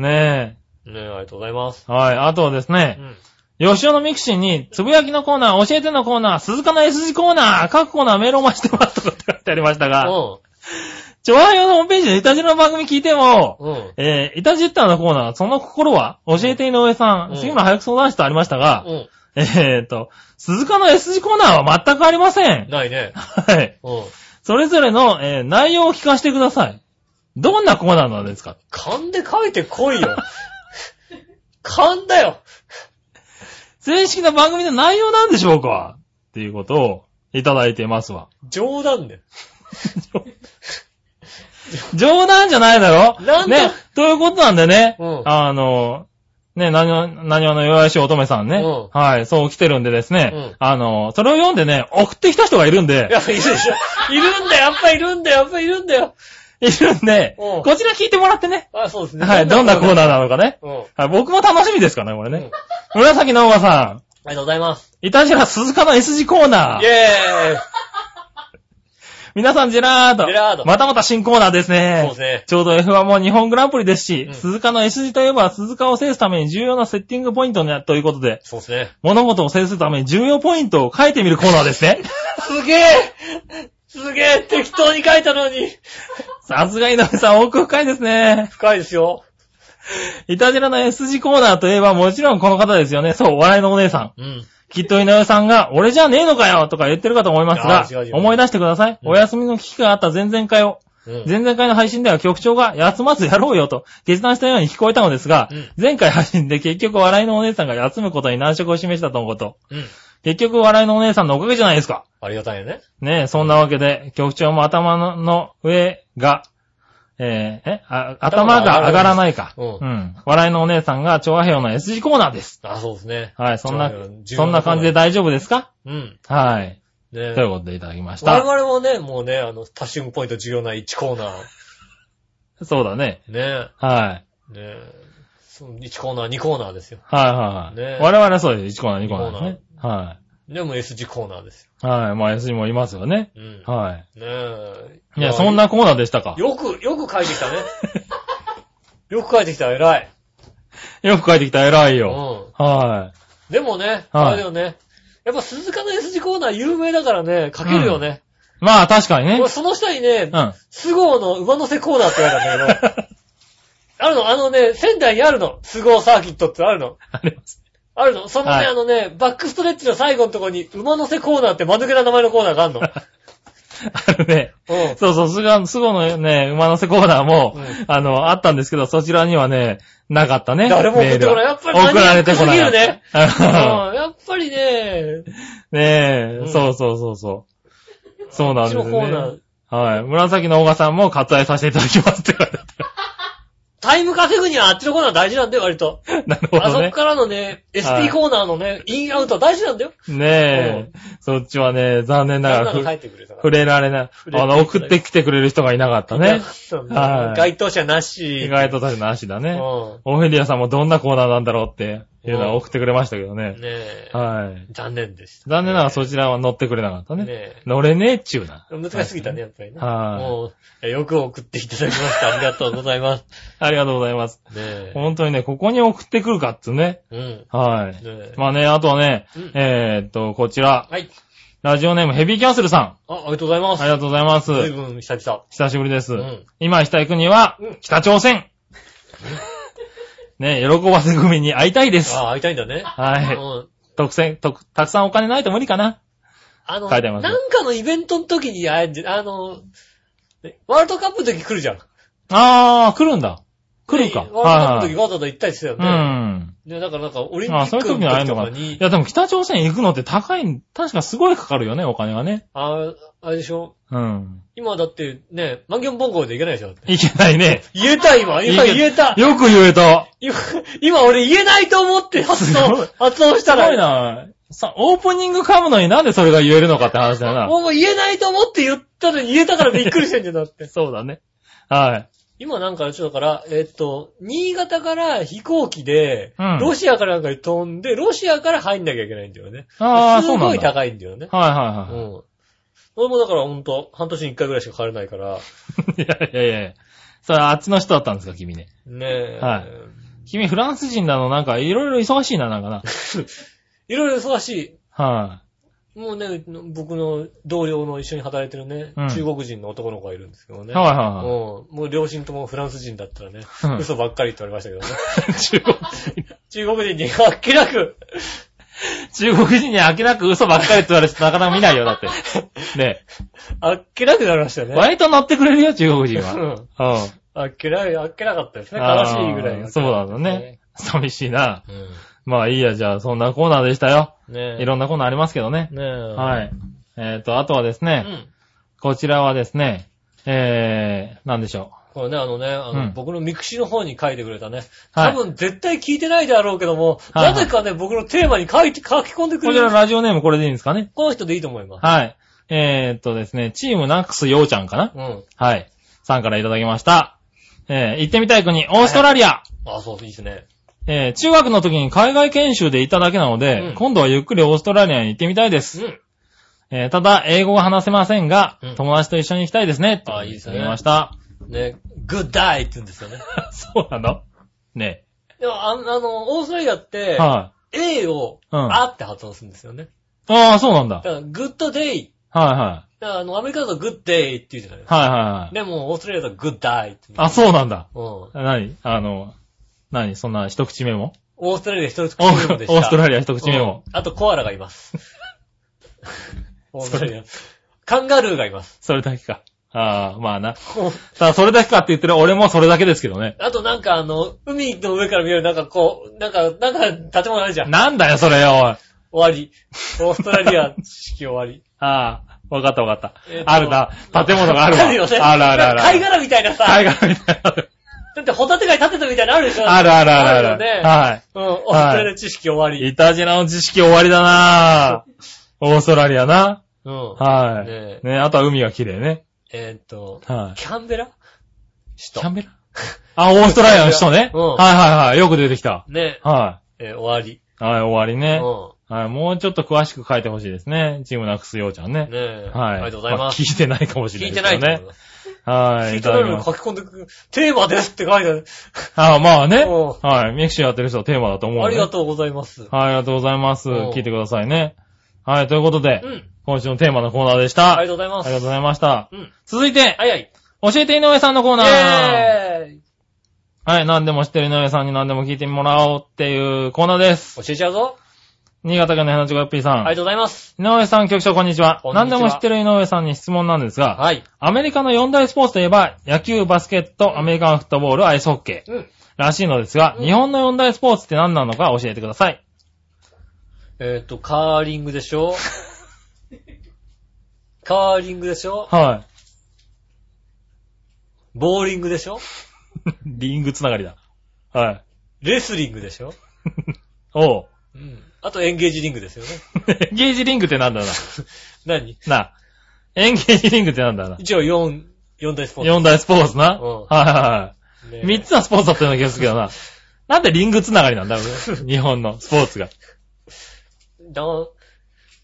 Speaker 3: ね
Speaker 2: い。ねえ、ありがとうございます。
Speaker 3: え。はい。あとはですね
Speaker 2: う。ん。
Speaker 3: 吉尾のミクシーに、つぶやきのコーナー、教えてのコーナー、鈴鹿の S 字コーナー、各コーナーメールを待ちしてますとかって書いてありましたが、ちょ、和洋のホームページでイタジェラの番組聞いても、
Speaker 2: うん。うん。
Speaker 3: えー、イタジェッターのコーナー、その心は、教えて井上さ
Speaker 2: うん
Speaker 3: ん、杉村早く相談室とありましたが、
Speaker 2: う
Speaker 3: えーと、鈴鹿の S 字コーナーは全くありませ
Speaker 2: ん。
Speaker 3: ん。
Speaker 2: ないね。
Speaker 3: はい。
Speaker 2: うん。
Speaker 3: それぞれの、えー内容を聞かせてください。どんなコーナーなんですか
Speaker 2: 勘で書いてこいよ。勘だよ。
Speaker 3: 正式な番組の内容なんでしょうかっていうことを、いただいてますわ。
Speaker 2: 冗談で。
Speaker 3: 冗談じゃないだろ
Speaker 2: なんだ
Speaker 3: ね、ということなんでね、
Speaker 2: うん
Speaker 3: あの、ね、何を、何をの弱いし乙女さんね、
Speaker 2: うん
Speaker 3: はい、そう来てるんでですね、
Speaker 2: うん
Speaker 3: あの、それを読んでね、送ってきた人がいるんで、
Speaker 2: やっぱいるでしょ。いるんだよ、やっぱいるんだよ、やっぱいるんだよ。
Speaker 3: いるんで、
Speaker 2: うん
Speaker 3: こちら聞いてもらってね、
Speaker 2: あ、そうですね。
Speaker 3: はい、どんなコーナーなのかね、
Speaker 2: うん。あ
Speaker 3: はい、僕も楽しみですからね、これね。紫のおばさ
Speaker 2: りがとうございます。
Speaker 3: ん、いたじら鈴鹿の S 字コーナ
Speaker 2: イ
Speaker 3: ー、
Speaker 2: ェーイ。
Speaker 3: 皆さん、ジェラード。
Speaker 2: ジェラード
Speaker 3: またまた新コーナーですね。
Speaker 2: そうですね。
Speaker 3: ちょうど F1 も日本グランプリですし、
Speaker 2: うん
Speaker 3: 鈴鹿の S 字といえば鈴鹿を制すために重要なセッティングポイントになということで、
Speaker 2: そうですね。
Speaker 3: 物事を制するために重要ポイントを書いてみるコーナーです ね。
Speaker 2: すげえすげえ適当に書いたのに
Speaker 3: さすが井上さん、奥深いですね。
Speaker 2: 深いですよ。
Speaker 3: イタジラの S 字コーナーといえばもちろんこの方ですよね。そう、お笑いのお姉さん。
Speaker 2: うん。
Speaker 3: きっと井上さんが、俺じゃねえのかよとか言ってるかと思いま
Speaker 2: あ
Speaker 3: す
Speaker 2: ー違う違
Speaker 3: が
Speaker 2: う、
Speaker 3: 思い出してください。
Speaker 2: うん
Speaker 3: お休みの危機があった前々回を、
Speaker 2: うん。
Speaker 3: 前々回の配信では局長が、休まずやろうよと決断したように聞こえたのですが、
Speaker 2: うん
Speaker 3: 前回配信で結局笑いのお姉さんが休むことに難色を示したとのこと。
Speaker 2: うん。
Speaker 3: 結局笑いのお姉さんのおかげじゃないですか。
Speaker 2: ありがたいよね。
Speaker 3: ねえ、そんなわけで、局長も頭のの上が、えーえあ頭が上がらないか。
Speaker 2: 頭が上がらないですうん
Speaker 3: ん。笑いのお姉さんが、調和平和の S 字コーナーです。
Speaker 2: あ、そうですね。
Speaker 3: はい、そんな
Speaker 2: 調和平和、重要
Speaker 3: そんな感じで大丈夫ですか
Speaker 2: うん。
Speaker 3: はい。
Speaker 2: ね
Speaker 3: ということでいただきまし
Speaker 2: 我
Speaker 3: た。
Speaker 2: 々もね、もうね、あの、タッシングポイント重要な1コーナー。
Speaker 3: そうだね。
Speaker 2: ね
Speaker 3: は
Speaker 2: ね
Speaker 3: い。
Speaker 2: え。その1コーナー、2コーナーですよ。
Speaker 3: はいはいは
Speaker 2: ね
Speaker 3: い。我々はそうです。1コーナー、2コーナーですね。は
Speaker 2: でも S 字コーナーです
Speaker 3: い。はい。まあ、S 字もいますよね。
Speaker 2: よ。うん。
Speaker 3: は
Speaker 2: ねえ。
Speaker 3: い。いや、そん。なコーナーでしたか。
Speaker 2: よく、よく書いてき たね。よく書いてきた、偉い。
Speaker 3: よく帰ってきた、偉いうよ。
Speaker 2: ん。
Speaker 3: は
Speaker 2: でもね、
Speaker 3: はい
Speaker 2: あれだよね。やっぱ鈴鹿の S 字コーナー有名だからね、書けるよね。
Speaker 3: い。まあ、確かにね。
Speaker 2: 俺その下にね
Speaker 3: う、ん。
Speaker 2: スゴーの馬乗せコーナーって書いてあるんだけど。 あるの、あのね、仙台にあるの。スゴーサーキットってあるの。
Speaker 3: あります。
Speaker 2: あるのそのね、
Speaker 3: はい
Speaker 2: あのね、バックストレッチの最後のとこに、馬乗せコーナーって間抜けな名前のコーナー があるの。
Speaker 3: あるね。
Speaker 2: うん。
Speaker 3: そうそう、すご、すごのね、馬のせコーナーも、
Speaker 2: うん
Speaker 3: あの、あったんですけど、そちらにはね、なかったね。
Speaker 2: 誰も送ってこない
Speaker 3: メールは
Speaker 2: やっぱり何
Speaker 3: 送られてこない。
Speaker 2: すぎるねうん
Speaker 3: うん
Speaker 2: やっぱりね、
Speaker 3: ねえ、
Speaker 2: うん
Speaker 3: そうそうそうそう。そうなんです
Speaker 2: うちのコーナ
Speaker 3: ね
Speaker 2: ー。
Speaker 3: はい。紫のオガさんも割愛させていただきますって書いてあ
Speaker 2: タイム稼ぐにはあっちのコーナー大事なんだよ、割と。
Speaker 3: った。なるほ
Speaker 2: あ
Speaker 3: ど
Speaker 2: そこ
Speaker 3: ね。
Speaker 2: からのね、
Speaker 3: はい
Speaker 2: SP コーナーのね、インアウトは大事なんだよ。
Speaker 3: ねえ、そっちはね、残念な
Speaker 2: だ
Speaker 3: が
Speaker 2: ん
Speaker 3: ら
Speaker 2: なの
Speaker 3: ふ
Speaker 2: 書いてくれたか
Speaker 3: 触れられない。
Speaker 2: れ
Speaker 3: あの、送ってきてくれる人がいなかった
Speaker 2: ら。
Speaker 3: ね。
Speaker 2: そうね
Speaker 3: はい
Speaker 2: 該当者な
Speaker 3: 意
Speaker 2: し。
Speaker 3: 外と確かなしだね。
Speaker 2: う
Speaker 3: オフェリアさんもどんなコーナーなんだろうっていうのは送ってくれましたけど
Speaker 2: ん。
Speaker 3: ね。
Speaker 2: ねえ。
Speaker 3: はい。
Speaker 2: 残念でした。
Speaker 3: 残念ながらそちらは乗ってくれなかった
Speaker 2: ね
Speaker 3: ね。
Speaker 2: え。
Speaker 3: 乗れねえっちゅうな。
Speaker 2: 難しすぎたね、やっぱりね。
Speaker 3: はい
Speaker 2: もう、よく送っていただきました。ありがとうございます。
Speaker 3: ありがとうございます。
Speaker 2: ねえ。
Speaker 3: 本当にね、ここに送ってくるかっつうね。
Speaker 2: うん。
Speaker 3: はい。
Speaker 2: ねえ。
Speaker 3: まあね、あとはね、
Speaker 2: うん
Speaker 3: えーっと、こちら、
Speaker 2: はい。
Speaker 3: ラジオネームヘビーキャンセルさ
Speaker 2: あ、ありがとうございま
Speaker 3: ん。
Speaker 2: す。
Speaker 3: ありがとうございま
Speaker 2: 随
Speaker 3: す。
Speaker 2: 分久々。
Speaker 3: 久しぶりです。
Speaker 2: うん
Speaker 3: 今行きたい国は
Speaker 2: うん、
Speaker 3: 北朝 鮮。ね、喜ばせ組に会いたいです。
Speaker 2: ああ、会いたいんだね。
Speaker 3: はい
Speaker 2: うん
Speaker 3: 特選、特、たくさんお金ないと無理かな。
Speaker 2: あの、
Speaker 3: 書
Speaker 2: ない
Speaker 3: てあり
Speaker 2: ん
Speaker 3: ます
Speaker 2: かのイベントの時に、あれあの、ねワールドカップの時来るじゃん。
Speaker 3: あー、来るんだ。来るか。
Speaker 2: ねワールドカップ
Speaker 3: はい
Speaker 2: の時わざわざ行ったりしてたよ
Speaker 3: は
Speaker 2: ね。
Speaker 3: い。うん。
Speaker 2: ね、だからなんか、オリンピ
Speaker 3: あ
Speaker 2: ッ
Speaker 3: あ、そういう
Speaker 2: ク
Speaker 3: 時に
Speaker 2: の
Speaker 3: 会え
Speaker 2: 時
Speaker 3: るの
Speaker 2: とか
Speaker 3: かな。い
Speaker 2: に、
Speaker 3: や、でも北朝鮮行くのって高いん、確かすごいかかるよね、お金がね。
Speaker 2: ああ、あれでしょ
Speaker 3: うん。で
Speaker 2: 今だってね、万元本校で行けないでしょだって
Speaker 3: いけな いね。
Speaker 2: 言えた今、今言えた
Speaker 3: よく言えた。
Speaker 2: 今、今俺言えないと思って発
Speaker 3: すご
Speaker 2: 音
Speaker 3: い、
Speaker 2: 発音し
Speaker 3: す
Speaker 2: たら。
Speaker 3: ごいな。さ、オープニング噛むのになんでそれが言えるのかって話だよな。
Speaker 2: もう言えないと思って言ったのに言えたからびっくりしてんじゃんだって。
Speaker 3: そうだね。はい。
Speaker 2: 今なんか、ちょっとだから、えっと、新潟から飛行機で、
Speaker 3: うん
Speaker 2: ロシアからなんかに飛んで、ロシアから入んなきゃいけないんだよね。
Speaker 3: ああ、
Speaker 2: す
Speaker 3: そうな
Speaker 2: ご
Speaker 3: ん
Speaker 2: い
Speaker 3: だ。
Speaker 2: 高いんだよね。
Speaker 3: はいうは
Speaker 2: ん。俺もだからほんと、半年に一回ぐらいしか帰れないから、
Speaker 3: いはい。いやいやいやそれあっちの人だったんですか、君ね。
Speaker 2: ねえ。
Speaker 3: はい君フランス人なの、なんかいろいろ忙しいな、なん かな。
Speaker 2: いろいろ忙し。
Speaker 3: はい
Speaker 2: もうね、僕の同僚の一緒に働いてるね、
Speaker 3: うん
Speaker 2: 中国人の男の子がいるんですけど
Speaker 3: い。
Speaker 2: ね。
Speaker 3: はいはい
Speaker 2: うん
Speaker 3: は
Speaker 2: もう両親ともフランス人だったらね
Speaker 3: うん、
Speaker 2: 嘘ばっかりって言われましたけどね。
Speaker 3: い。 中国、
Speaker 2: 中国人にあっけなく、
Speaker 3: 中国人に飽きなく嘘ばっかりって言われてなかなか見ないよ、だって。ね
Speaker 2: あっけなくなりましたよね。
Speaker 3: 割と乗ってくれるよ、中国人
Speaker 2: う
Speaker 3: は。
Speaker 2: ん
Speaker 3: うん。
Speaker 2: あっけな、あっけなかったですね。悲しいぐらい
Speaker 3: あー
Speaker 2: が。
Speaker 3: そうなんだね。。寂しいな。
Speaker 2: う
Speaker 3: まあいいや、じゃあそんなコーナーでしたよ。
Speaker 2: ん。ねえ。
Speaker 3: いろんなコーナーありますけどね。
Speaker 2: ねえ。。
Speaker 3: はいい。えっ、と、あとはです
Speaker 2: う
Speaker 3: ね、
Speaker 2: ん。
Speaker 3: こちらはですね、えー、なんでしょ
Speaker 2: これね、あのね、あの、
Speaker 3: うん
Speaker 2: 僕のミクシィの方に書いてくれたね。
Speaker 3: は
Speaker 2: 多
Speaker 3: い
Speaker 2: 分絶対聞いてないであろうけども、
Speaker 3: はいはい
Speaker 2: なぜかね、僕のテーマに書いて、書き込んで
Speaker 3: う。
Speaker 2: く
Speaker 3: こ
Speaker 2: れ
Speaker 3: ちら
Speaker 2: る。
Speaker 3: ラジオネームこれでいいんですかね。
Speaker 2: この人でいいと思います。
Speaker 3: はい。えっ、とですね、チームナックスようちゃんかな
Speaker 2: うん。
Speaker 3: はい。さんからいただきました。えー、行ってみたい国、オーストラリア。
Speaker 2: あ、そう、いいですね。
Speaker 3: えー、中学の時に海外研修で行っただけなので、
Speaker 2: うん
Speaker 3: 今度はゆっくりオーストラリアに行ってみたいです。
Speaker 2: うん。
Speaker 3: えーただ、英語が話せませんが、
Speaker 2: うん
Speaker 3: 友達と一緒に行きたいですね。
Speaker 2: あーいいですね
Speaker 3: と言ました。
Speaker 2: ね、グッダイって言うんですよね。
Speaker 3: そうなのね
Speaker 2: でも、ああの、オーストラリアって
Speaker 3: え。、は
Speaker 2: A を、
Speaker 3: うん
Speaker 2: あって発音するんですよね。
Speaker 3: い。ああ、そうなんだ
Speaker 2: だ。から、グッドデイ。
Speaker 3: はいは
Speaker 2: だからあの、アメリカだとグッデイって言うじゃないで
Speaker 3: い。
Speaker 2: すか。
Speaker 3: はいはいはい。
Speaker 2: でも、オーストラリアだとグッダイって言う。
Speaker 3: あ、そうなんだ。
Speaker 2: うん。
Speaker 3: 何あの、何そんな一口メモ
Speaker 2: オーストラリア一口
Speaker 3: オー
Speaker 2: 目
Speaker 3: ス
Speaker 2: もでした。
Speaker 3: トラリア一
Speaker 2: ア
Speaker 3: 口メモ。
Speaker 2: あと、コアラがい ます。オーストラリア。カンガルーがいます。
Speaker 3: それだけか。ああ、まあな。ただ、それだけかって言ってる俺もそれだけですけど ね。
Speaker 2: あとなんかあの、海の上から見えるなんかこう、なんか、なんか建物あるじゃん。
Speaker 3: なんだよ、それよ、おい。あ
Speaker 2: 終わり。オーストラリア式終わり。
Speaker 3: あ、わかったわか
Speaker 2: え
Speaker 3: っ。
Speaker 2: ったと
Speaker 3: あるな。建物があるわ。
Speaker 2: あるよね。
Speaker 3: あるあるある。
Speaker 2: 貝殻みたいなさ。
Speaker 3: 貝殻みたいな。
Speaker 2: だってホタテ貝建てたみたいなのあるでしょ
Speaker 3: あるあるあるあ
Speaker 2: よね
Speaker 3: る。。は
Speaker 2: うん、オーストラリア知識終わ
Speaker 3: い。
Speaker 2: り。
Speaker 3: イタジラの知識終わりだなオーストラリアな。
Speaker 2: うん。
Speaker 3: は
Speaker 2: ね
Speaker 3: い。ね、あとは海が綺麗ね。
Speaker 2: えーっと、
Speaker 3: はい。
Speaker 2: キャンベラ首
Speaker 3: キ
Speaker 2: 都
Speaker 3: ャンベラ あ、オーストラリアの人ね。
Speaker 2: うん
Speaker 3: はいはいはい。よく出てきた。
Speaker 2: ね
Speaker 3: は
Speaker 2: えー終わり。
Speaker 3: い。はい、終わりね。
Speaker 2: う
Speaker 3: はい、もうちょっと詳しく書いてほしいですね。チームなくすようちゃんね
Speaker 2: ん。。ねえ。
Speaker 3: はい。
Speaker 2: ありがとうございます。
Speaker 3: あ聞いてないかもし
Speaker 2: 聞
Speaker 3: れ
Speaker 2: い
Speaker 3: な
Speaker 2: て
Speaker 3: いで
Speaker 2: な
Speaker 3: す
Speaker 2: いと思
Speaker 3: よね。
Speaker 2: います。
Speaker 3: はい。
Speaker 2: 聞い
Speaker 3: い
Speaker 2: て
Speaker 3: た
Speaker 2: ない
Speaker 3: だき
Speaker 2: の
Speaker 3: ま
Speaker 2: に
Speaker 3: す。
Speaker 2: 書き込んでくる。テーマですって書いてある。
Speaker 3: あまあね。
Speaker 2: う
Speaker 3: はい。ミクシーやってる人はテーマだと思う、ね。
Speaker 2: ありがとうございます。
Speaker 3: はい、ありがとうございます。
Speaker 2: うん
Speaker 3: 聞いてくださいね。はい、ということで、
Speaker 2: うん。
Speaker 3: 今週のテーマのコーナーでした。
Speaker 2: あり
Speaker 3: あ
Speaker 2: がとうご
Speaker 3: り
Speaker 2: ざいま
Speaker 3: が
Speaker 2: す。
Speaker 3: とうございました。
Speaker 2: うん。
Speaker 3: 続いて、
Speaker 2: はいはい。
Speaker 3: 教えて井上さんのコーナー。
Speaker 2: イェーイ
Speaker 3: はい、何でも知ってる井上さんに何でも聞いてもらおうっていうコーナーです。
Speaker 2: 教えちゃうぞ。
Speaker 3: 新潟県の花ちごよっぴーさ
Speaker 2: あ
Speaker 3: ん。
Speaker 2: りがとうございます。
Speaker 3: 井上さん、局長、こんにちは。
Speaker 2: こんにちは
Speaker 3: 何でも知ってる井上さんに質問なんですが、
Speaker 2: はい。
Speaker 3: アメリカの四大スポーツといえば、野球、バスケット、アメリカンフットボール、アイスホッケー
Speaker 2: うん。
Speaker 3: らしいのですが、
Speaker 2: うん
Speaker 3: 日本の四大スポーツって何なのか教えてください。
Speaker 2: えっと、カーリングでし ょカーリングでしょ
Speaker 3: は
Speaker 2: ボーリングでしょ
Speaker 3: い。 リングつながりだ。はい。
Speaker 2: レスリングでしょ
Speaker 3: お う。
Speaker 2: うん。あとエンゲージリングですよね。
Speaker 3: エンゲージリングってなんだろう
Speaker 2: 何
Speaker 3: な。なあ。エンゲージリングってなんだろうな。
Speaker 2: 一応4、4大スポーツ。
Speaker 3: 四大スポーツな。
Speaker 2: うん
Speaker 3: はいはいは
Speaker 2: ね
Speaker 3: い。三つはスポーツだったような気がするけど な。なんでリングつながりなんだろうね日本のスポーツが。
Speaker 2: だ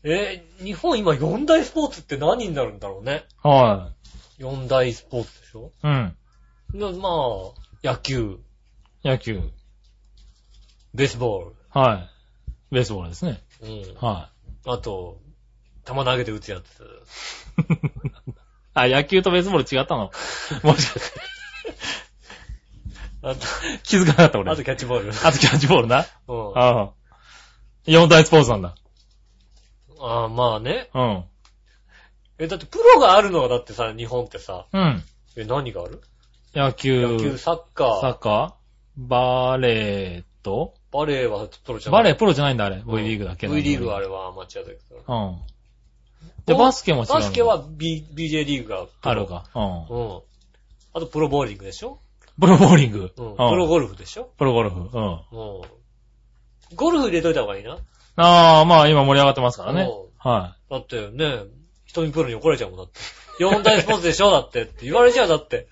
Speaker 2: えー日本今4大スポーツって何になるんだろうね。
Speaker 3: は
Speaker 2: 4大スポーツでしょ
Speaker 3: い。うん。
Speaker 2: なまあ、野球、
Speaker 3: 野球。
Speaker 2: ベースボール、
Speaker 3: はい。ベースボールですね。
Speaker 2: うん。
Speaker 3: は
Speaker 2: あと、球投げて打つやつ。
Speaker 3: い。あ、野球とベースボール違ったのもしかして。
Speaker 2: あと、
Speaker 3: 気づかなかった俺。
Speaker 2: あとキャッチボール。
Speaker 3: あとキャッチボールな。
Speaker 2: うん。あ
Speaker 3: ああ。四大スポーツなんだ。
Speaker 2: あー、まあね。
Speaker 3: うん。
Speaker 2: え、だってプロがあるのはだってさ、日本ってさ、
Speaker 3: うん。
Speaker 2: え、何がある
Speaker 3: 野球、
Speaker 2: 野球、サッ
Speaker 3: サ
Speaker 2: カー、
Speaker 3: ッカー、バレーと、
Speaker 2: バレーはプロじゃない
Speaker 3: バレープロじゃないんだ、あれ。
Speaker 2: うん
Speaker 3: V リーグだっけ
Speaker 2: V リーグはあ
Speaker 3: れ。
Speaker 2: れはアマチュアだけど。
Speaker 3: うん。で、バスケも違うの。
Speaker 2: バスケは B、BJ リーグがプロ
Speaker 3: ある。か。うん。
Speaker 2: うん。あとプロボーリングでしょ
Speaker 3: プロボーリング。
Speaker 2: うん。プロ
Speaker 3: ルフ。
Speaker 2: ゴルフでしょ
Speaker 3: プロゴルフ。う
Speaker 2: う
Speaker 3: ん。
Speaker 2: ん。ゴルフ入れといた方がいいな。
Speaker 3: ああ、まあ今盛り上がってますからね
Speaker 2: うん。
Speaker 3: は
Speaker 2: だってね、人にプロに怒られちゃうもんだって。四大スポーツでしょだってって言われちゃうだって。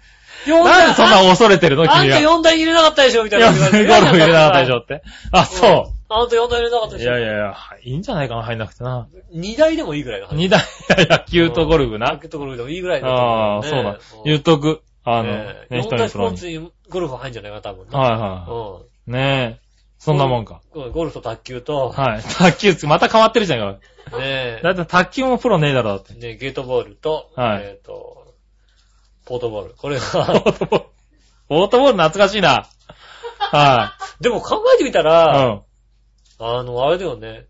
Speaker 3: い。
Speaker 2: 四
Speaker 3: なんでそんな恐れてるの君
Speaker 2: あんた
Speaker 3: が。
Speaker 2: 四大入れなかったでしょみたい
Speaker 3: い
Speaker 2: な
Speaker 3: や、
Speaker 2: こ
Speaker 3: ゴ
Speaker 2: と
Speaker 3: ル
Speaker 2: 言わ
Speaker 3: フ
Speaker 2: れ
Speaker 3: 入
Speaker 2: て。
Speaker 3: れなかったでしょって。あ、そ
Speaker 2: うん。あんた四大入れなかった
Speaker 3: う。
Speaker 2: で
Speaker 3: い
Speaker 2: しょ
Speaker 3: やいやいや、いいんじゃないかな、入んなくてな。
Speaker 2: 二大でもいいぐらいの話。
Speaker 3: 二台、野球とゴルフ
Speaker 2: ラ
Speaker 3: な
Speaker 2: ッ。クとゴルフでもいいぐらいだと思
Speaker 3: ああ、そうだ。言っとく。あ
Speaker 2: あ
Speaker 3: の、ね、人
Speaker 2: 四大
Speaker 3: に
Speaker 2: ス
Speaker 3: プ
Speaker 2: ポ
Speaker 3: ロ
Speaker 2: ー
Speaker 3: に。
Speaker 2: ツにゴルフ入んじゃないか、多分な。
Speaker 3: はいは
Speaker 2: うん。
Speaker 3: い。ねえ。そんなもんか。
Speaker 2: ゴルゴルフと卓球と、
Speaker 3: はい。卓球つ、また変わってるじゃんか。
Speaker 2: ね
Speaker 3: だって卓球もプロねえだろ、だって
Speaker 2: え、。ねえゲートボールと、
Speaker 3: はい
Speaker 2: えっ、と、ポートボール。これ
Speaker 3: オ
Speaker 2: は、
Speaker 3: ートボール。オートボール懐かしいな。は
Speaker 2: でも考えてみた
Speaker 3: い。う
Speaker 2: ら、
Speaker 3: ん。
Speaker 2: あの、あれだよね、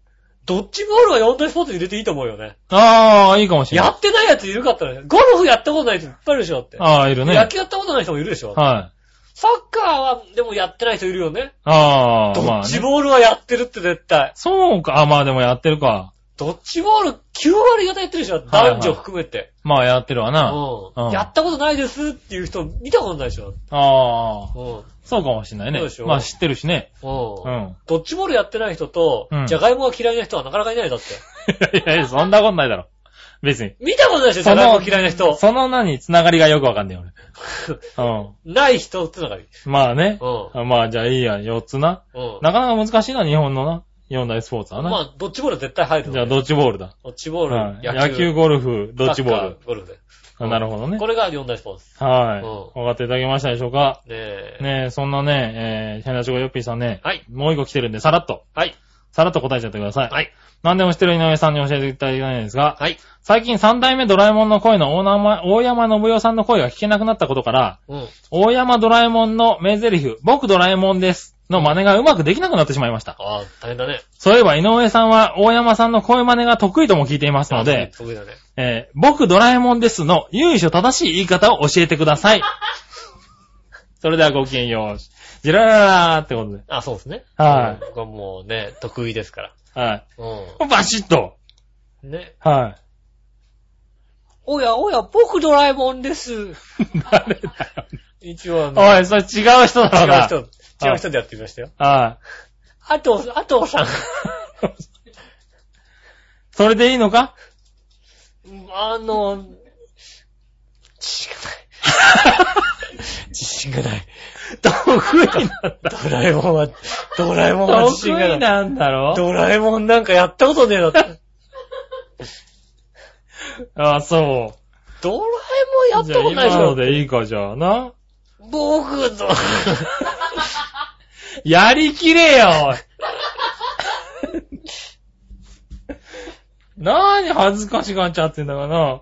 Speaker 2: ドッジボールは四大スポーツに入れていいと思うよね。
Speaker 3: ああ、いいかもしれな
Speaker 2: や
Speaker 3: い。
Speaker 2: ってないやついるかったらね、ゴルフやったことない人いっぱいいるでしょだって。
Speaker 3: ああ、いるね。
Speaker 2: 野球やったことない人もいるでしょ、
Speaker 3: はい。
Speaker 2: サッカーは、でもやってない人いるよね。
Speaker 3: ああ、
Speaker 2: ド
Speaker 3: ま
Speaker 2: ッ
Speaker 3: あ
Speaker 2: ジ
Speaker 3: ね。
Speaker 2: ボールはやってるって絶対。
Speaker 3: そうか。あまあでもやってるか。
Speaker 2: ドッジボール9割方やってるでしょ
Speaker 3: はいはい
Speaker 2: 男女含めて。
Speaker 3: まあやってるわな。
Speaker 2: う
Speaker 3: うん
Speaker 2: ん。やったことないですっていう人見たことないでしょ
Speaker 3: ああ、
Speaker 2: うん。
Speaker 3: そうかもしれないね
Speaker 2: そうでし。ょ
Speaker 3: まあ知ってるしね。う。
Speaker 2: うんん。ドッジボールやってない人と
Speaker 3: うん、
Speaker 2: じゃがいもが嫌いな人はなかなかいないだって。
Speaker 3: いやいや、そんなことないだろ。別に。
Speaker 2: 見たことないでしょじ
Speaker 3: そ
Speaker 2: ゃ
Speaker 3: の
Speaker 2: がいも嫌いな人。
Speaker 3: その何、つながりがよくわかんね え、俺。
Speaker 2: ない人ってのがいい。
Speaker 3: うん。まあね
Speaker 2: う。ん。
Speaker 3: まあじゃあいいや、4つな。
Speaker 2: うん。
Speaker 3: なかなか難しいな、日本のな。いろんなスポーツはね。
Speaker 2: まあ、ドッジボールは絶対入るの
Speaker 3: じゃあ、ドッジボールだ。
Speaker 2: ドッジボール、
Speaker 3: はい野球、ゴルフ、ドッジボール
Speaker 2: ル。ゴルフで。
Speaker 3: あ。なるほどね。
Speaker 2: これが四大スポーツ。
Speaker 3: はい。わかっていただけましたでしょうか
Speaker 2: ねえ。
Speaker 3: ねえ、そんなね、えー、シャイナチョコヨッピーさんね、
Speaker 2: はい。
Speaker 3: もう一個来てるんで、さらっと、
Speaker 2: はい。
Speaker 3: さらっと答えちゃってください。
Speaker 2: はい。
Speaker 3: 何でも知ってる井上さんに教えていただきたいんですが、
Speaker 2: はい。
Speaker 3: 最近三代目ドラえもんの声の大山大山信代さんの声が聞けなくなったことから、
Speaker 2: うん。
Speaker 3: 大山ドラえもんの名台詞、僕ドラえもんですの真似がうまくできなくなってしまいました。
Speaker 2: ああ、大変だね。
Speaker 3: そういえば井上さんは大山さんの声真似が得意とも聞いていますので、
Speaker 2: 得意だね。
Speaker 3: えー僕ドラえもんですの由緒正しい言い方を教えてくださ い。それではごきげんよう。じららららーってことで。
Speaker 2: あ、そうですね。。
Speaker 3: はい
Speaker 2: これもうね、得意ですから。
Speaker 3: は
Speaker 2: う
Speaker 3: い。バシッと。
Speaker 2: ん。ね。
Speaker 3: は
Speaker 2: おやおや、僕ドラえもんです。
Speaker 3: い。 誰だよ。
Speaker 2: 一応あの、
Speaker 3: おい、それ違う人だろう
Speaker 2: 違う
Speaker 3: な。
Speaker 2: 人、違う人でやってみましたよ。
Speaker 3: はい。
Speaker 2: あと、あとさん。
Speaker 3: それでいい のか
Speaker 2: あの、自信がない。自信がない。
Speaker 3: 得意なんだ。
Speaker 2: ドラえもんは、ドラえもんは自
Speaker 3: 得
Speaker 2: 信が
Speaker 3: 意
Speaker 2: ない。
Speaker 3: なんだろ
Speaker 2: ドラえもんなんかやったことねえな。ドラえ
Speaker 3: あ、そ
Speaker 2: も
Speaker 3: う。
Speaker 2: ん
Speaker 3: じ
Speaker 2: やった
Speaker 3: ゃあ
Speaker 2: ことないでし
Speaker 3: 今の
Speaker 2: ょ。
Speaker 3: でいいか、じゃあな。
Speaker 2: 僕 と、
Speaker 3: やりきれよなーに恥ずかしがっちゃってんだからな。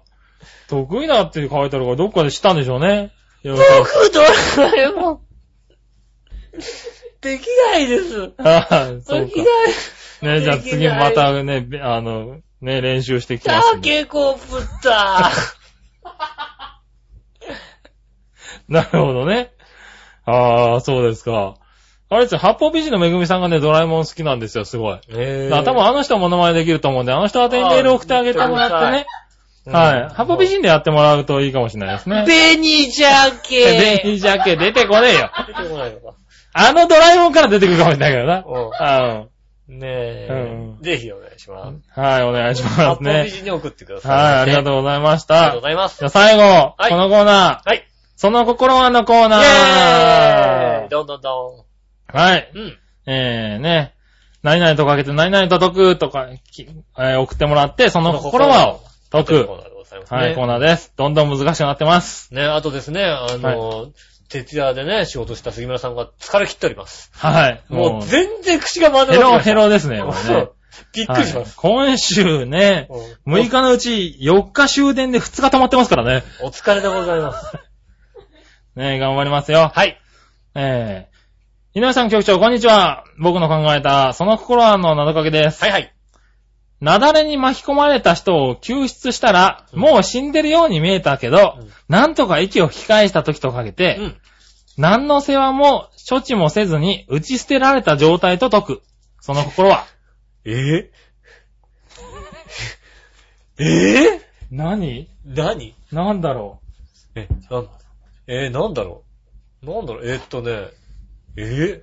Speaker 3: 得意だって書いてあるからどっかでしたんでしょうね。よろしく
Speaker 2: 僕ドラえもん。できないです。
Speaker 3: あーそう
Speaker 2: でき
Speaker 3: か
Speaker 2: ない。。
Speaker 3: ねじゃあ次またね、べあの、ね、練習してきますんで。
Speaker 2: ケコプター。
Speaker 3: なるほどね。あー、そうですか。あれですよ、八方美人のめぐみさんがね、ドラえもん好きなんですよ、すごい。
Speaker 2: え
Speaker 3: 多分あの人も名前できると思うんで、あの人宛てにメール送ってあげてもらってね。はい。ハポ美人でやってもらうといいかもしれないですね。
Speaker 2: ベニジャ
Speaker 3: で、
Speaker 2: ケ
Speaker 3: いいじゃけ、出てこねえよ。
Speaker 2: 出てこないのか。
Speaker 3: あのドラえもんから出てくるかもしれないけどな。うん
Speaker 2: ねえ、
Speaker 3: うん
Speaker 2: ぜひお願いします。
Speaker 3: はい、お願いし
Speaker 2: 八
Speaker 3: ます
Speaker 2: 方美
Speaker 3: ね。
Speaker 2: 人に送ってください。
Speaker 3: はい、ありがと
Speaker 2: う。
Speaker 3: うございまし
Speaker 2: ありがとうご。
Speaker 3: た
Speaker 2: ざいます
Speaker 3: じ。ゃあ最後、
Speaker 2: はい
Speaker 3: このコーナー、
Speaker 2: はい。
Speaker 3: その心はのコーナ
Speaker 2: イェーイ
Speaker 3: ー。
Speaker 2: どんどんど
Speaker 3: はい、
Speaker 2: ん。うん。
Speaker 3: えーね、何々とかけて何々と解くとか、きえー送ってもらって、その心はを解
Speaker 2: という
Speaker 3: く
Speaker 2: コー。ナーでございますね。
Speaker 3: はい、コーナーです。どんどん難しくなってます。
Speaker 2: ねあとですね、あの、徹夜でね、仕事した杉村さんが疲れ切っております。
Speaker 3: はい。
Speaker 2: もう全然口が回
Speaker 3: ヘ
Speaker 2: らな
Speaker 3: ロ
Speaker 2: い。
Speaker 3: ヘロですね、
Speaker 2: も
Speaker 3: こ
Speaker 2: う。
Speaker 3: れね。
Speaker 2: びっくりします。
Speaker 3: はい今週ね、
Speaker 2: うん
Speaker 3: 6日のうち4日終電で2日溜まってますからね。
Speaker 2: お疲れでございます。
Speaker 3: ね頑張りますよ。
Speaker 2: はい。
Speaker 3: えー、井上さん局長、こんにちは。僕の考えた、その心はの名かけです。
Speaker 2: はいはい。
Speaker 3: 雪崩に巻き込まれた人を救出したら、
Speaker 2: うん
Speaker 3: もう死んでるように見えたけど、
Speaker 2: うん
Speaker 3: なんとか息を吹き返した時とかけて、
Speaker 2: うん。
Speaker 3: 何の世話も処置もせずに打ち捨てられた状態と解く。その心は。
Speaker 2: ええええ
Speaker 3: 何
Speaker 2: 何
Speaker 3: なんだろ
Speaker 2: え、なん、えー、なんだろうなんだろうえーっとね、え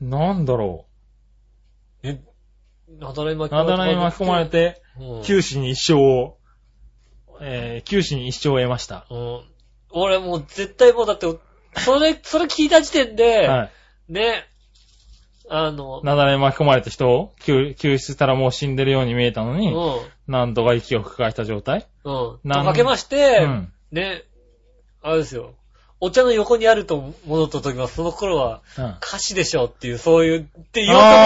Speaker 3: うなんだろう
Speaker 2: ー、え、なだれ巻き
Speaker 3: なだらに巻き込まれ、て、
Speaker 2: うん、
Speaker 3: 九死に一生を、えー、九死に一生を得ました。
Speaker 2: うん。俺もう絶対もうだって、それ、それ聞いた時点で、
Speaker 3: はい。
Speaker 2: ね、あの、
Speaker 3: なだらに巻き込まれた人を救救出したらもう死んでるように見えたの
Speaker 2: う
Speaker 3: に、
Speaker 2: ん、
Speaker 3: なんとか息を吹き返した状態
Speaker 2: うん。
Speaker 3: なん
Speaker 2: かけまして、
Speaker 3: うん。
Speaker 2: ね、あれですよ。お茶の横にあると戻った時は、その頃は
Speaker 3: うん。
Speaker 2: 歌詞でしょっていう、そういう、って言おうと思ったら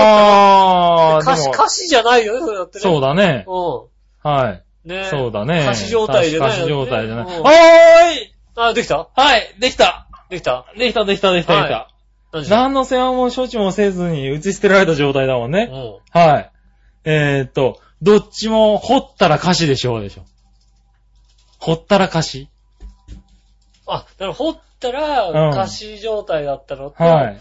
Speaker 3: あー、
Speaker 2: 歌詞、
Speaker 3: でも
Speaker 2: 歌詞じゃないよね、それだってね。
Speaker 3: そうだね。
Speaker 2: う
Speaker 3: はい。
Speaker 2: ん。ね
Speaker 3: そうだね。
Speaker 2: 歌詞状態じゃない
Speaker 3: 歌詞状態じゃない。
Speaker 2: うん
Speaker 3: おーい
Speaker 2: あ、できた
Speaker 3: はい、できた
Speaker 2: できた
Speaker 3: できた、できた、できた、できた。
Speaker 2: 何でしょ
Speaker 3: 何の世話も処置もせずに打ち捨てられた状態だもんね。
Speaker 2: う
Speaker 3: はい。えー、っと、どっちも、ほったらかしでしょうでしょ。ほったらかし。
Speaker 2: うん。あ、だから、掘ったら、
Speaker 3: うん
Speaker 2: 歌詞状態だったのと、
Speaker 3: はい。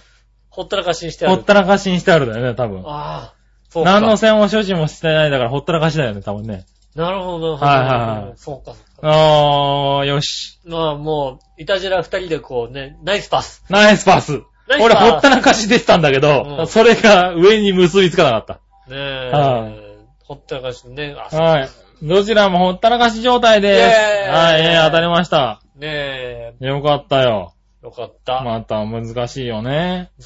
Speaker 2: ほったらかしにしてあ
Speaker 3: ほ
Speaker 2: る。
Speaker 3: ったらかしにしてあるんだよね、多分。
Speaker 2: ああ、そうか。
Speaker 3: 何の線も所持もしてないだから、ほったらかしだよね、多分ね。
Speaker 2: なるほど、
Speaker 3: はいはいはい
Speaker 2: そうか、そうか。
Speaker 3: あー、よし。
Speaker 2: まあ、もう、いたじら二人でこうね、ナイスパス。
Speaker 3: ナイスパス。
Speaker 2: ナイスパ
Speaker 3: 俺、
Speaker 2: ス
Speaker 3: ほったらかしでしたんだけど、
Speaker 2: うん
Speaker 3: それが上に結びつかなかっ
Speaker 2: ね
Speaker 3: は
Speaker 2: え。ほったらかしね、あ、
Speaker 3: た。はい。どちらもほったらかし状態で
Speaker 2: イェ
Speaker 3: す。
Speaker 2: ーイ
Speaker 3: はい、えー当たりました。
Speaker 2: ねえ、
Speaker 3: よかったよ。
Speaker 2: よかった。
Speaker 3: また難しいよね。
Speaker 2: よ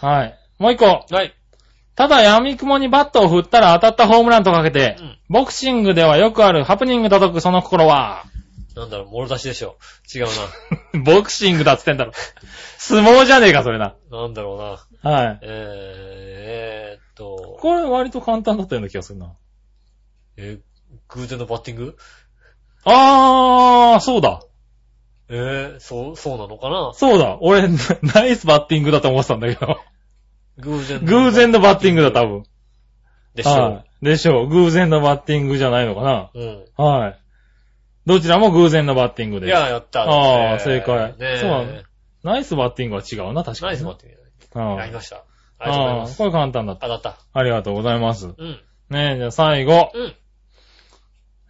Speaker 2: かっ
Speaker 3: はい。もう一個。
Speaker 2: たはい。
Speaker 3: ただ闇雲にバットを振ったら当たったホームランとかけて、
Speaker 2: うん
Speaker 3: ボクシングではよくあるハプニングだとくその心は、
Speaker 2: なんだろう、もろ出しでしょ。違う
Speaker 3: ボクシングだっつってんだろ。 相撲じゃねえか、それな。
Speaker 2: な。なんだろうな。
Speaker 3: はい。
Speaker 2: えー、えーっと、
Speaker 3: これ割と簡単だったような気がするな。
Speaker 2: え、偶然のバッティング
Speaker 3: あー、そうだ。
Speaker 2: えー、そう、そうなのかな
Speaker 3: そうだ。俺、 ナナイスバッティングだと思ってたんだけ ど。
Speaker 2: 偶然
Speaker 3: 偶然のバッティングだ、多分。
Speaker 2: でしょう。
Speaker 3: はい。でしょう。偶然のバッティングじゃないのかな。
Speaker 2: うん。
Speaker 3: はい。どちらも偶然のバッティングで
Speaker 2: い
Speaker 3: す。
Speaker 2: や、やった。
Speaker 3: あー
Speaker 2: ね
Speaker 3: 正解
Speaker 2: ねえ。
Speaker 3: そうなのナイスバッティングは違うな、確かに。
Speaker 2: ナイスバッテ
Speaker 3: テ
Speaker 2: ィング。
Speaker 3: ィン
Speaker 2: やり
Speaker 3: あ
Speaker 2: ました。ありがとうござい
Speaker 3: あ
Speaker 2: ま
Speaker 3: ー、
Speaker 2: す。
Speaker 3: これ簡単だった。
Speaker 2: 当たった。
Speaker 3: ありがとうございます。
Speaker 2: うん。
Speaker 3: ねえ、じゃあ最後。
Speaker 2: うん。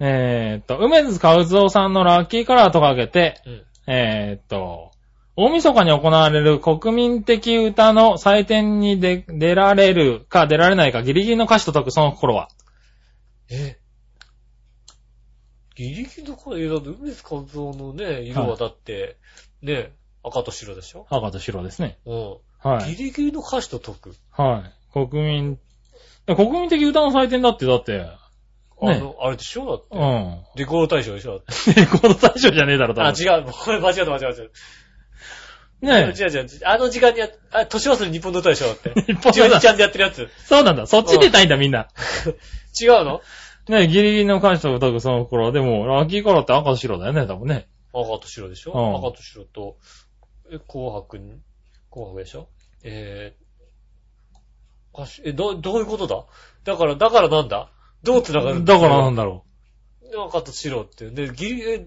Speaker 3: えーっと、梅津和夫さんのラッキーカラーとかけて、
Speaker 2: うん。
Speaker 3: えーっと、大晦日に行われる国民的歌の祭典に出出られるか出られないかギリギリの歌詞と解くその心は。
Speaker 2: えギリギリの声、だって、梅津和夫のね、色はだって、ね、赤と白でしょ
Speaker 3: 赤と白ですね。
Speaker 2: うん。
Speaker 3: は
Speaker 2: ギ
Speaker 3: い。
Speaker 2: リギリの歌詞と解く。
Speaker 3: はい。国民、国民的歌の祭典だって、だって、
Speaker 2: あ
Speaker 3: ね
Speaker 2: の、あれでしょだ って。
Speaker 3: うん。
Speaker 2: レコード大賞でしょだって。
Speaker 3: レコード大賞じゃねえだろ、多
Speaker 2: あ、
Speaker 3: 分。
Speaker 2: 違う。 これ間違った間違った間違った。
Speaker 3: ね
Speaker 2: 違う違う違う。あの時間にやっ、あ、年忘れ日本の歌でしょだって
Speaker 3: え。。 日本
Speaker 2: 12
Speaker 3: だ
Speaker 2: ち。ゃんでやってるやつ。
Speaker 3: そうなんだ。そっち出たいんだ、みんな。
Speaker 2: 違うの
Speaker 3: ねえ、ギリギリの歌詞と歌うその心は、でも、ラッキーカラーって赤と白だよね、多分ね。
Speaker 2: 赤と白でしょ、
Speaker 3: うん
Speaker 2: 赤と白と、え紅白に、紅白でしょえー、歌詞え、ど、どういうことだだから、だからなんだどう繋がるん
Speaker 3: だからなん
Speaker 2: だ
Speaker 3: だろ
Speaker 2: 赤と白って。で、ギリ、え、え、
Speaker 3: ね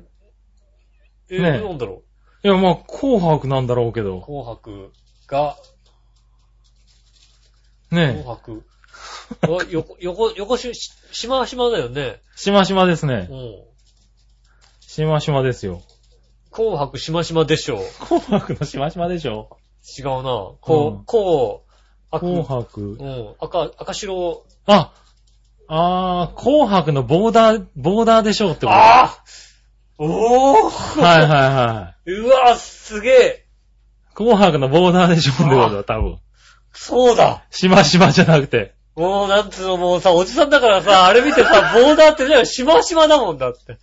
Speaker 3: え
Speaker 2: なんだろ
Speaker 3: う。いや、まあ、紅白なんだろうけ
Speaker 2: う
Speaker 3: ど。
Speaker 2: 紅白が、紅
Speaker 3: ねえ、
Speaker 2: 白。 あ横、横、横し、ししましまだよね。
Speaker 3: しましまですね
Speaker 2: う。ん。
Speaker 3: しましまですよ。
Speaker 2: 紅白しましまでしょう。
Speaker 3: 紅白のしましまでしょ
Speaker 2: 違うな。こ
Speaker 3: うん
Speaker 2: う、こう、
Speaker 3: 紅
Speaker 2: 赤、
Speaker 3: 白
Speaker 2: う。ん、赤、赤白、
Speaker 3: ああー、紅白のボーダー、ボーダーでしょうってことは
Speaker 2: ああお
Speaker 3: い
Speaker 2: ー
Speaker 3: はいは
Speaker 2: うわぁ、すげえ
Speaker 3: い。紅白のボーダーでしょうってことだ、多分。
Speaker 2: そうだ
Speaker 3: しましまじゃなくて。
Speaker 2: もう、なんつうの、もうさ、おじさんだから さ、あれ見てさ、ボーダーってね、しましまだもんだって。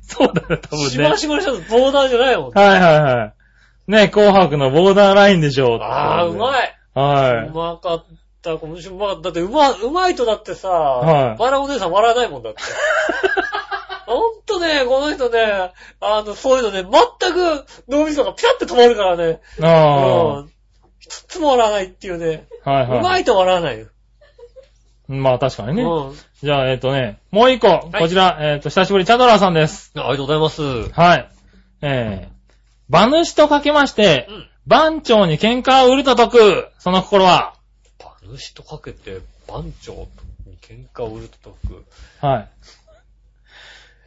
Speaker 3: そうだね、多分ね。
Speaker 2: しましまの人ボーダーじゃないもん。
Speaker 3: はいはいはい。ね、紅白のボーダーラインでしょうってことで。
Speaker 2: ああ、うまい、う
Speaker 3: は
Speaker 2: まかった。今週うまかった。だって、うま、うまいとだってさ、
Speaker 3: はい
Speaker 2: バラお姉さん笑わないもん だって。ほんとね、この人ね、あの、そういうのね、全く脳みそがピタッて止まるからね。
Speaker 3: い。あ
Speaker 2: うん。一つも笑わないっていうね。
Speaker 3: あ。はいう
Speaker 2: ま
Speaker 3: はい
Speaker 2: と笑わないよ。
Speaker 3: い。まあ確かにね。
Speaker 2: うん。
Speaker 3: じゃあ、えっ、とね、もう一個、こちら、えっ、と、久しぶり、チャドラーさんです。
Speaker 2: ありがとうございます。
Speaker 3: はい。えー、馬主とかけまして、
Speaker 2: うん。
Speaker 3: 番長に喧嘩を売ると解く、その心は、
Speaker 2: 馬主とかけて、番長に喧嘩を売ると解く。
Speaker 3: はい。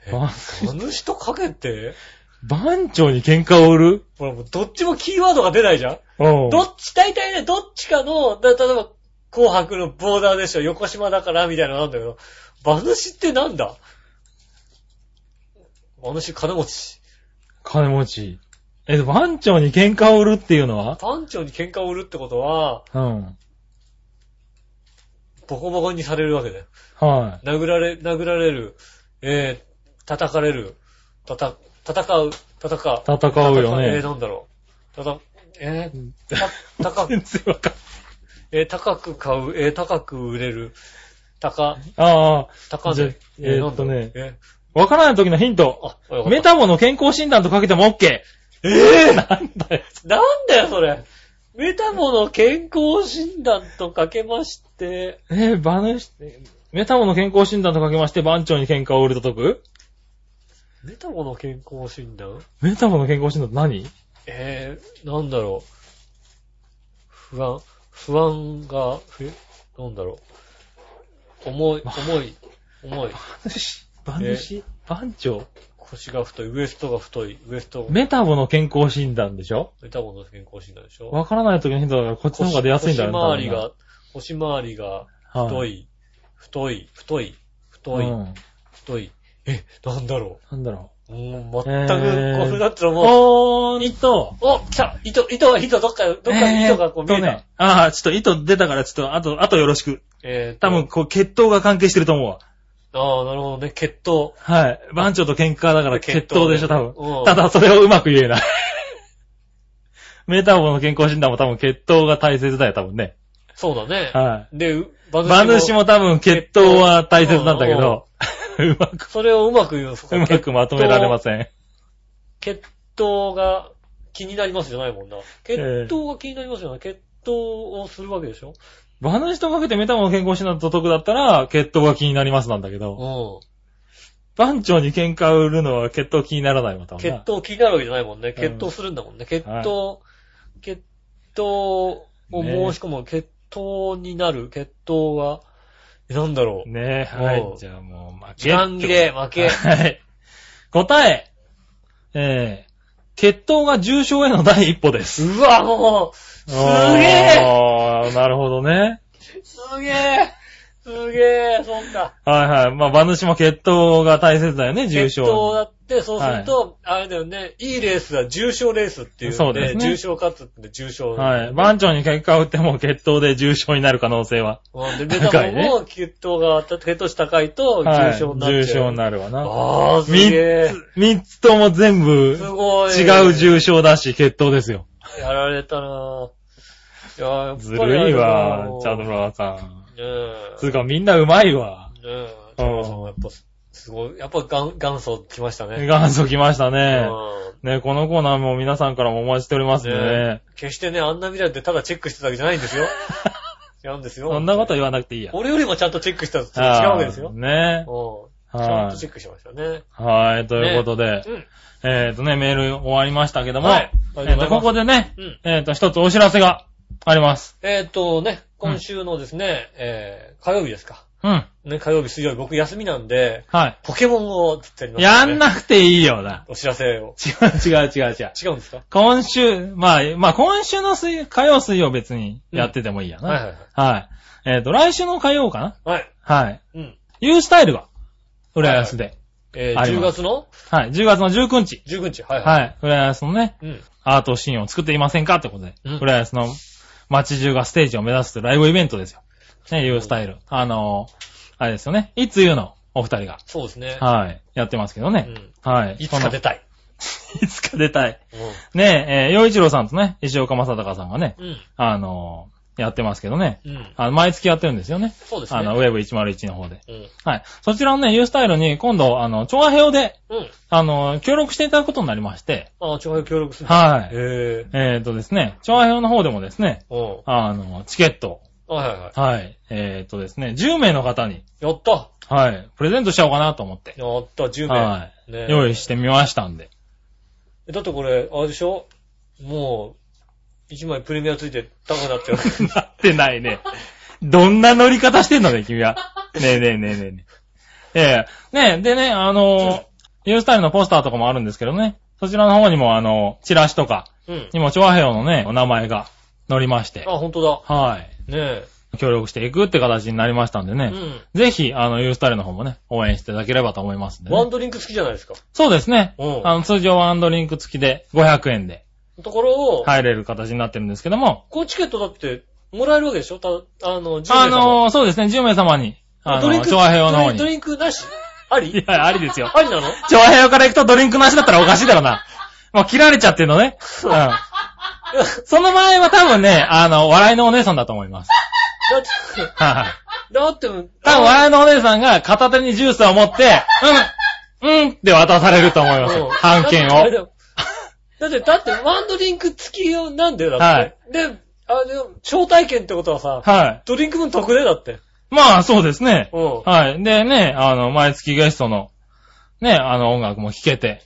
Speaker 2: え
Speaker 3: ば
Speaker 2: 馬主とかけて
Speaker 3: 番長に喧嘩を売る
Speaker 2: ほらもうどっちもキーワードが出ないじゃん
Speaker 3: おう
Speaker 2: どっち、大体ね、どっちかの、だ例えば、紅白のボーダーでしょ、横島だから、みたいなのなんだけど、馬主ってなんだ馬主金持ち。
Speaker 3: 金持ち。え、番長に喧嘩を売るっていうのは
Speaker 2: 番長に喧嘩を売るってことは、
Speaker 3: うん。
Speaker 2: ボコボコにされるわけだよ。
Speaker 3: は
Speaker 2: 殴られ、殴られる、えー、叩かれる、たた、戦う、戦う
Speaker 3: い。。戦うよ
Speaker 2: えー、
Speaker 3: ね。
Speaker 2: なんだろう。ただ、えー、た、高く
Speaker 3: 全、然わかんない。
Speaker 2: えー、高く買う、えー、高く売れる、高、
Speaker 3: ああ。
Speaker 2: 高
Speaker 3: じゃ
Speaker 2: 値。えー、なんだろう
Speaker 3: えーっと
Speaker 2: え
Speaker 3: わからない時のヒン
Speaker 2: ー
Speaker 3: ト。
Speaker 2: あ、わかった
Speaker 3: メタボの健康診断とかけても OK。
Speaker 2: えー、
Speaker 3: なんだよ。
Speaker 2: なんだよ、それ。メタボの健康診断とかけまして、
Speaker 3: えー、バネし、メタボの健康診断とかけまして番長に喧嘩を売ると解く
Speaker 2: メタボの健康診断
Speaker 3: メタボの健康診断って何
Speaker 2: えー、なんだろう。不安、不安が、え、なんだろう。重い、重い、重い。
Speaker 3: 馬主馬主番長
Speaker 2: 腰が太い、ウエストが太い、ウエスト、
Speaker 3: メタボの健康診断でしょ
Speaker 2: メタボの健康診断でしょ
Speaker 3: わからない時のヒントだからこっちの方が出やすいんだよ
Speaker 2: 腰回りが、腰回りが太
Speaker 3: い。
Speaker 2: い、太い、太い、
Speaker 3: う
Speaker 2: 太い、
Speaker 3: ん。
Speaker 2: 太い。え、なんだろ
Speaker 3: なんだろう。
Speaker 2: もう全く、こう、ふだったらもう、
Speaker 3: ほーんと、
Speaker 2: お、来た糸、糸が、糸、どっか、どっかに糸がこう見え
Speaker 3: えー
Speaker 2: た
Speaker 3: っとね。。ああ、ちょっと糸出たから、ちょっと、あと、あとよろしく。
Speaker 2: えーと
Speaker 3: 多分、。こう、血統が関係してると思うわ。
Speaker 2: ああ、なるほどね。血統。
Speaker 3: はい。番長と喧嘩だから血
Speaker 2: 血
Speaker 3: 統
Speaker 2: 統
Speaker 3: で
Speaker 2: で
Speaker 3: しょ、多
Speaker 2: う
Speaker 3: 分。
Speaker 2: ん
Speaker 3: ただ、それをうまく言えない。 メーターボの健康診断も多分血統が大切だよ、多分ね。
Speaker 2: そうだね。
Speaker 3: は
Speaker 2: で、う馬
Speaker 3: い。馬主も多分血統は大切なんだけど、 うまく、
Speaker 2: それをうまく言う、そう
Speaker 3: まくまとめられません。
Speaker 2: 血統が気になりますじゃないもんな。血統が気になりますよね。血統をするわけでしょ
Speaker 3: 馬主とかけてメーターボの健康診断と得だったら、血統が気になりますなんだけど、
Speaker 2: う
Speaker 3: 番長に喧嘩売るのは血統気にならないわ、多
Speaker 2: ん。
Speaker 3: 分
Speaker 2: 血
Speaker 3: な。
Speaker 2: 統気になるわけじゃないもんね。
Speaker 3: うん
Speaker 2: 血統するんだもんね。血統、血統を申し込む。血統になる。血統が、えなんだろう。
Speaker 3: ねえ、はい
Speaker 2: お。う
Speaker 3: じゃあもう負け。
Speaker 2: 時間切れ、負け。
Speaker 3: はい。答え。えー、血統が重症への第一歩です。
Speaker 2: うわ、もう、すげえ
Speaker 3: あーなるほどね。
Speaker 2: すげえすげえそんな。
Speaker 3: はいはい。まあ、馬主も血統が大切だよね、重
Speaker 2: 血
Speaker 3: 症。
Speaker 2: 統だって、そうすると、あれだよね、いいレースは重症レースっていう
Speaker 3: そ
Speaker 2: の
Speaker 3: うです
Speaker 2: で、
Speaker 3: ね
Speaker 2: 重症勝つってんで重症。
Speaker 3: はい。番長に結果を打っても血統で重症になる可能性は。
Speaker 2: うんで、メタボも血糖が、血糖値高いと
Speaker 3: は
Speaker 2: 重
Speaker 3: い
Speaker 2: 症になっちゃう。
Speaker 3: 重症になるわな。
Speaker 2: ああ、す
Speaker 3: 三
Speaker 2: げえ
Speaker 3: つ。、三つとも全部
Speaker 2: すごい。
Speaker 3: 違う重症だし、血統ですよ。
Speaker 2: やられたなぁ。いややっぱり
Speaker 3: ずるい
Speaker 2: あ
Speaker 3: わ
Speaker 2: の、
Speaker 3: チャド
Speaker 2: ね
Speaker 3: ラーさん。
Speaker 2: え。
Speaker 3: つうか、みんなうまいわ。
Speaker 2: ねえ。チャドラさんはやっぱ、すごい。やっぱ元元祖来ましたね。
Speaker 3: 元祖来ましたね。
Speaker 2: うん
Speaker 3: ね、このコーナーも皆さんからもお待ちしておりますね。
Speaker 2: ね決してね、あんな未来でただチェックしてたわけじゃないんです よ。違うんですよ。
Speaker 3: そんなこと言わなくていいや。
Speaker 2: 俺よりもちゃんとチェックしたと違う
Speaker 3: あー
Speaker 2: わけですよ。
Speaker 3: ね。
Speaker 2: うん。ちゃん
Speaker 3: は
Speaker 2: とチェックしましたね。
Speaker 3: い。はい、ということで、
Speaker 2: うん。
Speaker 3: えっ、とね、メール終わりましたけども、
Speaker 2: はい
Speaker 3: えっ、と、ここでね、
Speaker 2: うん
Speaker 3: えっ、と、一つお知らせがあります。
Speaker 2: えっとね、今週のですね、えー火曜日ですか。
Speaker 3: うん。
Speaker 2: ね、火曜日、水曜日、僕休みなんで、
Speaker 3: は
Speaker 2: ポケモンをずっとやり
Speaker 3: い。
Speaker 2: ます
Speaker 3: や
Speaker 2: よね
Speaker 3: んなくていいよな。
Speaker 2: お知らせを。
Speaker 3: 違う違う違う違う。
Speaker 2: 違うんですか
Speaker 3: 今週、まあ、まあ今週の水、火曜水曜別にやっててもいいやな。
Speaker 2: はいはい
Speaker 3: はい。えっ、と、来週の火曜かな
Speaker 2: はい。はい。
Speaker 3: はい。
Speaker 2: うん。
Speaker 3: ユースタイルが、浦安で。
Speaker 2: えー
Speaker 3: あり
Speaker 2: 10
Speaker 3: ます
Speaker 2: 月の
Speaker 3: はい。10月の19日。
Speaker 2: 19日。はい。
Speaker 3: はいい。浦安のね、
Speaker 2: うん。
Speaker 3: アートシーンを作っていませんかってことで。
Speaker 2: うん
Speaker 3: 浦安の街中がステージを目指すライブイベントですよ。ね、いうスタイル。あのーあれですよね。いつ言うのお二人が。
Speaker 2: そうですね。
Speaker 3: はい。やってますけどね。はい。
Speaker 2: いつか出たい。
Speaker 3: そんないつか出たい。
Speaker 2: う
Speaker 3: ねえ、えー、洋一郎さんとね、石岡正隆さんがね、
Speaker 2: ん。うん。
Speaker 3: あのーやってますけどね。
Speaker 2: うん。
Speaker 3: あの毎月やってるんですよね。
Speaker 2: そうですね。
Speaker 3: あの、ウェブ101の方で。
Speaker 2: うん。
Speaker 3: はい。そちらのね、ユースタイルに今度、あの、調和表で、
Speaker 2: うん。
Speaker 3: あの、協力していただくことになりまして、
Speaker 2: ああ、ちょ、協力する。
Speaker 3: はい。
Speaker 2: へえ。
Speaker 3: えっ、とですね、調和表の方でもですね、
Speaker 2: うん。
Speaker 3: あの、チケット
Speaker 2: はいはいはい。
Speaker 3: を、はい、えっ、とですね、10名の方に、
Speaker 2: やった
Speaker 3: はい、プレゼントしちゃおうかなと思って、
Speaker 2: やった、10名。
Speaker 3: は
Speaker 2: ねえ
Speaker 3: 用意してみましたんで。
Speaker 2: えだってこれ、あれでしょもう、1枚プレミアついて高くなってる。
Speaker 3: なってないね。どんな乗り方してんのね、君は。ねえねえねえねえねえ。ええねえ、でね、あの、ユースタイルのポスターとかもあるんですけどね、そちらの方にも、あの、チラシとか、
Speaker 2: うん。
Speaker 3: にも調和表のね、お名前が載りまして、
Speaker 2: あ、ほんとだ。
Speaker 3: はい。
Speaker 2: ね
Speaker 3: 協力していくって形になりましたんで
Speaker 2: え。う
Speaker 3: ね。
Speaker 2: ん。
Speaker 3: ぜひ、あの、ユースタイルの方もね、応援していただければと思いますんで、
Speaker 2: ワン
Speaker 3: ね。
Speaker 2: ドリンク好きじゃないですか。
Speaker 3: そうですね。
Speaker 2: うん
Speaker 3: あの、通常ワンドリンク付きで500円で
Speaker 2: ところを、
Speaker 3: 入れる形になってるんですけども、
Speaker 2: こうチケットだって、もらえるわけでしょた、あの、10名様
Speaker 3: あの、そうですね、10名様に、あ
Speaker 2: ドリン
Speaker 3: の、
Speaker 2: ク、
Speaker 3: 調和表の方
Speaker 2: ド
Speaker 3: に。
Speaker 2: リンクなしあり
Speaker 3: いや、ありですよ。
Speaker 2: ありなの
Speaker 3: 調和表から行くとドリンクなしだったらおかしいだろ うな。もう切られちゃってるのね。うん。その場合は多分ね、あの、笑いのお姉さんだと思います。
Speaker 2: だって、
Speaker 3: はいはい。
Speaker 2: だって、
Speaker 3: 多分、
Speaker 2: あ
Speaker 3: 笑いのお姉さんが片手にジュースを持って、うん、うんって渡されると思いますよ。
Speaker 2: うん
Speaker 3: 半
Speaker 2: だ
Speaker 3: 券
Speaker 2: ってあれだ
Speaker 3: を。
Speaker 2: よだって、だって、ワンドリンク付きよなんだよ、だって。で、あでも招待券ってことはさ、
Speaker 3: はい。
Speaker 2: ドリンク分特例だって。
Speaker 3: まあ、そうですね。
Speaker 2: うん。
Speaker 3: はい。でね、あの、毎月ゲストの、ね、あの、音楽も聴けて。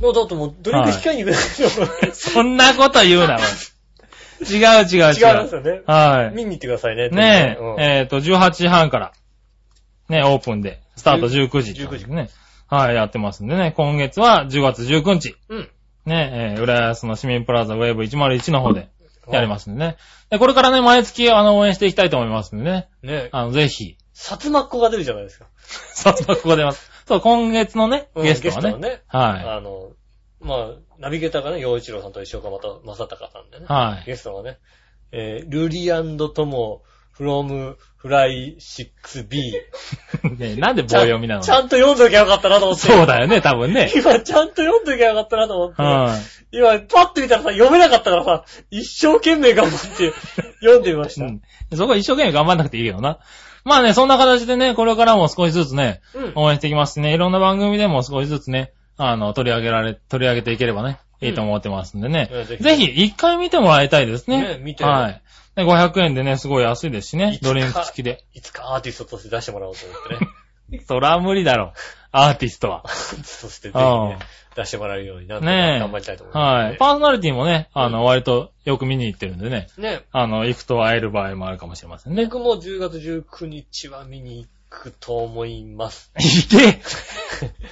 Speaker 2: もうだってもう、ドリンク控えに行くだ
Speaker 3: そんなこと言うな、おい違う違う違
Speaker 2: けで違うんです
Speaker 3: う。
Speaker 2: よね。
Speaker 3: はい。
Speaker 2: 見に行ってくださいね。
Speaker 3: ね
Speaker 2: うん
Speaker 3: え、えっと、18時半から、ね、オープンで、スタート19時。
Speaker 2: 19時
Speaker 3: ね。はい、やってますんでね、今月は10月19日。
Speaker 2: うん。
Speaker 3: ね、えー、浦安の市民プラザウェーブ101の方でやりますんでね。で、これからね、毎月、あの、応援していきたいと思いますんでね。
Speaker 2: ねえ、
Speaker 3: あの、ぜひ、
Speaker 2: 薩摩っ子が出るじゃないですか。
Speaker 3: さっそくここ出ます。そう、今月のね、
Speaker 2: うん
Speaker 3: ゲストはね。
Speaker 2: ね。
Speaker 3: は
Speaker 2: あの、まあ、ナビゲーターがね、洋一郎さんと石岡また、正隆さんでね
Speaker 3: い。。はい。
Speaker 2: ゲストがね、えー、ルリアンドトモ、フロム、フライ 6B。
Speaker 3: ねなんで棒読みなの
Speaker 2: ちゃんと読んどきゃよかったなと思って。。
Speaker 3: そうだよね、多分ね
Speaker 2: 今、ちゃんと読んどきゃよかったなと思って。
Speaker 3: うん。
Speaker 2: 今、パッと見たらさ、読めなかったからさ、一生懸命頑張って 読んでみまし
Speaker 3: う
Speaker 2: た。うん
Speaker 3: ん。そこは一生懸命頑張んなくていいよな。まあね、そんな形でね、これからも少しずつね、応援していきますね。いろんな番組でも少しずつね、あの、取り上げられ、取り上げていければね、いいと思ってますんでね。
Speaker 2: うんぜひ
Speaker 3: ぜひ、一回見てもらいたいですね。
Speaker 2: ね見て
Speaker 3: はい。で500円でね、すごい安いですしね
Speaker 2: い。つか
Speaker 3: ドリンク付きで。
Speaker 2: いつかアーティストとして出してもらおうと思 ってね。
Speaker 3: そら無理だろ。アーティスト は。
Speaker 2: そしてぜひ
Speaker 3: うん
Speaker 2: ね、出してもらえるようになって
Speaker 3: ねえ。
Speaker 2: 頑張りたいと思います、
Speaker 3: はい。パーソナリティもね、あの、割とよく見に行ってるんでね。
Speaker 2: ねえ
Speaker 3: あの、行くと会える場合もあるかもしれませんね。
Speaker 2: 僕も10月19日は見に行くと思います。
Speaker 3: 行け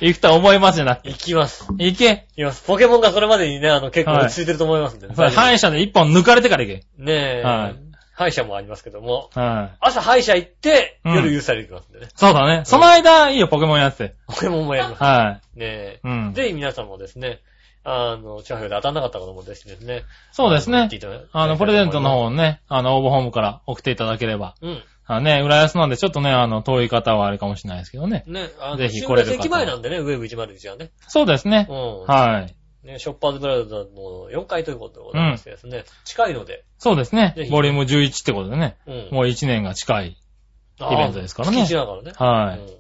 Speaker 3: 行くとは思いますじゃなくて。
Speaker 2: 行きます。
Speaker 3: 行け
Speaker 2: 行きます。ポケモンがそれまでにね、あの、結構
Speaker 3: はい
Speaker 2: 落ち着いてると思いますんでね。
Speaker 3: それ
Speaker 2: 大丈夫
Speaker 3: 歯医者で一本抜かれてから行け。
Speaker 2: ねえ。
Speaker 3: はい
Speaker 2: 歯医者もありますけども。
Speaker 3: はい。
Speaker 2: 朝歯医者行って、
Speaker 3: うん
Speaker 2: 夜ユーサリ行きますんでね。
Speaker 3: そうだね。その間、いいよ、ポケモンやってて。
Speaker 2: ポケモンもやります。
Speaker 3: は
Speaker 2: ね
Speaker 3: い。う
Speaker 2: え。
Speaker 3: ん。
Speaker 2: ぜひ皆さんもですね、あの、チャーハンで当たんなかったこともですね。
Speaker 3: そうですね
Speaker 2: 行っていただきたいと思い
Speaker 3: あ
Speaker 2: ま
Speaker 3: の、
Speaker 2: す
Speaker 3: プレゼントの方をね、あの、応募ホームから送っていただければ。
Speaker 2: うん。
Speaker 3: あね、浦安なんでちょっとね、あの、遠い方はあれかもしれないですけどね。
Speaker 2: ね、あの、
Speaker 3: ぜひ
Speaker 2: 新
Speaker 3: 来れ
Speaker 2: 橋
Speaker 3: る方は
Speaker 2: 駅前なんでね、ウェブ101はね。
Speaker 3: そうですね。
Speaker 2: うん。
Speaker 3: はい。
Speaker 2: ね、ショッパーズブラザーズの4階ということでございましてですね、近いので、
Speaker 3: そうです
Speaker 2: ぜ
Speaker 3: ね。
Speaker 2: ひ
Speaker 3: ボリューム11ってことでね。
Speaker 2: うん。
Speaker 3: もう1年が近い。イベントですからね
Speaker 2: あー月一だからね。
Speaker 3: は
Speaker 2: うん
Speaker 3: い。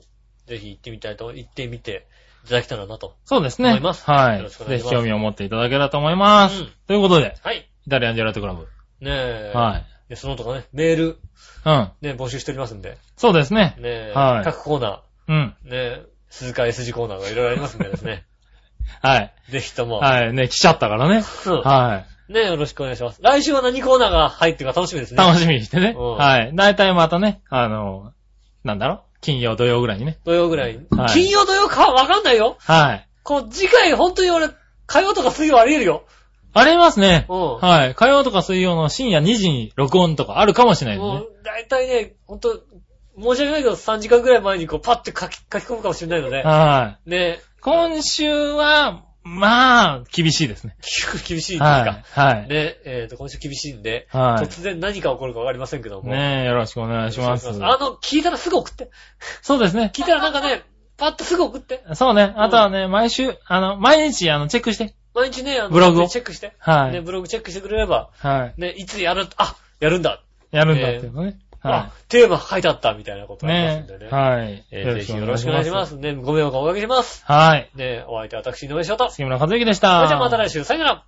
Speaker 2: ぜひ行ってみたいと、行ってみていただけたらなと。
Speaker 3: そうですね。
Speaker 2: 思います
Speaker 3: は
Speaker 2: よ
Speaker 3: い
Speaker 2: ろしくお。願い
Speaker 3: ぜ
Speaker 2: し
Speaker 3: ひ
Speaker 2: ます
Speaker 3: 興味を持っていただければと思います
Speaker 2: うん。
Speaker 3: ということで、
Speaker 2: はい。
Speaker 3: イタリアンジェラートクラブ。
Speaker 2: ねえ。
Speaker 3: はい。
Speaker 2: でその他ね、メール、
Speaker 3: うん。
Speaker 2: ね、募集しておりますんで。
Speaker 3: そうですね。
Speaker 2: ねえ。
Speaker 3: はい
Speaker 2: 各コーナ
Speaker 3: うん。
Speaker 2: ー、ねえ、鈴鹿 S 字コーナーがいろいろありますんでですね。
Speaker 3: はい。
Speaker 2: ぜひとも。
Speaker 3: はい。ね、来ちゃったか らね。
Speaker 2: うん
Speaker 3: は
Speaker 2: ねえ、よろしくお願いします。来週は何コーナーが入ってるか楽しみです
Speaker 3: い。
Speaker 2: ね。
Speaker 3: 楽しみにしてね。
Speaker 2: うん
Speaker 3: はい。大体またね、あの、なんだろ金曜、土曜ぐらいにね。
Speaker 2: 土曜ぐらいに。
Speaker 3: はい
Speaker 2: 金曜土曜かはわかんないよ。
Speaker 3: はい。
Speaker 2: こう、次回本当に俺、火曜とか水曜あり得るよ。
Speaker 3: ありますね。
Speaker 2: うん。
Speaker 3: はい。火曜とか水曜の深夜2時に録音とかあるかもしれないです
Speaker 2: も
Speaker 3: ね。
Speaker 2: う、大体ね、ほんと、申し訳ないけど、3時間くらい前にこう、パッて書き、書き込むかもしれないので、
Speaker 3: は
Speaker 2: ね、
Speaker 3: い。今週は、まあ、厳しいですね。
Speaker 2: 厳しいです
Speaker 3: は
Speaker 2: か
Speaker 3: い。。はい。
Speaker 2: ね、えっと、今週厳しいんで、
Speaker 3: はい
Speaker 2: 突然何が起こるかわかりませんけども。
Speaker 3: ねえ、よろしくお願
Speaker 2: お願
Speaker 3: い
Speaker 2: い
Speaker 3: し
Speaker 2: し
Speaker 3: ま
Speaker 2: ますす。。あの、聞いたらすぐ送って。
Speaker 3: そうですね。
Speaker 2: 聞いたらなんかね、パッとすぐ送って。
Speaker 3: そうね。あとはね、毎週、あの、毎日、あの、チェックして。
Speaker 2: 毎日ね、あの、
Speaker 3: ブログを
Speaker 2: チェックして。
Speaker 3: は
Speaker 2: ね、
Speaker 3: い。
Speaker 2: ブログチェックしてくれれば、
Speaker 3: はい。
Speaker 2: ね、いつやる、あ、やるんだ。
Speaker 3: やるんだっていうのね。は
Speaker 2: あ、テーマ書いてあった、みたいなこと
Speaker 3: い。
Speaker 2: がありますん
Speaker 3: ね
Speaker 2: でね。
Speaker 3: はい。
Speaker 2: えーぜひよろしくお願いしま。す。ね、ご迷惑をおかけします。
Speaker 3: はい。
Speaker 2: ね、お相手は私、井上翔太。
Speaker 3: 杉村和之でした。
Speaker 2: それじゃあまた来週、さよなら。